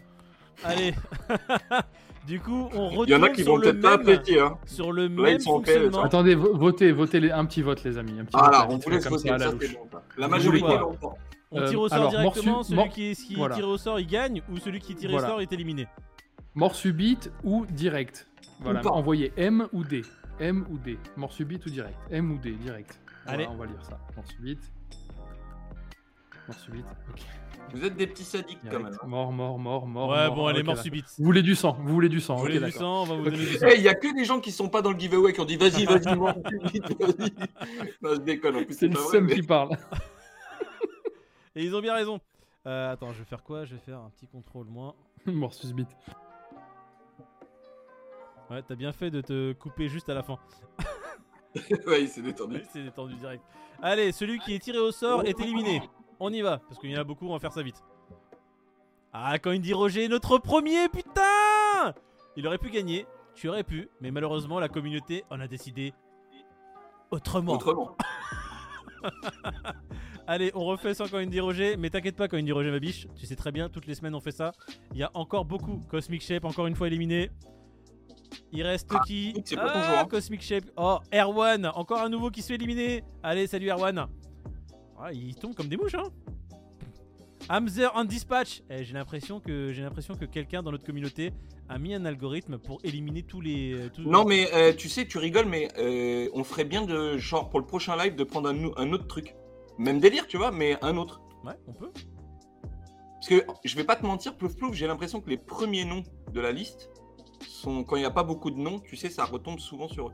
[SPEAKER 1] Allez Du coup, on retourne
[SPEAKER 2] Il y en a qui
[SPEAKER 1] sur
[SPEAKER 2] vont
[SPEAKER 1] le
[SPEAKER 2] peut-être pas
[SPEAKER 1] même-
[SPEAKER 2] apprécier, hein.
[SPEAKER 1] sur le
[SPEAKER 2] ils
[SPEAKER 1] même
[SPEAKER 2] sont en PLS,
[SPEAKER 1] fonctionnement.
[SPEAKER 2] hein.
[SPEAKER 3] Attendez, vo- votez, votez les... un petit vote, les amis. Un petit vote,
[SPEAKER 2] Voilà,
[SPEAKER 3] là,
[SPEAKER 2] on
[SPEAKER 3] vite
[SPEAKER 2] vous laisse
[SPEAKER 3] fait, comme
[SPEAKER 2] voter,
[SPEAKER 3] ça, à la
[SPEAKER 2] ça
[SPEAKER 3] louche.
[SPEAKER 2] c'est bon. ça. La
[SPEAKER 1] Vous
[SPEAKER 2] majorité
[SPEAKER 1] voulez pas.
[SPEAKER 2] l'entend.
[SPEAKER 1] On
[SPEAKER 3] Euh,
[SPEAKER 1] tire au sort
[SPEAKER 3] alors, mort
[SPEAKER 1] directement,
[SPEAKER 3] su-
[SPEAKER 1] celui
[SPEAKER 3] mort-
[SPEAKER 1] qui, est, qui est
[SPEAKER 3] voilà.
[SPEAKER 1] tiré au sort il gagne ou celui qui est tiré
[SPEAKER 3] Voilà.
[SPEAKER 1] au sort est éliminé.
[SPEAKER 3] Mort subite ou direct. Voilà,
[SPEAKER 2] Ou pas.
[SPEAKER 3] envoyez M ou D. M ou D. Mort subite ou direct. M ou D, direct. Voilà,
[SPEAKER 1] Allez.
[SPEAKER 3] on va lire ça. Mort subite. Mort subite. Ok.
[SPEAKER 2] Vous êtes des petits sadiques quand
[SPEAKER 3] Direct.
[SPEAKER 2] même. hein.
[SPEAKER 3] Mort, mort, mort, mort.
[SPEAKER 1] ouais,
[SPEAKER 3] mort.
[SPEAKER 1] bon, elle est
[SPEAKER 3] Ok,
[SPEAKER 1] mort
[SPEAKER 3] d'accord.
[SPEAKER 1] subite.
[SPEAKER 3] Vous voulez du sang, vous voulez du sang.
[SPEAKER 1] Vous
[SPEAKER 3] ok,
[SPEAKER 1] voulez du
[SPEAKER 3] d'accord.
[SPEAKER 1] sang, on va vous donner du sang.
[SPEAKER 2] Eh, Il y a que des gens qui sont pas dans le giveaway qui ont dit vas-y, vas-y, moi, vite, vas-y. Non, je déconne, en plus,
[SPEAKER 3] C'est
[SPEAKER 2] c'est
[SPEAKER 3] le
[SPEAKER 2] pas vrai.
[SPEAKER 3] seum
[SPEAKER 2] mais-
[SPEAKER 3] qui parle.
[SPEAKER 1] Et ils ont bien raison. Euh, attends, je vais faire quoi Je vais faire un petit contrôle moins.
[SPEAKER 3] mort subite.
[SPEAKER 1] Ouais, t'as bien fait de te couper juste à la fin.
[SPEAKER 2] Ouais, il s'est détendu.
[SPEAKER 1] C'est détendu direct. Allez, celui qui est tiré au sort est éliminé. On y va, parce qu'il y en a beaucoup, on va faire ça vite. Ah, quand il dit Roger, notre premier, putain Il aurait pu gagner, tu aurais pu, mais malheureusement, la communauté en a décidé autrement.
[SPEAKER 2] Autrement.
[SPEAKER 1] Allez, on refait ça quand il dit Roger, mais t'inquiète pas quand il dit Roger ma biche, tu sais très bien, toutes les semaines on fait ça. Il y a encore beaucoup. Cosmic Shape, encore une fois éliminé. Il reste
[SPEAKER 2] Ah,
[SPEAKER 1] qui
[SPEAKER 2] c'est pas ton joueur, hein.
[SPEAKER 1] Cosmic Shape. Oh, Erwan, encore un nouveau qui se fait éliminer. Allez, salut Erwan. Ah, il tombe comme des mouches, hein. Hamzer and Dispatch. Eh, j'ai l'impression que j'ai l'impression que quelqu'un dans notre communauté a mis un algorithme pour éliminer tous les. tous-
[SPEAKER 2] Non, mais euh, tu sais, tu rigoles, mais euh, on ferait bien de, genre, pour le prochain live, de prendre un, nou- un autre truc. Même délire, tu vois, mais un autre.
[SPEAKER 1] Ouais, on peut.
[SPEAKER 2] Parce que je vais pas te mentir, plouf plouf, j'ai l'impression que les premiers noms de la liste sont. Quand il n'y a pas beaucoup de noms, tu sais, ça retombe souvent sur eux.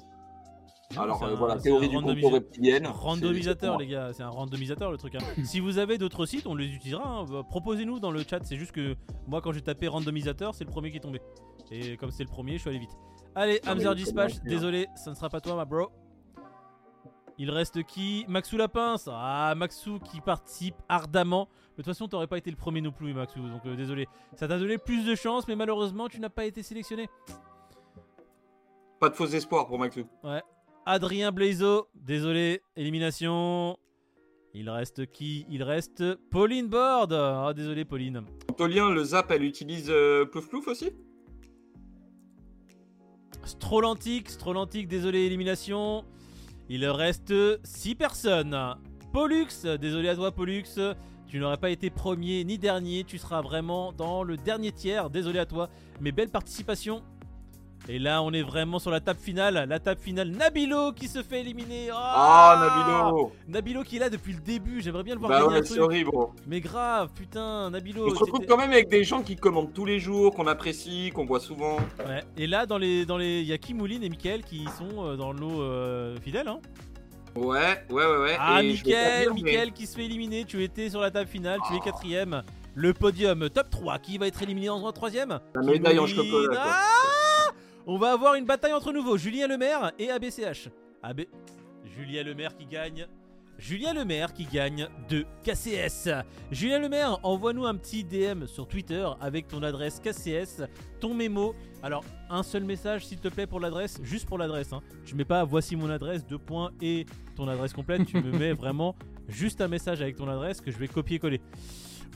[SPEAKER 2] Alors
[SPEAKER 1] Ah, C'est
[SPEAKER 2] euh,
[SPEAKER 1] un-
[SPEAKER 2] voilà,
[SPEAKER 1] c'est
[SPEAKER 2] théorie
[SPEAKER 1] un
[SPEAKER 2] du
[SPEAKER 1] randomisa-
[SPEAKER 2] concours reptilienne.
[SPEAKER 1] Randomisateur,
[SPEAKER 2] c'est-
[SPEAKER 1] les gars, c'est un randomisateur le truc. hein. si vous avez d'autres sites, on les utilisera. hein. Bah, Proposez-nous dans le chat. C'est juste que moi, quand j'ai tapé randomisateur, c'est le premier qui est tombé. Et comme c'est le premier, je suis allé vite. Allez,
[SPEAKER 2] Non, mais
[SPEAKER 1] Hamzer
[SPEAKER 2] c'est
[SPEAKER 1] Dispatch,
[SPEAKER 2] bien, c'est bien.
[SPEAKER 1] désolé, ça ne sera pas toi, ma bro. Il reste qui Maxou Lapince. Ah, Maxou qui participe ardemment. Mais de toute façon, t'aurais pas été le premier non plus, Maxou. Donc euh, désolé. Ça t'a donné plus de chance, mais malheureusement, tu n'as pas été sélectionné.
[SPEAKER 2] Pas de faux espoirs pour Maxou.
[SPEAKER 1] Adrien Blaiseau, désolé, élimination. Il reste qui Il reste Pauline Board. Ah, désolé, Pauline.
[SPEAKER 5] Antolien, le Zap, elle utilise euh, Plouf Plouf aussi
[SPEAKER 1] Strolantic, Strolantic, désolé, élimination. Il reste 6 personnes. Pollux, désolé à toi, Pollux. Tu n'aurais pas été premier ni dernier. Tu seras vraiment dans le dernier tiers. Désolé à toi. Mais belle participation. Et là, on est vraiment sur la table finale. La table finale. Nabilo qui se fait éliminer.
[SPEAKER 5] Ah,
[SPEAKER 1] Ah
[SPEAKER 5] Nabilo
[SPEAKER 1] Nabilo qui est là depuis le début, j'aimerais bien le voir
[SPEAKER 5] Bah
[SPEAKER 1] gagner un
[SPEAKER 5] ouais, c'est
[SPEAKER 1] truc.
[SPEAKER 5] horrible.
[SPEAKER 1] Mais grave, putain, Nabilo.
[SPEAKER 5] On se retrouve
[SPEAKER 1] t'étais-
[SPEAKER 5] quand même avec des gens qui commandent tous les jours, qu'on apprécie, qu'on voit souvent.
[SPEAKER 1] Ouais. Et là, dans les, dans les, il y a Kimouline et Mickaël qui sont euh, dans l'eau euh, fidèle. Hein.
[SPEAKER 5] Ouais, ouais, ouais, ouais.
[SPEAKER 1] Ah,
[SPEAKER 5] et je vais pas
[SPEAKER 1] Mickaël,
[SPEAKER 5] dire, mais- Ah.
[SPEAKER 1] Mickaël qui se fait éliminer. Tu étais sur la table finale, tu es quatrième. Le podium top 3, qui va être éliminé dans un troisième
[SPEAKER 5] La médaille en
[SPEAKER 1] Kimouline.
[SPEAKER 5] chocolat, quoi.
[SPEAKER 1] Ah On va avoir une bataille entre nouveaux Julien Lemaire et ABCH. AB... Julien Lemaire qui gagne. Julien Lemaire qui gagne de KCS. Julien Lemaire, envoie-nous un petit DM sur Twitter avec ton adresse KCS, ton mémo. Alors, un seul message s'il te plaît pour l'adresse, juste pour l'adresse. Hein. Tu mets pas voici mon adresse, deux points et ton adresse complète. Tu me mets vraiment juste un message avec ton adresse que je vais copier-coller.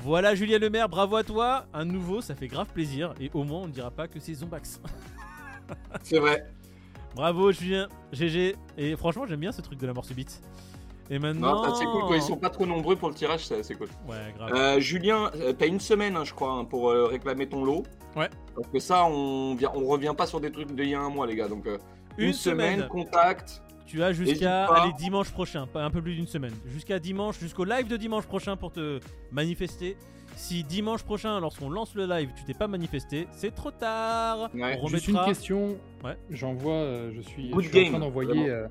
[SPEAKER 1] Voilà Julien Lemaire, bravo à toi. Un nouveau, ça fait grave plaisir. Et au moins, on ne dira pas que c'est Zombax.
[SPEAKER 5] C'est vrai.
[SPEAKER 1] bravo Julien, GG. Et franchement, j'aime bien ce truc de la mort subite. Et maintenant.
[SPEAKER 5] Non, ça, c'est cool quand ils sont pas trop nombreux pour le tirage, ça, c'est cool.
[SPEAKER 1] Ouais, grave.
[SPEAKER 5] Euh, Julien, euh, t'as une semaine, hein, je crois, hein, pour euh, réclamer ton lot.
[SPEAKER 1] Ouais.
[SPEAKER 5] Parce que ça, on, vient, on revient pas sur des trucs d'il y a un mois, les gars. Donc, euh,
[SPEAKER 1] une, semaine.
[SPEAKER 5] contact.
[SPEAKER 1] Tu as
[SPEAKER 5] N'hésite
[SPEAKER 1] jusqu'à
[SPEAKER 5] pas.
[SPEAKER 1] aller dimanche prochain, pas- un peu plus d'une semaine. Jusqu'à dimanche, jusqu'au live de dimanche prochain pour te manifester. Si dimanche prochain, lorsqu'on lance le live, tu t'es pas manifesté, c'est trop tard.
[SPEAKER 5] Ouais,
[SPEAKER 1] on
[SPEAKER 3] Juste une
[SPEAKER 1] remettra.
[SPEAKER 3] question.
[SPEAKER 1] Ouais.
[SPEAKER 3] J'envoie, euh, je suis,
[SPEAKER 5] Good
[SPEAKER 3] je suis en
[SPEAKER 5] game,
[SPEAKER 3] train d'envoyer,
[SPEAKER 5] vraiment.
[SPEAKER 3] euh,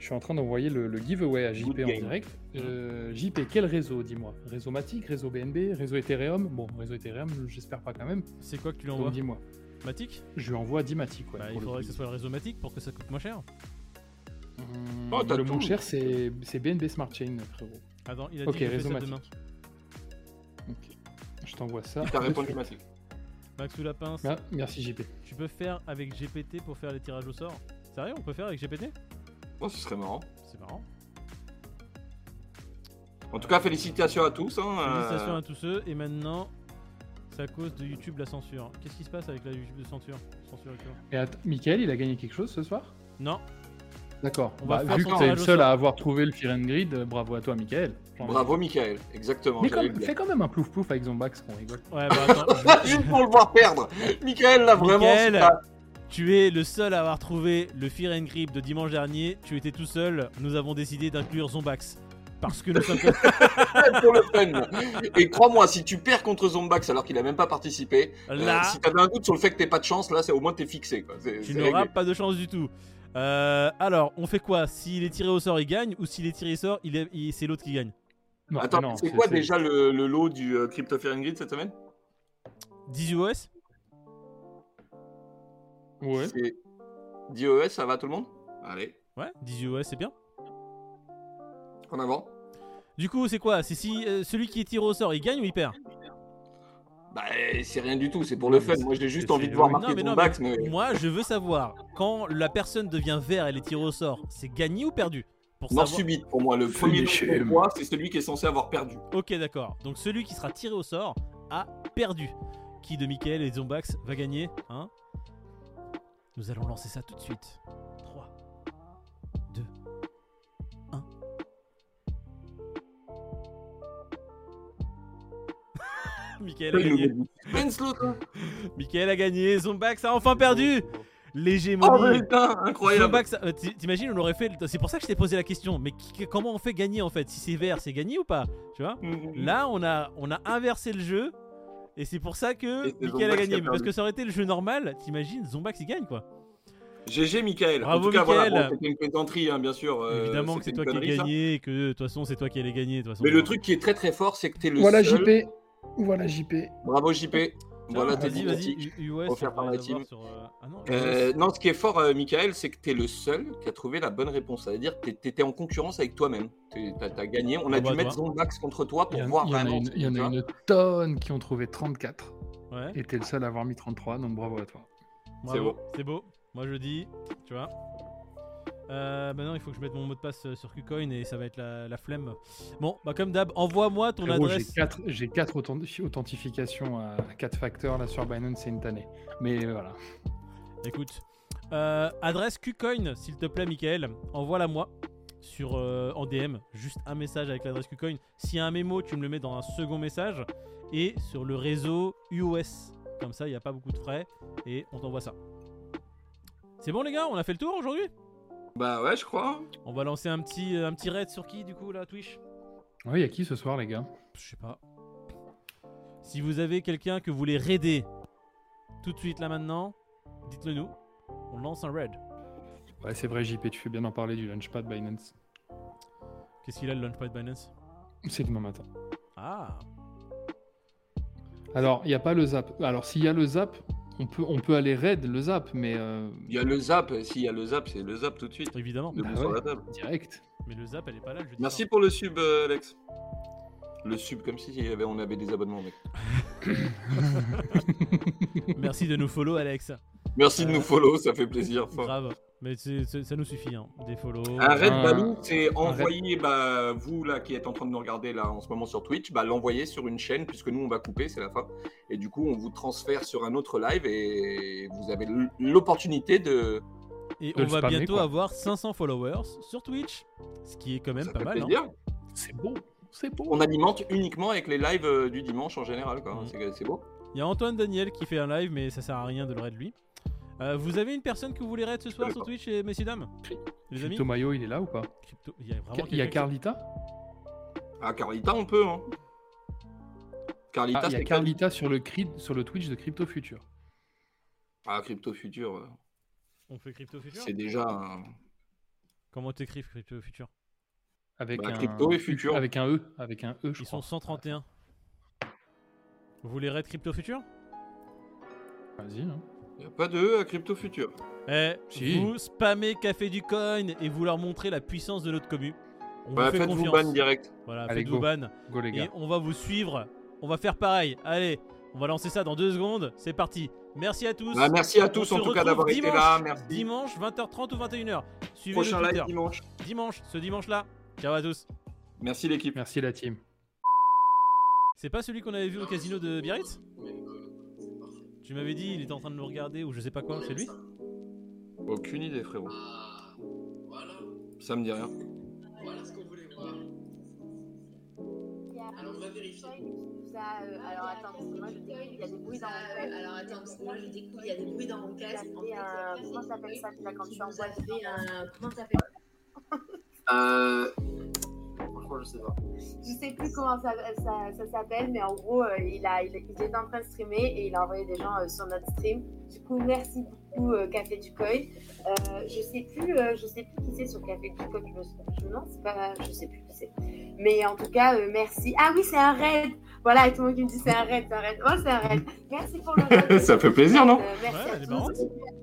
[SPEAKER 3] je suis en train d'envoyer le, le giveaway à JP
[SPEAKER 5] Good
[SPEAKER 3] en
[SPEAKER 5] game.
[SPEAKER 3] direct.
[SPEAKER 1] Mm.
[SPEAKER 3] Euh, JP, quel réseau, dis-moi Réseau Matic, réseau BNB, réseau Ethereum Bon, réseau Ethereum, j'espère pas quand même.
[SPEAKER 1] C'est quoi que tu
[SPEAKER 3] Donc
[SPEAKER 1] l'envoies
[SPEAKER 3] dis-moi.
[SPEAKER 1] Matic
[SPEAKER 3] Je lui envoie 10 Matic. Ouais,
[SPEAKER 1] Bah,
[SPEAKER 3] pour
[SPEAKER 1] Il
[SPEAKER 3] le
[SPEAKER 1] faudrait que
[SPEAKER 3] coup.
[SPEAKER 1] ce soit le réseau Matic pour que ça coûte moins cher.
[SPEAKER 3] Hum,
[SPEAKER 5] Oh, t'as
[SPEAKER 3] le
[SPEAKER 5] tout.
[SPEAKER 3] moins cher, c'est c'est BNB Smart Chain, frérot.
[SPEAKER 1] Attends, il a dit
[SPEAKER 3] Ok,
[SPEAKER 1] qu'il fait
[SPEAKER 3] réseau
[SPEAKER 1] ça
[SPEAKER 3] Matic.
[SPEAKER 1] demain.
[SPEAKER 3] Ok. Je t'envoie ça.
[SPEAKER 5] T'as répondu, Mathieu.
[SPEAKER 1] Max ou la pince,
[SPEAKER 3] Ah, Merci JP.
[SPEAKER 1] tu peux faire avec GPT pour faire les tirages au sort Sérieux, on peut faire avec GPT
[SPEAKER 5] Oh, ce serait marrant.
[SPEAKER 1] C'est marrant.
[SPEAKER 5] En tout cas, félicitations à tous. hein, euh,
[SPEAKER 1] Félicitations à tous ceux, et maintenant, c'est à cause de YouTube la censure. Qu'est-ce qui se passe avec la YouTube de censure, censure actuelle
[SPEAKER 3] Et att- Mickaël, il a gagné quelque chose ce soir
[SPEAKER 1] Non,
[SPEAKER 3] D'accord.
[SPEAKER 1] On va
[SPEAKER 3] Bah,
[SPEAKER 1] faire
[SPEAKER 3] vu
[SPEAKER 1] son
[SPEAKER 3] que t'es le
[SPEAKER 1] tirage au
[SPEAKER 3] seul
[SPEAKER 1] sort.
[SPEAKER 3] à avoir trouvé le Fear and Grid, euh, bravo à toi, Mickaël. J'en ai-
[SPEAKER 5] Bravo, Michael. Exactement.
[SPEAKER 3] Mais
[SPEAKER 5] j'allais
[SPEAKER 3] comme-
[SPEAKER 5] le dire.
[SPEAKER 3] fais quand même un plouf plouf avec Zombax qu'on rigole.
[SPEAKER 1] ouais, bah attends.
[SPEAKER 5] Juste pour le voir perdre. Michael, là, vraiment.
[SPEAKER 1] Michael.
[SPEAKER 5] c'est pas-
[SPEAKER 1] tu es le seul à avoir trouvé le Fear and Grip de dimanche dernier. Tu étais tout seul. Nous avons décidé d'inclure Zombax. Parce que nous sommes comme
[SPEAKER 5] pour le fun. Et crois-moi, si tu perds contre Zombax alors qu'il a même pas participé, euh,
[SPEAKER 1] là.
[SPEAKER 5] si t'avais un doute sur le fait que t'aies pas de chance, là, c'est au moins t'es fixé. Quoi. C'est-
[SPEAKER 1] Tu
[SPEAKER 5] c'est
[SPEAKER 1] n'auras
[SPEAKER 5] réglé.
[SPEAKER 1] pas de chance du tout. Euh, alors, on fait quoi S'il est tiré au sort, il gagne Ou s'il est tiré au sort, il est- il- c'est l'autre qui gagne
[SPEAKER 3] Non,
[SPEAKER 5] Attends,
[SPEAKER 3] mais non,
[SPEAKER 5] c'est quoi déjà le, le lot du euh, Crypto Fear and Greed cette semaine
[SPEAKER 1] 18 OS
[SPEAKER 3] Ouais.
[SPEAKER 5] C'est DOS, ça va tout le monde Allez,
[SPEAKER 1] Ouais, 18 OS, c'est bien.
[SPEAKER 5] en avant.
[SPEAKER 1] Du coup, c'est quoi C'est si euh, celui qui est tiré au sort, il gagne ou il perd
[SPEAKER 5] Bah, c'est rien du tout, c'est pour le
[SPEAKER 3] Non, mais
[SPEAKER 5] fun.
[SPEAKER 3] c'est-
[SPEAKER 5] Moi, j'ai juste
[SPEAKER 3] c'est-
[SPEAKER 5] envie de voir
[SPEAKER 3] oui.
[SPEAKER 5] marquer
[SPEAKER 1] mais non,
[SPEAKER 5] Zombax, mais.
[SPEAKER 1] Moi, je veux savoir, quand la personne devient vert, elle est tirée au sort, c'est gagné ou perdu Pour
[SPEAKER 5] Mort
[SPEAKER 1] savoir-
[SPEAKER 5] subite pour moi, le
[SPEAKER 3] Fais
[SPEAKER 5] premier
[SPEAKER 3] des
[SPEAKER 5] nom
[SPEAKER 3] schèmes.
[SPEAKER 5] qu'on voit, c'est celui qui est censé avoir perdu.
[SPEAKER 1] Ok, d'accord. Donc celui qui sera tiré au sort a perdu. Qui de Michael et Zombax va gagner hein Nous allons lancer ça tout de suite. 3, 2, 1. Michael a
[SPEAKER 5] Il nous met
[SPEAKER 1] gagné.
[SPEAKER 5] du suspense, l'autre, là.
[SPEAKER 1] Michael a gagné. Zombax a enfin perdu.
[SPEAKER 5] Oh
[SPEAKER 1] L'hégémonie.
[SPEAKER 5] putain, incroyable
[SPEAKER 1] Zombax, euh, t'i- t'imagines, on aurait fait. le- C'est pour ça que je t'ai posé la question. Mais qui- comment on fait gagner en fait Si c'est vert, c'est gagné ou pas Tu vois
[SPEAKER 5] Mhm.
[SPEAKER 1] Là, on a, on a inversé le jeu. Et c'est pour ça que
[SPEAKER 5] Et
[SPEAKER 1] Mickaël
[SPEAKER 5] c'est
[SPEAKER 1] a
[SPEAKER 5] Zombax qui a
[SPEAKER 1] gagné. Mais parce
[SPEAKER 5] perdu.
[SPEAKER 1] que ça aurait été le jeu normal, t'imagines, Zombax il gagne quoi.
[SPEAKER 5] GG, Michael.
[SPEAKER 1] Bravo,
[SPEAKER 5] en tout cas,
[SPEAKER 1] Michael.
[SPEAKER 5] voilà, bon, c'était une plaisanterie, hein, bien sûr. euh,
[SPEAKER 1] Évidemment que c'est
[SPEAKER 5] c'était
[SPEAKER 1] toi
[SPEAKER 5] une
[SPEAKER 1] qui as
[SPEAKER 5] connerie, ça.
[SPEAKER 1] gagné et que de toute façon c'est toi qui allais gagner. de toute façon.
[SPEAKER 5] Mais le truc qui est très très fort, c'est que t'es le
[SPEAKER 3] Voilà
[SPEAKER 5] seul.
[SPEAKER 3] JP. Voilà JP.
[SPEAKER 5] Bravo JP. Voilà tes
[SPEAKER 1] Ah, vas-y, vas-y,
[SPEAKER 5] didactiques.
[SPEAKER 1] U- US,
[SPEAKER 5] Offert
[SPEAKER 1] on
[SPEAKER 5] par
[SPEAKER 1] va
[SPEAKER 5] la
[SPEAKER 1] les avoir
[SPEAKER 5] team.
[SPEAKER 1] sur, euh, Ah non,
[SPEAKER 5] Euh,
[SPEAKER 1] US.
[SPEAKER 5] non, ce qui est fort, euh, Michael, c'est que t'es le seul qui a trouvé la bonne réponse. C'est-à-dire que t'es- t'étais en concurrence avec toi-même. T'es- T'as t'as gagné. On a
[SPEAKER 1] Bravo à
[SPEAKER 5] dû mettre
[SPEAKER 1] toi.
[SPEAKER 5] Zondax contre toi
[SPEAKER 3] Il
[SPEAKER 5] pour
[SPEAKER 3] y en,
[SPEAKER 5] voir
[SPEAKER 3] il y en a
[SPEAKER 5] vraiment.
[SPEAKER 3] une-
[SPEAKER 5] ce
[SPEAKER 3] il y en
[SPEAKER 5] que
[SPEAKER 3] a
[SPEAKER 5] tu
[SPEAKER 3] une tonne qui ont trouvé 34.
[SPEAKER 1] Ouais,
[SPEAKER 3] Et t'es le seul à avoir mis 33, donc bravo à toi.
[SPEAKER 1] bravo,
[SPEAKER 5] beau.
[SPEAKER 1] c'est beau. Moi je dis, tu vois. Euh, maintenant, il faut que je mette mon mot de passe euh, sur KuCoin et ça va être la, la flemme. Bon, bah comme d'hab, envoie-moi ton
[SPEAKER 3] Frérot,
[SPEAKER 1] adresse.
[SPEAKER 3] J'ai quatre, j'ai quatre authenti- authentifications à quatre facteurs là sur Binance, c'est une tannée. Mais euh, voilà.
[SPEAKER 1] Écoute, euh, adresse KuCoin, s'il te plaît, Michael. Envoie-la moi sur euh, en DM. Juste un message avec l'adresse KuCoin. S'il y a un mémo, tu me le mets dans un second message et sur le réseau UOS. Comme ça, il n'y a pas beaucoup de frais et on t'envoie ça. C'est bon, les gars, on a fait le tour aujourd'hui.
[SPEAKER 2] Bah ouais, je crois.
[SPEAKER 1] On va lancer un petit, euh, un petit raid sur qui, du coup, là, Twitch
[SPEAKER 3] Ouais, y a qui ce soir, les gars
[SPEAKER 1] Je sais pas. Si vous avez quelqu'un que vous voulez raider tout de suite là maintenant, dites-le nous. On lance un raid.
[SPEAKER 3] Ouais, c'est vrai, JP, tu fais bien en parler du launchpad Binance.
[SPEAKER 1] Qu'est-ce qu'il a le Launchpad Binance
[SPEAKER 3] C'est demain matin.
[SPEAKER 1] Ah
[SPEAKER 3] Alors, il n'y a pas le zap. Alors, s'il y a le zap, on peut, on peut aller raid le zap, mais euh,
[SPEAKER 2] Il y a le zap. S'il y a le zap, c'est le zap tout de suite.
[SPEAKER 1] Évidemment.
[SPEAKER 2] Debout
[SPEAKER 3] Bah
[SPEAKER 2] sur
[SPEAKER 3] ouais.
[SPEAKER 2] la table.
[SPEAKER 3] direct.
[SPEAKER 1] Mais le zap, elle est pas là le jeudi
[SPEAKER 2] Merci
[SPEAKER 1] soir.
[SPEAKER 2] pour le sub, euh, Alex. Le sub, comme si il y avait- on avait des abonnements, mec.
[SPEAKER 1] Merci de nous follow, Alex.
[SPEAKER 2] Merci
[SPEAKER 1] Euh,
[SPEAKER 2] de nous follow, ça fait plaisir. Enfin,
[SPEAKER 1] Grave. Mais c'est- c'est- ça nous suffit, hein. des follow.
[SPEAKER 2] Un raid
[SPEAKER 3] Un-
[SPEAKER 2] Balou, c'est
[SPEAKER 3] raid.
[SPEAKER 2] envoyer bah, vous là qui êtes en train de nous regarder là en ce moment sur Twitch, bah, l'envoyer sur une chaîne puisque nous on va couper, c'est la fin. Et du coup on vous transfère sur un autre live et vous avez l- l'opportunité de.
[SPEAKER 1] Et
[SPEAKER 3] de
[SPEAKER 1] on
[SPEAKER 3] le
[SPEAKER 1] va
[SPEAKER 3] spammer,
[SPEAKER 1] bientôt
[SPEAKER 3] quoi.
[SPEAKER 1] avoir 500 followers sur Twitch. Ce qui est quand même
[SPEAKER 2] ça
[SPEAKER 1] pas
[SPEAKER 2] fait
[SPEAKER 1] mal. hein.
[SPEAKER 2] plaisir.
[SPEAKER 3] C'est beau, c'est beau.
[SPEAKER 2] On alimente uniquement avec les lives euh, du dimanche en général, quoi. hein,
[SPEAKER 1] Mm.
[SPEAKER 2] C'est- C'est beau.
[SPEAKER 1] Il y a Antoine Daniel qui fait un live, mais ça sert à rien de le raid lui. Euh, vous avez une personne que vous voulez raid ce soir
[SPEAKER 2] connais
[SPEAKER 1] sur
[SPEAKER 2] pas.
[SPEAKER 1] Twitch, eh, messieurs, dames Les amis
[SPEAKER 3] Crypto Mayo, il est là ou pas
[SPEAKER 1] Crypto- Il y a vraiment
[SPEAKER 3] Il y a
[SPEAKER 1] quelqu'un
[SPEAKER 3] Carlita
[SPEAKER 2] Ah Carlita on peut. Hein. Carlita,
[SPEAKER 3] Ah, Il y a
[SPEAKER 2] c'est
[SPEAKER 3] Carlita sur le, cri- sur le Twitch de Crypto Future.
[SPEAKER 2] Ah Crypto Future, euh,
[SPEAKER 1] qui- On fait Crypto Future
[SPEAKER 2] c'est déjà. un-
[SPEAKER 1] Comment t'écris Crypto Future
[SPEAKER 3] Avec
[SPEAKER 2] Bah,
[SPEAKER 3] un
[SPEAKER 2] Crypto et Future.
[SPEAKER 3] Avec un E, avec un E, je
[SPEAKER 1] Ils
[SPEAKER 3] crois.
[SPEAKER 1] sont 131. Vous voulez raid Crypto Future
[SPEAKER 3] Vas-y. hein.
[SPEAKER 2] Y a pas de E à Crypto Future.
[SPEAKER 1] Eh,
[SPEAKER 3] Si.
[SPEAKER 1] vous spammez Café du Coin et vous leur montrez la puissance de notre commu. On
[SPEAKER 2] Bah,
[SPEAKER 1] vous fait
[SPEAKER 2] Faites-vous
[SPEAKER 1] confiance.
[SPEAKER 2] ban direct.
[SPEAKER 1] Voilà,
[SPEAKER 3] Allez,
[SPEAKER 1] faites-vous
[SPEAKER 3] go.
[SPEAKER 1] ban.
[SPEAKER 3] Go les gars.
[SPEAKER 1] Et on va vous suivre. On va faire pareil. Allez, on va lancer ça dans deux secondes. C'est parti. Merci à tous.
[SPEAKER 2] Bah, merci à
[SPEAKER 1] On
[SPEAKER 2] tous
[SPEAKER 1] se
[SPEAKER 2] en tout cas
[SPEAKER 1] retrouve
[SPEAKER 2] d'avoir été
[SPEAKER 1] dimanche,
[SPEAKER 2] là. Merci.
[SPEAKER 1] Dimanche, 20h30 ou 21h. Suivez
[SPEAKER 2] Prochain
[SPEAKER 1] le
[SPEAKER 2] live
[SPEAKER 1] Twitter.
[SPEAKER 2] dimanche.
[SPEAKER 1] Dimanche, ce dimanche-là. Ciao à tous.
[SPEAKER 2] Merci l'équipe.
[SPEAKER 3] Merci la team.
[SPEAKER 1] C'est pas celui qu'on avait vu au casino de Biarritz Tu m'avais dit, il était en train de nous regarder ou je sais pas quoi. C'est lui
[SPEAKER 2] Aucune idée, frérot. Ça me dit rien.
[SPEAKER 4] Alors, on va vérifier. euh, alors, attends, parce que moi, je découvre, il y a des bruits dans mon casque.
[SPEAKER 6] Alors attends, parce que moi je découvre, il y a des bruits dans mon
[SPEAKER 4] Vous
[SPEAKER 6] casque.
[SPEAKER 4] avez un- euh, Comment ça s'appelle ça c'est là, quand tu envoies le bruit, un-
[SPEAKER 6] un... Comment ça s'appelle
[SPEAKER 7] Euh... Franchement, je sais pas.
[SPEAKER 4] Je sais plus comment ça, ça- ça s'appelle, mais en gros, euh, il, a, il, il était en train de streamer et il a envoyé des gens euh, sur notre stream. Du coup, merci beaucoup, euh, Café du Coin. Euh, je sais plus, euh, je sais plus qui c'est sur Café du Coin. Je me souviens- je- non, c'est pas, je sais plus qui c'est. Mais en tout cas, euh, merci. Ah oui, c'est un raid. Voilà, et tout le monde qui me dit c'est un raid, c'est un raid. Oh, c'est un raid. Merci pour le raid.
[SPEAKER 2] Ça fait plaisir, non
[SPEAKER 4] Euh, merci
[SPEAKER 1] Ouais,
[SPEAKER 4] à
[SPEAKER 1] elle est
[SPEAKER 4] tous.
[SPEAKER 1] marrante.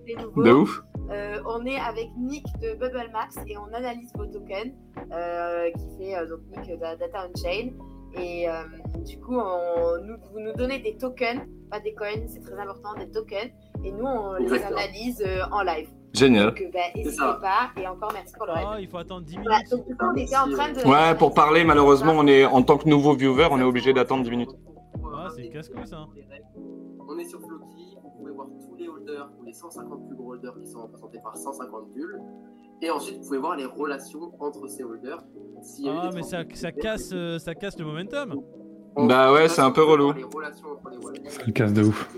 [SPEAKER 4] Des nouveaux.
[SPEAKER 2] De ouf.
[SPEAKER 4] Euh, on est avec Nick de Bubble Max et on analyse vos tokens euh, qui fait euh, donc Nick de la Data Unchain. Et euh, du coup, on- nous, vous nous donnez des tokens, pas des coins, c'est très important, des tokens. Et nous, on les
[SPEAKER 7] Exactement.
[SPEAKER 4] analyse euh, en live.
[SPEAKER 2] Génial.
[SPEAKER 4] Donc, euh, bah, n'hésitez
[SPEAKER 7] ça.
[SPEAKER 4] pas et encore merci pour le
[SPEAKER 1] Ah,
[SPEAKER 4] rêve.
[SPEAKER 1] il faut attendre 10 minutes.
[SPEAKER 4] Voilà, Bah, donc, du coup, on était en train de.
[SPEAKER 2] Ouais, pour parler, malheureusement, on est en tant que nouveau viewer, on est obligé d'attendre 10 minutes.
[SPEAKER 1] Ah, c'est casse-cou, ça.
[SPEAKER 7] On est sur Floki, vous pouvez voir tous les holders, ou les 150 plus gros holders qui sont représentés par 150 bulles. Et ensuite, vous pouvez voir les relations entre ces holders. S'il y a eu
[SPEAKER 1] Ah,
[SPEAKER 7] des
[SPEAKER 1] mais ça,
[SPEAKER 7] transactions-
[SPEAKER 1] ça, casse, euh, ça casse le momentum.
[SPEAKER 2] Bah ouais, c'est un peu relou.
[SPEAKER 7] Les relations entre les wallets.
[SPEAKER 3] Ça le casse de ouf.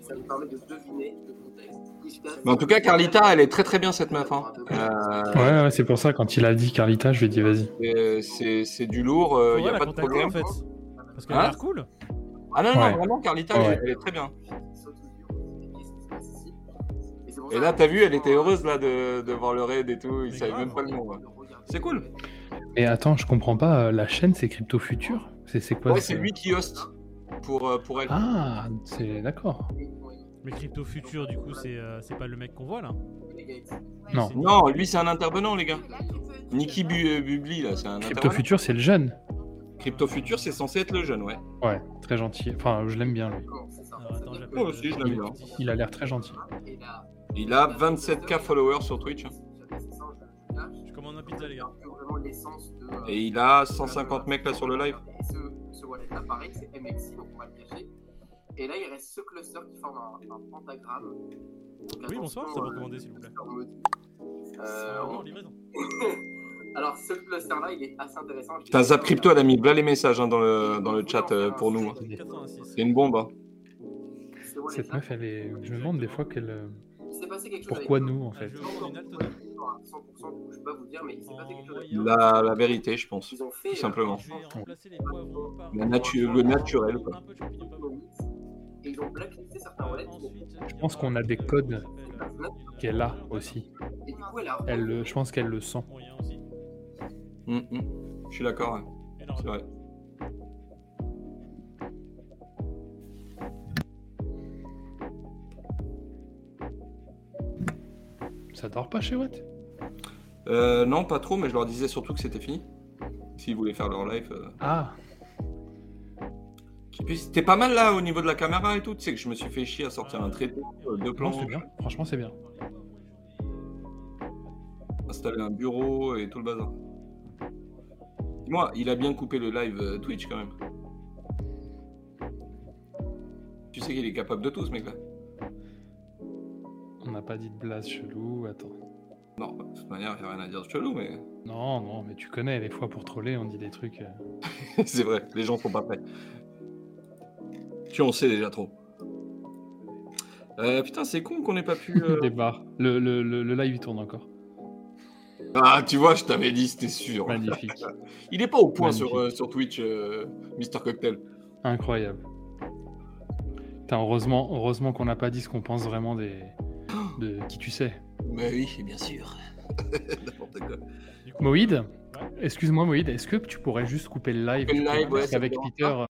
[SPEAKER 7] Ça nous permet de deviner le contexte.
[SPEAKER 2] Mais en tout cas, Carlita, elle est très très bien cette meuf. hein. Euh,
[SPEAKER 3] Ouais, ouais, c'est pour ça, quand il a dit Carlita, je lui ai dit vas-y.
[SPEAKER 2] euh, c'est c'est du lourd, euh, y
[SPEAKER 1] Faudrait
[SPEAKER 2] a
[SPEAKER 1] la
[SPEAKER 2] pas de
[SPEAKER 1] contacter,
[SPEAKER 2] problème.
[SPEAKER 1] en fait. Parce qu'elle
[SPEAKER 2] Hein
[SPEAKER 1] a l'air cool.
[SPEAKER 2] Ah non, non,
[SPEAKER 3] Ouais.
[SPEAKER 2] vraiment, Carlita, elle-
[SPEAKER 3] Ouais.
[SPEAKER 2] elle est très bien.
[SPEAKER 7] Et c'est pour
[SPEAKER 2] Et
[SPEAKER 7] ça
[SPEAKER 2] là,
[SPEAKER 7] que-
[SPEAKER 2] t'as vu, elle était heureuse là de, de voir le raid et tout, il
[SPEAKER 1] Mais
[SPEAKER 2] savait
[SPEAKER 1] grave.
[SPEAKER 2] même pas le nom. ouais. C'est cool.
[SPEAKER 3] Mais attends, je comprends pas, euh, la chaîne c'est Crypto Future C'est c'est quoi
[SPEAKER 2] Ouais,
[SPEAKER 3] ce-
[SPEAKER 2] c'est lui qui host pour, euh, pour elle.
[SPEAKER 3] Ah, c'est d'accord.
[SPEAKER 1] Mais Crypto Future, du coup, c'est euh, c'est pas le mec qu'on voit là.
[SPEAKER 3] Non.
[SPEAKER 1] C'est-
[SPEAKER 2] Non, lui, c'est un intervenant, les gars.
[SPEAKER 4] Là, tu peux- tu
[SPEAKER 2] Niki
[SPEAKER 4] peux-
[SPEAKER 2] Bu- euh, Bubli, là, c'est un
[SPEAKER 3] Crypto
[SPEAKER 2] intervenant.
[SPEAKER 3] Future, c'est le jeune.
[SPEAKER 2] Crypto Future, c'est censé être le jeune, ouais.
[SPEAKER 3] Ouais, très gentil. Enfin, je l'aime bien lui.
[SPEAKER 1] Alors, attends, j'appelle,
[SPEAKER 2] Moi aussi, je l'aime
[SPEAKER 1] euh,
[SPEAKER 2] bien.
[SPEAKER 1] petit.
[SPEAKER 3] Il a l'air très gentil.
[SPEAKER 2] Il a 27K followers sur Twitch. hein.
[SPEAKER 7] l'essence de. euh,
[SPEAKER 2] Et il a 150 mecs là sur le live.
[SPEAKER 7] Et ce, ce wallet là, pareil, c'est MXI, donc on va le cacher. Et là, il reste ce cluster qui forme un, un pentagramme. Donc,
[SPEAKER 1] Oui, bonsoir,
[SPEAKER 7] attention,
[SPEAKER 1] ça peut
[SPEAKER 7] euh,
[SPEAKER 1] commander s'il vous plaît.
[SPEAKER 7] cluster mode.
[SPEAKER 1] C'est
[SPEAKER 7] Euh,
[SPEAKER 1] vraiment en livraison.
[SPEAKER 7] on- Alors, ce cluster là, il est assez intéressant.
[SPEAKER 2] Putain, Zap Crypto, elle a mis là les messages hein, dans, le, dans le chat euh, pour nous. hein.
[SPEAKER 1] 86.
[SPEAKER 2] C'est une bombe. hein.
[SPEAKER 7] Ce wallet-là,
[SPEAKER 3] Cette meuf, elle est. Je me demande des fois qu'elle. euh,
[SPEAKER 7] il s'est passé quelque chose
[SPEAKER 3] Pourquoi
[SPEAKER 7] avec-
[SPEAKER 3] nous, en
[SPEAKER 1] Ah,
[SPEAKER 3] fait
[SPEAKER 1] je vais en finale totale.
[SPEAKER 7] À 100%, je peux pas vous dire, mais il s'est passé quelque chose avec-
[SPEAKER 2] La, la vérité, je pense.
[SPEAKER 7] Ils ont fait. euh,
[SPEAKER 2] Tout simplement.
[SPEAKER 1] Je vais remplacer les poivrons par-
[SPEAKER 2] La natu- le naturel, quoi.
[SPEAKER 1] Un peu de champignons, pas beaucoup.
[SPEAKER 7] Et ils ont blacklisté certains
[SPEAKER 1] Euh,
[SPEAKER 7] wallets.
[SPEAKER 1] ensuite, il y
[SPEAKER 3] pense
[SPEAKER 1] aura,
[SPEAKER 3] qu'on a des
[SPEAKER 1] euh,
[SPEAKER 3] codes
[SPEAKER 1] comment ça s'appelle, euh,
[SPEAKER 3] Qu'elle a aussi.
[SPEAKER 7] Et du coup, elle a.
[SPEAKER 3] Elle, le- je pense qu'elle le sent.
[SPEAKER 1] Bon, il y a aussi.
[SPEAKER 2] Hum, hum. Je suis d'accord, ouais.
[SPEAKER 1] Énorme.
[SPEAKER 2] c'est vrai.
[SPEAKER 3] Ça dort pas chez Watt
[SPEAKER 2] Euh, non, pas trop, mais je leur disais surtout que c'était fini. S'ils voulaient faire leur live. euh,
[SPEAKER 3] Ah
[SPEAKER 2] qu'ils puissent- T'es pas mal là au niveau de la caméra et tout. Tu sais que je me suis fait chier à sortir un trépied, euh, deux
[SPEAKER 3] Non, c'est
[SPEAKER 2] planches,
[SPEAKER 3] bien. Franchement, c'est bien.
[SPEAKER 2] installer un bureau et tout le bazar. Dis-moi, il a bien coupé le live euh, Twitch quand même. Tu sais qu'il est capable de tout ce mec là.
[SPEAKER 3] On n'a pas dit de blaze chelou. Attends.
[SPEAKER 2] Non, de toute manière, j'ai rien à dire de chelou, mais
[SPEAKER 3] Non, non, mais tu connais, les fois pour troller, on dit des trucs. euh,
[SPEAKER 2] c'est vrai, les gens sont pas prêts. Tu en sais déjà trop. Euh, putain, c'est con qu'on ait pas pu. euh,
[SPEAKER 3] Le débat. Le, le, le, le live, il tourne encore.
[SPEAKER 2] Ah, tu vois, je t'avais dit, c'était sûr.
[SPEAKER 3] Magnifique.
[SPEAKER 2] Il est pas au point sur,
[SPEAKER 3] Magnifique.
[SPEAKER 2] euh, sur Twitch, euh, Mister Cocktail.
[SPEAKER 3] Incroyable. Putain, heureusement, heureusement qu'on n'a pas dit ce qu'on pense vraiment des. de qui tu sais.
[SPEAKER 2] Mais Bah oui, bien sûr. N'importe quoi.
[SPEAKER 1] Du coup,
[SPEAKER 3] Moïd Excuse-moi, Moïd, est-ce que tu pourrais juste couper le live
[SPEAKER 2] Couper le
[SPEAKER 3] tu
[SPEAKER 2] live,
[SPEAKER 3] vois,
[SPEAKER 2] ouais,
[SPEAKER 3] Parce
[SPEAKER 2] ça
[SPEAKER 3] qu'avec
[SPEAKER 2] me dérange
[SPEAKER 3] Peter,